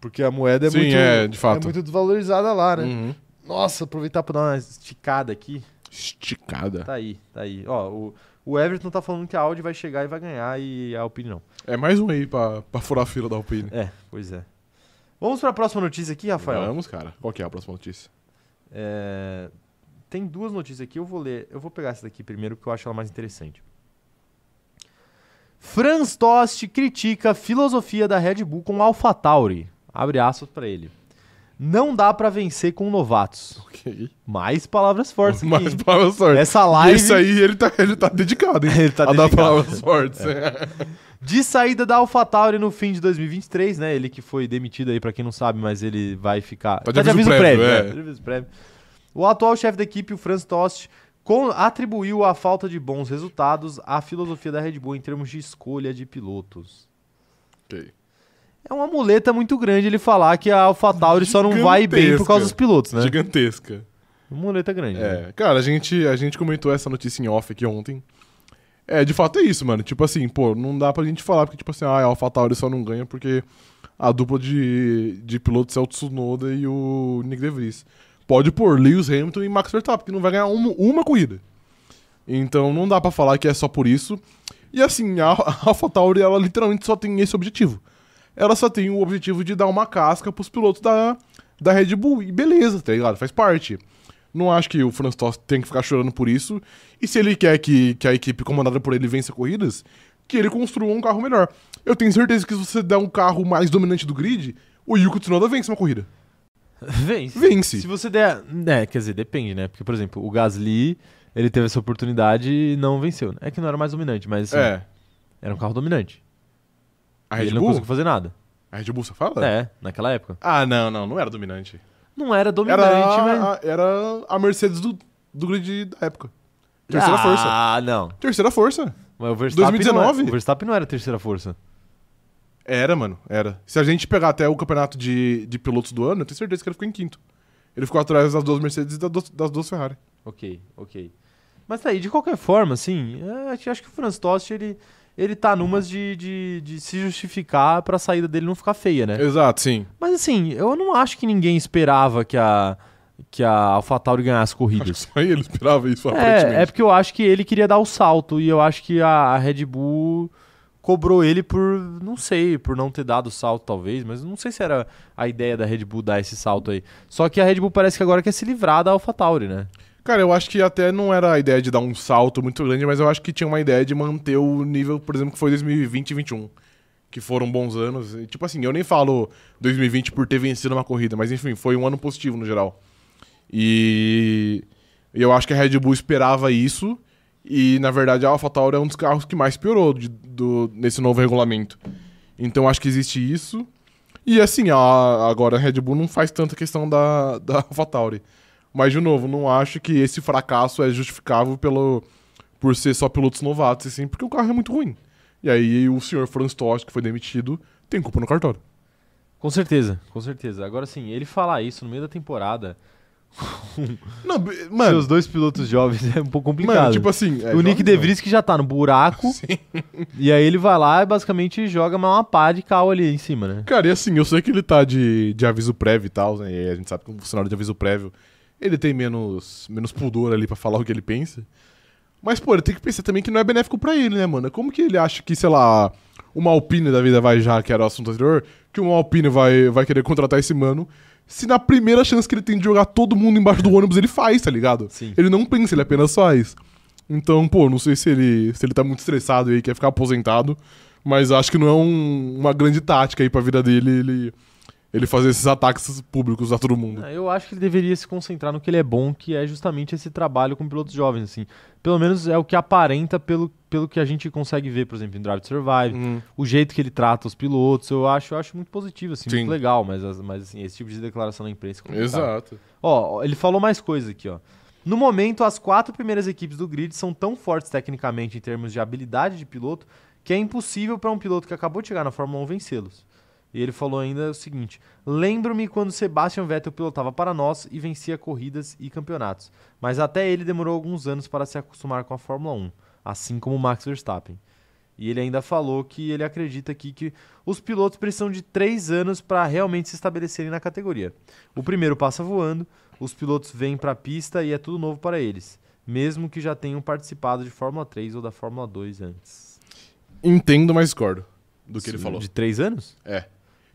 Porque a moeda é
sim,
muito...
é, de fato.
É muito desvalorizada lá, né?
Uhum.
Nossa, aproveitar pra dar uma esticada aqui.
Esticada.
Tá aí, tá aí. Ó, o, o Everton tá falando que a Audi vai chegar e vai ganhar e a Alpine não.
É mais um aí pra, pra furar a fila da Alpine.
É, pois é. Vamos pra próxima notícia aqui, Rafael.
Vamos, cara. Qual que é a próxima notícia?
É, Tem duas notícias aqui, eu vou ler. Eu vou pegar essa daqui primeiro, porque eu acho ela mais interessante. Franz Tost critica a filosofia da Red Bull com AlphaTauri. Abre aspas pra ele. Não dá pra vencer com novatos.
(laughs) Ok.
Mais palavras
(laughs)
fortes aqui.
Mas
hein?
palavras fortes.
Essa live
Isso aí ele tá, ele tá dedicado, hein?
(laughs) Ele (laughs) tá
a
dedicado.
dar palavras fortes. É.
de saída da AlphaTauri no fim de 2023, né? Ele que foi demitido aí, pra quem não sabe, mas ele vai ficar.
Tá de aviso prévio, é.
né? Tá de aviso prévio. O atual chefe da equipe, o Franz Tost, com- atribuiu a falta de bons resultados à filosofia da Red Bull em termos de escolha de pilotos.
Ok.
É uma muleta muito grande ele falar que a AlphaTauri só não vai bem por
Gigantesca.
causa dos pilotos, né?
Gigantesca.
Uma muleta grande. né?
É, cara, a gente, a gente comentou essa notícia em off aqui ontem. É, de fato é isso, mano. Tipo assim, pô, não dá pra gente falar, porque, tipo assim, ah, a AlphaTauri só não ganha porque a dupla de, de pilotos é o Tsunoda e o Nick DeVries. Pode pôr Lewis Hamilton e Max Verstappen, que não vai ganhar uma, uma corrida. Então não dá pra falar que é só por isso. E assim, a, (laughs) a AlphaTauri, ela literalmente só tem esse objetivo. Ela só tem o objetivo de dar uma casca pros pilotos da, da Red Bull. E beleza, tá ligado? Faz parte. Não acho que o Franz Tost tem que ficar chorando por isso. E se ele quer que, que a equipe comandada por ele vença corridas, que ele construa um carro melhor. Eu tenho certeza que se você der um carro mais dominante do grid, o Yuko Tsunoda vence uma corrida.
Vence.
Vence.
Se você der. É, quer dizer, depende, né? Porque, por exemplo, o Gasly, ele teve essa oportunidade e não venceu. né? É que não era mais dominante, mas assim,
É.
era um carro dominante.
A
E
Red
ele não
Bull?
conseguiu fazer nada.
A Red Bull, você fala?
É, naquela época.
Ah, não, não. Não era dominante.
Não era
Era,
dominante, mas.
a, era a Mercedes do, do grid da época. Terceira
ah,
força.
não.
Terceira força.
Mas o Verstappen.
2019?
Não era, o Verstappen não era terceira força.
Era, mano. Era. Se a gente pegar até o campeonato de, de pilotos do ano, eu tenho certeza que ele ficou em quinto. Ele ficou atrás das duas Mercedes e das duas, das duas Ferrari.
Ok, ok. Mas tá aí, de qualquer forma, assim, é, acho acho que o Franz Tost, ele, ele tá numas de, de, de se justificar pra saída dele não ficar feia, né?
Exato, sim.
Mas assim, eu não acho que ninguém esperava que a, que a AlphaTauri ganhasse
Acho que
corridas.
só ele esperava isso, aparentemente.
É, é porque eu acho que ele queria dar o salto e eu acho que a, a Red Bull cobrou ele por, não sei, por não ter dado o salto talvez, mas não sei se era a ideia da Red Bull dar esse salto aí. Só que a Red Bull parece que agora quer se livrar da AlphaTauri, né?
Cara, eu acho que até não era a ideia de dar um salto muito grande, mas eu acho que tinha uma ideia de manter o nível, por exemplo, que foi 2020 e 2021. Que foram bons anos. E, tipo assim, eu nem falo 2020 por ter vencido uma corrida, mas enfim, foi um ano positivo no geral. E e eu acho que a Red Bull esperava isso. E na verdade a AlphaTauri é um dos carros que mais piorou de- do- nesse novo regulamento. Então acho que existe isso. E assim, a- agora a Red Bull não faz tanta questão da, da AlphaTauri. Mas, de novo, não acho que esse fracasso é justificável pelo, por ser só pilotos novatos, assim, porque o carro é muito ruim. E aí o senhor Franz Tost, que foi demitido, tem culpa no cartório.
Com certeza, com certeza. Agora sim, ele falar isso no meio da temporada,
Não, b-
seus
mano,
dois pilotos jovens (laughs) é um pouco complicado.
mano tipo assim... é,
o
jovem
Nick
não.
DeVries que já tá no
(laughs)
buraco. E aí ele vai lá e basicamente joga mais uma pá de cal ali em cima, né?
Cara, e assim, eu sei que ele tá de, de aviso prévio e tal, né? E a gente sabe que um funcionário de aviso prévio, ele tem menos, menos pudor ali pra falar o que ele pensa. Mas, pô, ele tem que pensar também que não é benéfico pra ele, né, mano? Como que ele acha que, sei lá, uma Alpine da vida vai já, que era o assunto anterior, que uma Alpine vai, vai querer contratar esse mano, se na primeira chance que ele tem de jogar todo mundo embaixo do ônibus, ele faz, tá ligado?
Sim.
Ele não pensa, ele apenas faz. Então, pô, não sei se ele, se ele tá muito estressado e quer ficar aposentado, mas acho que não é um- uma grande tática aí pra vida dele ele ele fazer esses ataques públicos a todo mundo.
Ah, Eu acho que ele deveria se concentrar no que ele é bom, que é justamente esse trabalho com pilotos jovens, assim. Pelo menos é o que aparenta pelo, pelo que a gente consegue ver, por exemplo, em Drive to Survive,
Uhum.
o jeito que ele trata os pilotos, eu acho, eu acho muito positivo, assim,
Sim.
muito legal, mas, as- mas assim, esse tipo de declaração na imprensa é complicado.
Exato.
Ó, ele falou mais coisa aqui, ó. No momento, as quatro primeiras equipes do grid são tão fortes tecnicamente em termos de habilidade de piloto que é impossível para um piloto que acabou de chegar na Fórmula 1 vencê-los. E ele falou ainda o seguinte: Lembro-me quando Sebastian Vettel pilotava para nós e vencia corridas e campeonatos, mas até ele demorou alguns anos para se acostumar com a Fórmula 1, assim como Max Verstappen. E ele ainda falou que ele acredita aqui que os pilotos precisam de três anos para realmente se estabelecerem na categoria. O primeiro passa voando, os pilotos vêm para a pista e é tudo novo para eles, mesmo que já tenham participado de Fórmula 3 ou da Fórmula 2 antes.
Entendo, mas discordo do que ele falou.
De três anos?
É.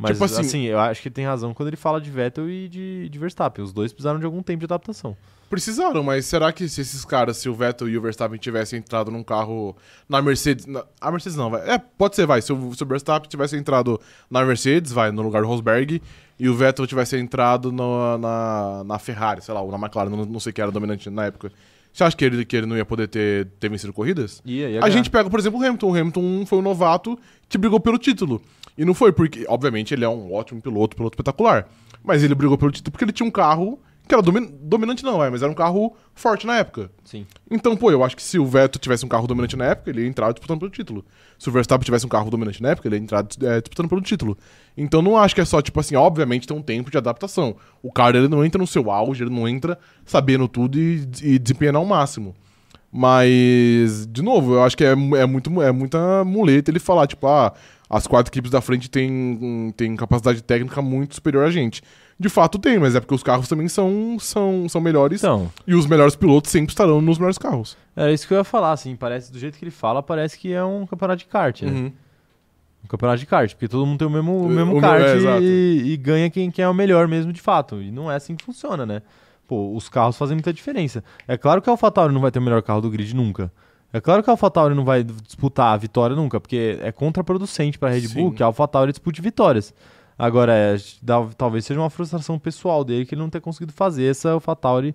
Mas
Tipo
assim,
assim-
eu acho que ele tem razão quando ele fala de Vettel e de, de Verstappen. Os dois precisaram de algum tempo de adaptação.
Precisaram, mas será que se esses caras, se o Vettel e o Verstappen tivessem entrado num carro na Mercedes. na- a Mercedes não, vai. É, pode ser, vai. Se o, se o Verstappen tivesse entrado na Mercedes, vai, no lugar do Rosberg, e o Vettel tivesse entrado no- na, na Ferrari, sei lá, ou na McLaren, não, não sei que era dominante na época. Você acha que ele, que ele não ia poder ter, ter vencido corridas?
E, aí é
A gente pega, por exemplo, o Hamilton. O Hamilton foi um novato que brigou pelo título. E não foi porque, obviamente, ele é um ótimo piloto, piloto espetacular. Mas ele brigou pelo título porque ele tinha um carro que era domin- dominante, não, é, mas era um carro forte na época.
Sim.
Então, pô, eu acho que se o Vettel tivesse um carro dominante na época, ele ia entrar disputando pelo título. Se o Verstappen tivesse um carro dominante na época, ele ia entrar dis- eh, disputando pelo título. Então, não acho que é só, tipo assim, obviamente tem um tempo de adaptação. O cara, ele não entra no seu auge, ele não entra sabendo tudo e, e desempenhando ao máximo. Mas, de novo, eu acho que é, mu- é muito, é muita muleta ele falar, tipo, ah, as quatro equipes da frente têm, têm capacidade técnica muito superior a gente. De fato tem, mas é porque os carros também são, são, são melhores.
Então,
E os melhores pilotos sempre estarão nos melhores carros.
era isso que eu ia falar, assim, parece, do jeito que ele fala, parece que é um campeonato de kart, né?
Uhum.
Um campeonato de kart, porque todo mundo tem o mesmo, o
É,
mesmo
o meu-
kart
é, exato.
e, e ganha quem, quem é o melhor mesmo de fato. E não é assim que funciona, né? Pô, os carros fazem muita diferença. É claro que a AlphaTauri não vai ter o melhor carro do grid nunca. É claro que a AlphaTauri não vai disputar a vitória nunca, porque é contraproducente pra Red Bull
Sim.
que a AlphaTauri dispute vitórias. Agora, é, dá- talvez seja uma frustração pessoal dele que ele não ter conseguido fazer essa AlphaTauri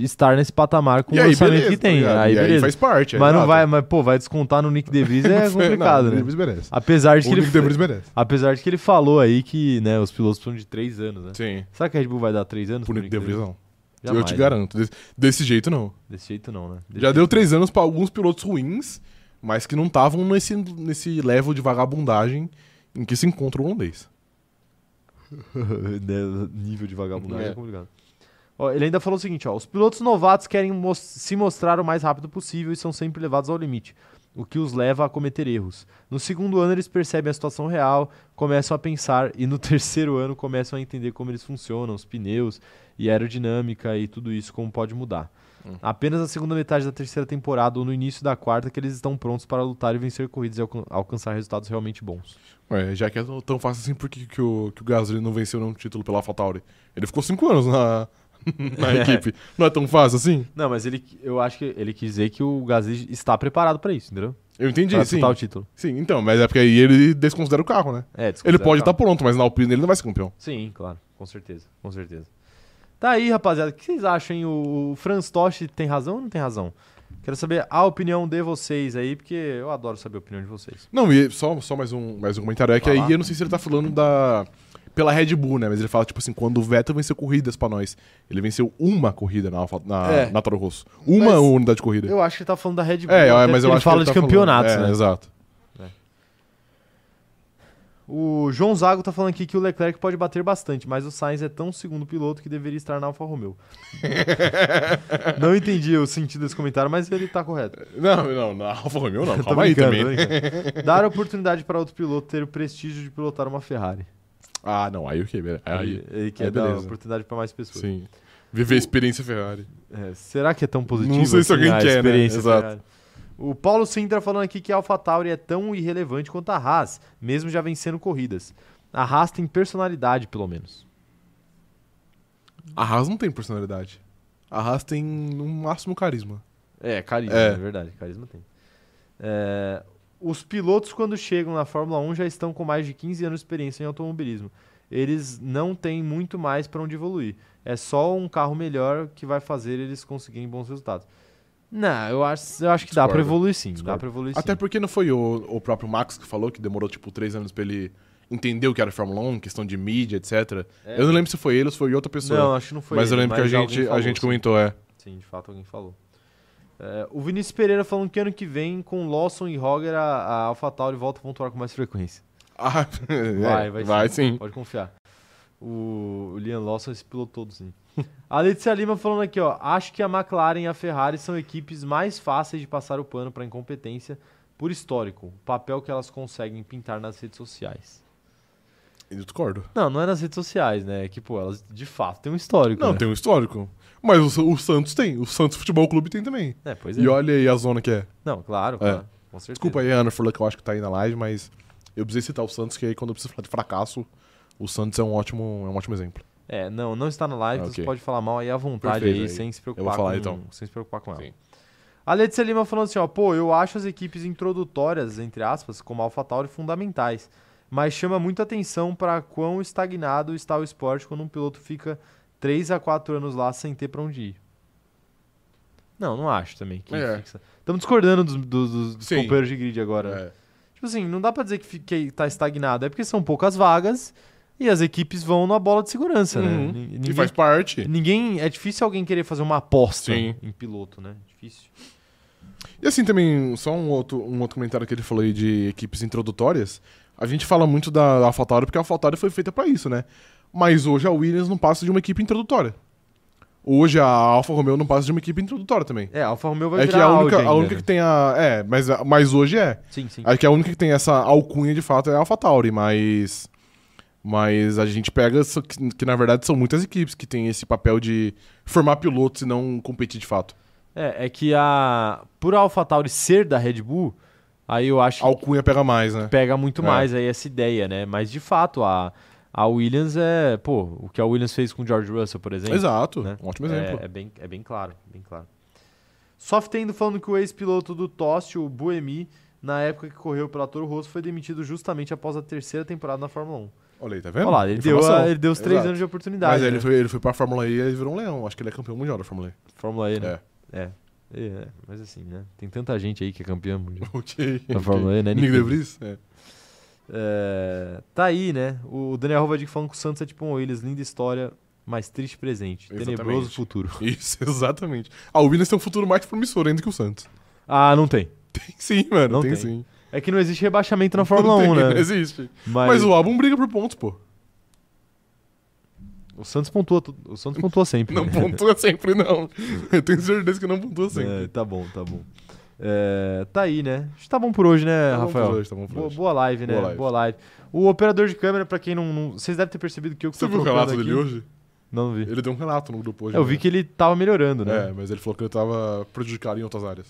estar nesse patamar com
E
o
aí,
orçamento
beleza,
que tem.
tá ligado?
aí,
e aí
beleza.
faz parte. é
mas não
exato.
vai, mas pô, vai descontar no Nick DeVries é
(laughs) Não,
complicado,
o
né?
Debris merece.
Apesar de
O
que
Nick
ele
Debris merece.
Apesar de que ele falou aí que né, os pilotos precisam de 3 anos, né?
Sim.
Será que a Red Bull vai dar 3 anos?
Por
pro
Nick Debris, não.
Jamais,
eu te
né?
garanto. Desse, desse jeito, não.
Desse jeito não, né? Desse
Já
jeito.
deu três anos pra alguns pilotos ruins, mas que não estavam nesse, nesse level de vagabundagem em que se encontra o holandês.
(laughs) Né, Nível de vagabundagem é,
É.
complicado. Ó, ele ainda falou o seguinte, ó. Os pilotos novatos querem mos- se mostrar o mais rápido possível e são sempre levados ao limite, o que os leva a cometer erros. No segundo ano eles percebem a situação real, começam a pensar e no (laughs) terceiro ano começam a entender como eles funcionam, os pneus e aerodinâmica e tudo isso, como pode mudar. Apenas na segunda metade da terceira temporada ou no início da quarta que eles estão prontos para lutar e vencer corridas e alcan- alcançar resultados realmente bons.
Ué, já que é tão- tão fácil assim, por que, que, o, que o Gasly não venceu nenhum título pela AlphaTauri? Ele ficou cinco anos na, (laughs) na equipe. Não é tão fácil assim?
Não, mas ele, eu acho que ele quis dizer que o Gasly está preparado para isso, entendeu?
Eu entendi,
Pra
sim.
disputar o título.
Sim, então, mas é porque aí ele desconsidera o carro, né?
É,
Ele
desconsidera
pode
o carro.
estar pronto, mas na Alpine ele não vai ser campeão.
Sim, claro, com certeza, com certeza. Tá aí, rapaziada, o que vocês acham, hein? O o Franz Tosti tem razão ou não tem razão? Quero saber a opinião de vocês aí, porque eu adoro saber a opinião de vocês.
Não, e só, só mais, um, mais um comentário. É que
Vai lá.
aí eu não sei se ele tá falando da. Pela Red Bull, né? Mas ele fala, tipo assim, quando o Vettel venceu corridas pra nós. Ele venceu uma corrida na, Alfa- na,
É.
na Toro Rosso. Uma
Mas-
unidade de corrida.
Eu acho que ele tá falando da Red Bull. até
é, é, mas
porque
eu
ele
acho
fala
que
de
ele tá
campeonatos,
falando- é,
né?
Exato.
O João Zago tá falando aqui que o Leclerc pode bater bastante, mas o Sainz é tão segundo piloto que deveria estar na Alfa (laughs) Romeo. não entendi o sentido desse comentário, mas ele tá correto.
Não, não, na Alfa
(laughs)
Romeo não.
Tô
Calma aí
brincando,
também.
tô brincando. (laughs) Dar oportunidade para outro piloto ter o prestígio de pilotar uma Ferrari.
Ah, não, aí o que? Aí,
E- e que é
aí
dar
beleza.
oportunidade para mais pessoas.
sim. Viver a experiência Ferrari.
É, será que é tão positivo?
Não sei se alguém
a
quer, né?
experiência
Exato.
Ferrari? O Paulo Sintra falando aqui que a AlphaTauri é tão irrelevante quanto a Haas, mesmo já vencendo corridas. A Haas tem personalidade, pelo menos.
A Haas não tem personalidade. A Haas tem, no máximo, carisma.
É, carisma, é,
É.
verdade, carisma tem. um, É, os pilotos, quando chegam na Fórmula 1, já estão com mais de 15 anos de experiência em automobilismo. eles não têm muito mais para onde evoluir. É só um carro melhor que vai fazer eles conseguirem bons resultados. Não, eu acho, eu acho que dá para
Discordo.
evoluir sim. Dá
Discordo.
para evoluir
Até
sim.
porque não foi o, o próprio Max que falou que demorou, tipo, três anos pra ele entender o que era Fórmula 1, questão de mídia, etc.
É.
Eu não lembro se foi ele ou se foi outra pessoa.
Não, acho que não foi
mas eu
ele,
lembro que a
alguém
gente, a
falou,
gente
sim.
comentou, é. (laughs)
Sim, de fato alguém falou. É, o Vinícius Pereira falando que ano que vem, com Lawson e Roger, a, a AlphaTauri volta a pontuar com mais frequência.
Ah,
Vai,
é,
vai sim.
sim.
Pode confiar. O o Liam Lawson é esse piloto todo, sim. A Letícia Lima falando aqui, ó. Acho que a McLaren e a Ferrari são equipes mais fáceis de passar o pano para incompetência por histórico, o papel que elas conseguem pintar nas redes sociais.
Eu discordo.
Não, não é nas redes sociais, né? É que, pô, elas de fato têm um histórico.
Não,
né?
tem um histórico. Mas o, o Santos tem. O Santos Futebol Clube tem também.
É, pois é.
E olha aí a zona que é.
Não, claro,
É.
claro. Com certeza.
Desculpa aí, Ana Furlan, que eu acho que tá aí na live, mas eu precisei citar o Santos, que aí quando eu preciso falar de fracasso, o Santos é um ótimo, é um ótimo exemplo.
É, não, não está na live,
Ah,
então você
ok.
pode falar mal aí à vontade
Perfeito,
aí,
aí.
sem se preocupar
Eu vou falar,
com,
então.
sem se preocupar com ela.
Sim.
A Letícia Lima falando assim, ó, pô, eu acho as equipes introdutórias, entre aspas, como a AlphaTauri fundamentais, mas chama muita atenção para quão estagnado está o esporte quando um piloto fica 3 a 4 anos lá sem ter para onde ir. Não, não acho também que
É.
Estamos discordando dos, dos- dos- dos
Sim.
companheiros de grid agora. né?
É.
Tipo assim, não dá pra dizer que, fi- que tá estagnado. É porque são poucas vagas e as equipes vão na bola de segurança, né?
Uhum.
Ni-
E
Ninguém,
faz parte.
ninguém- É difícil alguém querer fazer uma aposta
Sim.
em piloto, né? Difícil.
E assim também, só um outro, um outro comentário que ele falou aí de equipes introdutórias. A gente fala muito da AlphaTauri porque a AlphaTauri foi feita pra isso, né? Mas hoje a Williams não passa de uma equipe introdutória. Hoje a Alfa Romeo não passa de uma equipe introdutória também.
É, a Alfa Romeo vai
É que
virar
a
Audi
única,
ainda,
a única
né?
que tem a. É, mas, mas hoje é.
Sim, sim.
Acho que a única que tem essa alcunha de fato é a AlphaTauri, mas. Mas a gente pega so- que, que, na verdade são muitas equipes que têm esse papel de formar pilotos e não competir de fato.
É, é que a... Por a AlphaTauri ser da Red Bull, aí eu acho
A alcunha pega mais,
que
né?
pega muito
É.
mais aí essa ideia, né? Mas, de fato, a, a Williams é... Pô, o que a Williams fez com o George Russell, por exemplo.
Exato,
né?
um ótimo exemplo.
É, é bem, é bem claro, bem claro. Soft tendo falando que o ex-piloto do Toste, o Buemi, na época que correu pela Toro Rosso, foi demitido justamente após a terceira temporada na Fórmula 1.
Olha aí, tá vendo?
Olha lá, ele deu,
Informação.
a- ele deu os três
Exato.
anos de oportunidade.
Mas aí
né?
ele, foi, ele foi pra Fórmula E e ele virou um leão. Acho que ele é campeão mundial da Fórmula E. (laughs)
Fórmula E, né?
É.
É. É, mas assim, né? Tem tanta gente aí que é campeã
(laughs)
mundial.
ok.
Da Fórmula E, né,
Nick
Nick?
De Vries? É.
É, tá aí, né? O Daniel Rovadic falando que o Santos é tipo um Willis, linda história, mas triste presente, tenebroso
Exatamente.
futuro.
Isso, (laughs) exatamente. A Williams tem um futuro mais promissor ainda que o Santos.
Ah, não tem.
Tem sim, mano.
Não
tem,
tem.
sim.
É que não existe rebaixamento na Fórmula
Não tem,
1, né?
Não existe.
Mas,
Mas
o...
o álbum briga por pontos, pô.
Santos pontua, tu- o Santos pontua sempre. (laughs)
(laughs) Não
né?
pontua sempre, não. Eu tenho certeza que não pontua sempre.
É, tá bom, tá bom. É, tá aí, né? Acho que tá bom por hoje, né,
Tá bom
Rafael?
por hoje, tá bom por
boa,
hoje.
boa live, né? Boa
Boa
live.
live.
O operador de câmera, pra quem não. não- vocês devem ter percebido que eu que
Você
tô
viu o
trocando
relato dele
aqui.
hoje?
Não, não vi.
Ele deu um relato no grupo hoje.
Eu vi
né?
que ele tava melhorando, né?
É, mas ele falou que ele tava prejudicado em outras áreas.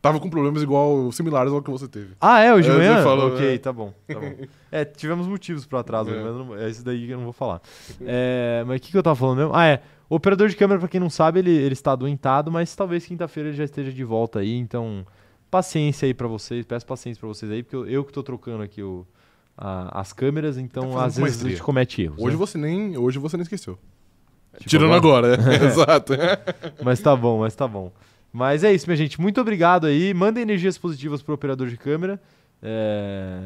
Tava com problemas igual, similares ao que você teve.
Ah, é? Hoje de
É,
manhã?
você falou,
ok,
é.
tá bom. tá
(laughs)
bom. é, tivemos motivos pro atraso,
É.
mas eu não- é isso daí que eu não vou falar. É, mas o que, que eu tava falando mesmo? Ah, é. O operador de câmera, pra quem não sabe, ele, ele está adoentado, mas talvez quinta-feira ele já esteja de volta aí, então paciência aí pra vocês, peço paciência pra vocês aí, porque eu, eu que tô trocando aqui o- a- as câmeras,
Tá
então
fazendo
às
com
vezes a
maestria.
gente comete erros.
Hoje
né?
você nem, hoje você nem esqueceu.
Tipo (laughs)
Tirando agora, né? Exato.
Mas tá bom, mas tá bom. Mas é isso, minha gente. Muito obrigado aí. Mandem energias positivas pro operador de câmera. É...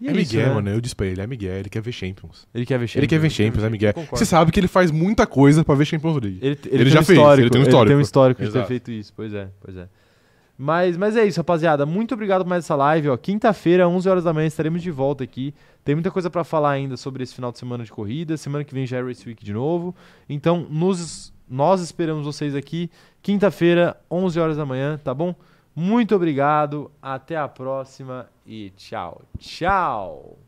E
É
isso,
Miguel,
né?
mano. Eu disse pra ele, é Miguel, ele quer ver Champions.
Ele quer ver Champions.
Ele quer ver Champions, é Miguel.
Concordo.
Você sabe que ele faz muita coisa pra ver Champions League.
Ele, ele,
Ele
tem
já
um
fez,
histórico,
ele tem um
Ele tem um
histórico.
histórico de ter
Exato.
feito isso, pois é, pois é. Mas, mas é isso, rapaziada. Muito obrigado por mais essa live. ó. Quinta-feira, 11 horas da manhã, estaremos de volta aqui. Tem muita coisa pra falar ainda sobre esse final de semana de corrida. Semana que vem já é Race Week de novo. Então, nos- nós esperamos vocês aqui. Quinta-feira, 11 horas da manhã, tá bom? Muito obrigado. Até a próxima e tchau. Tchau.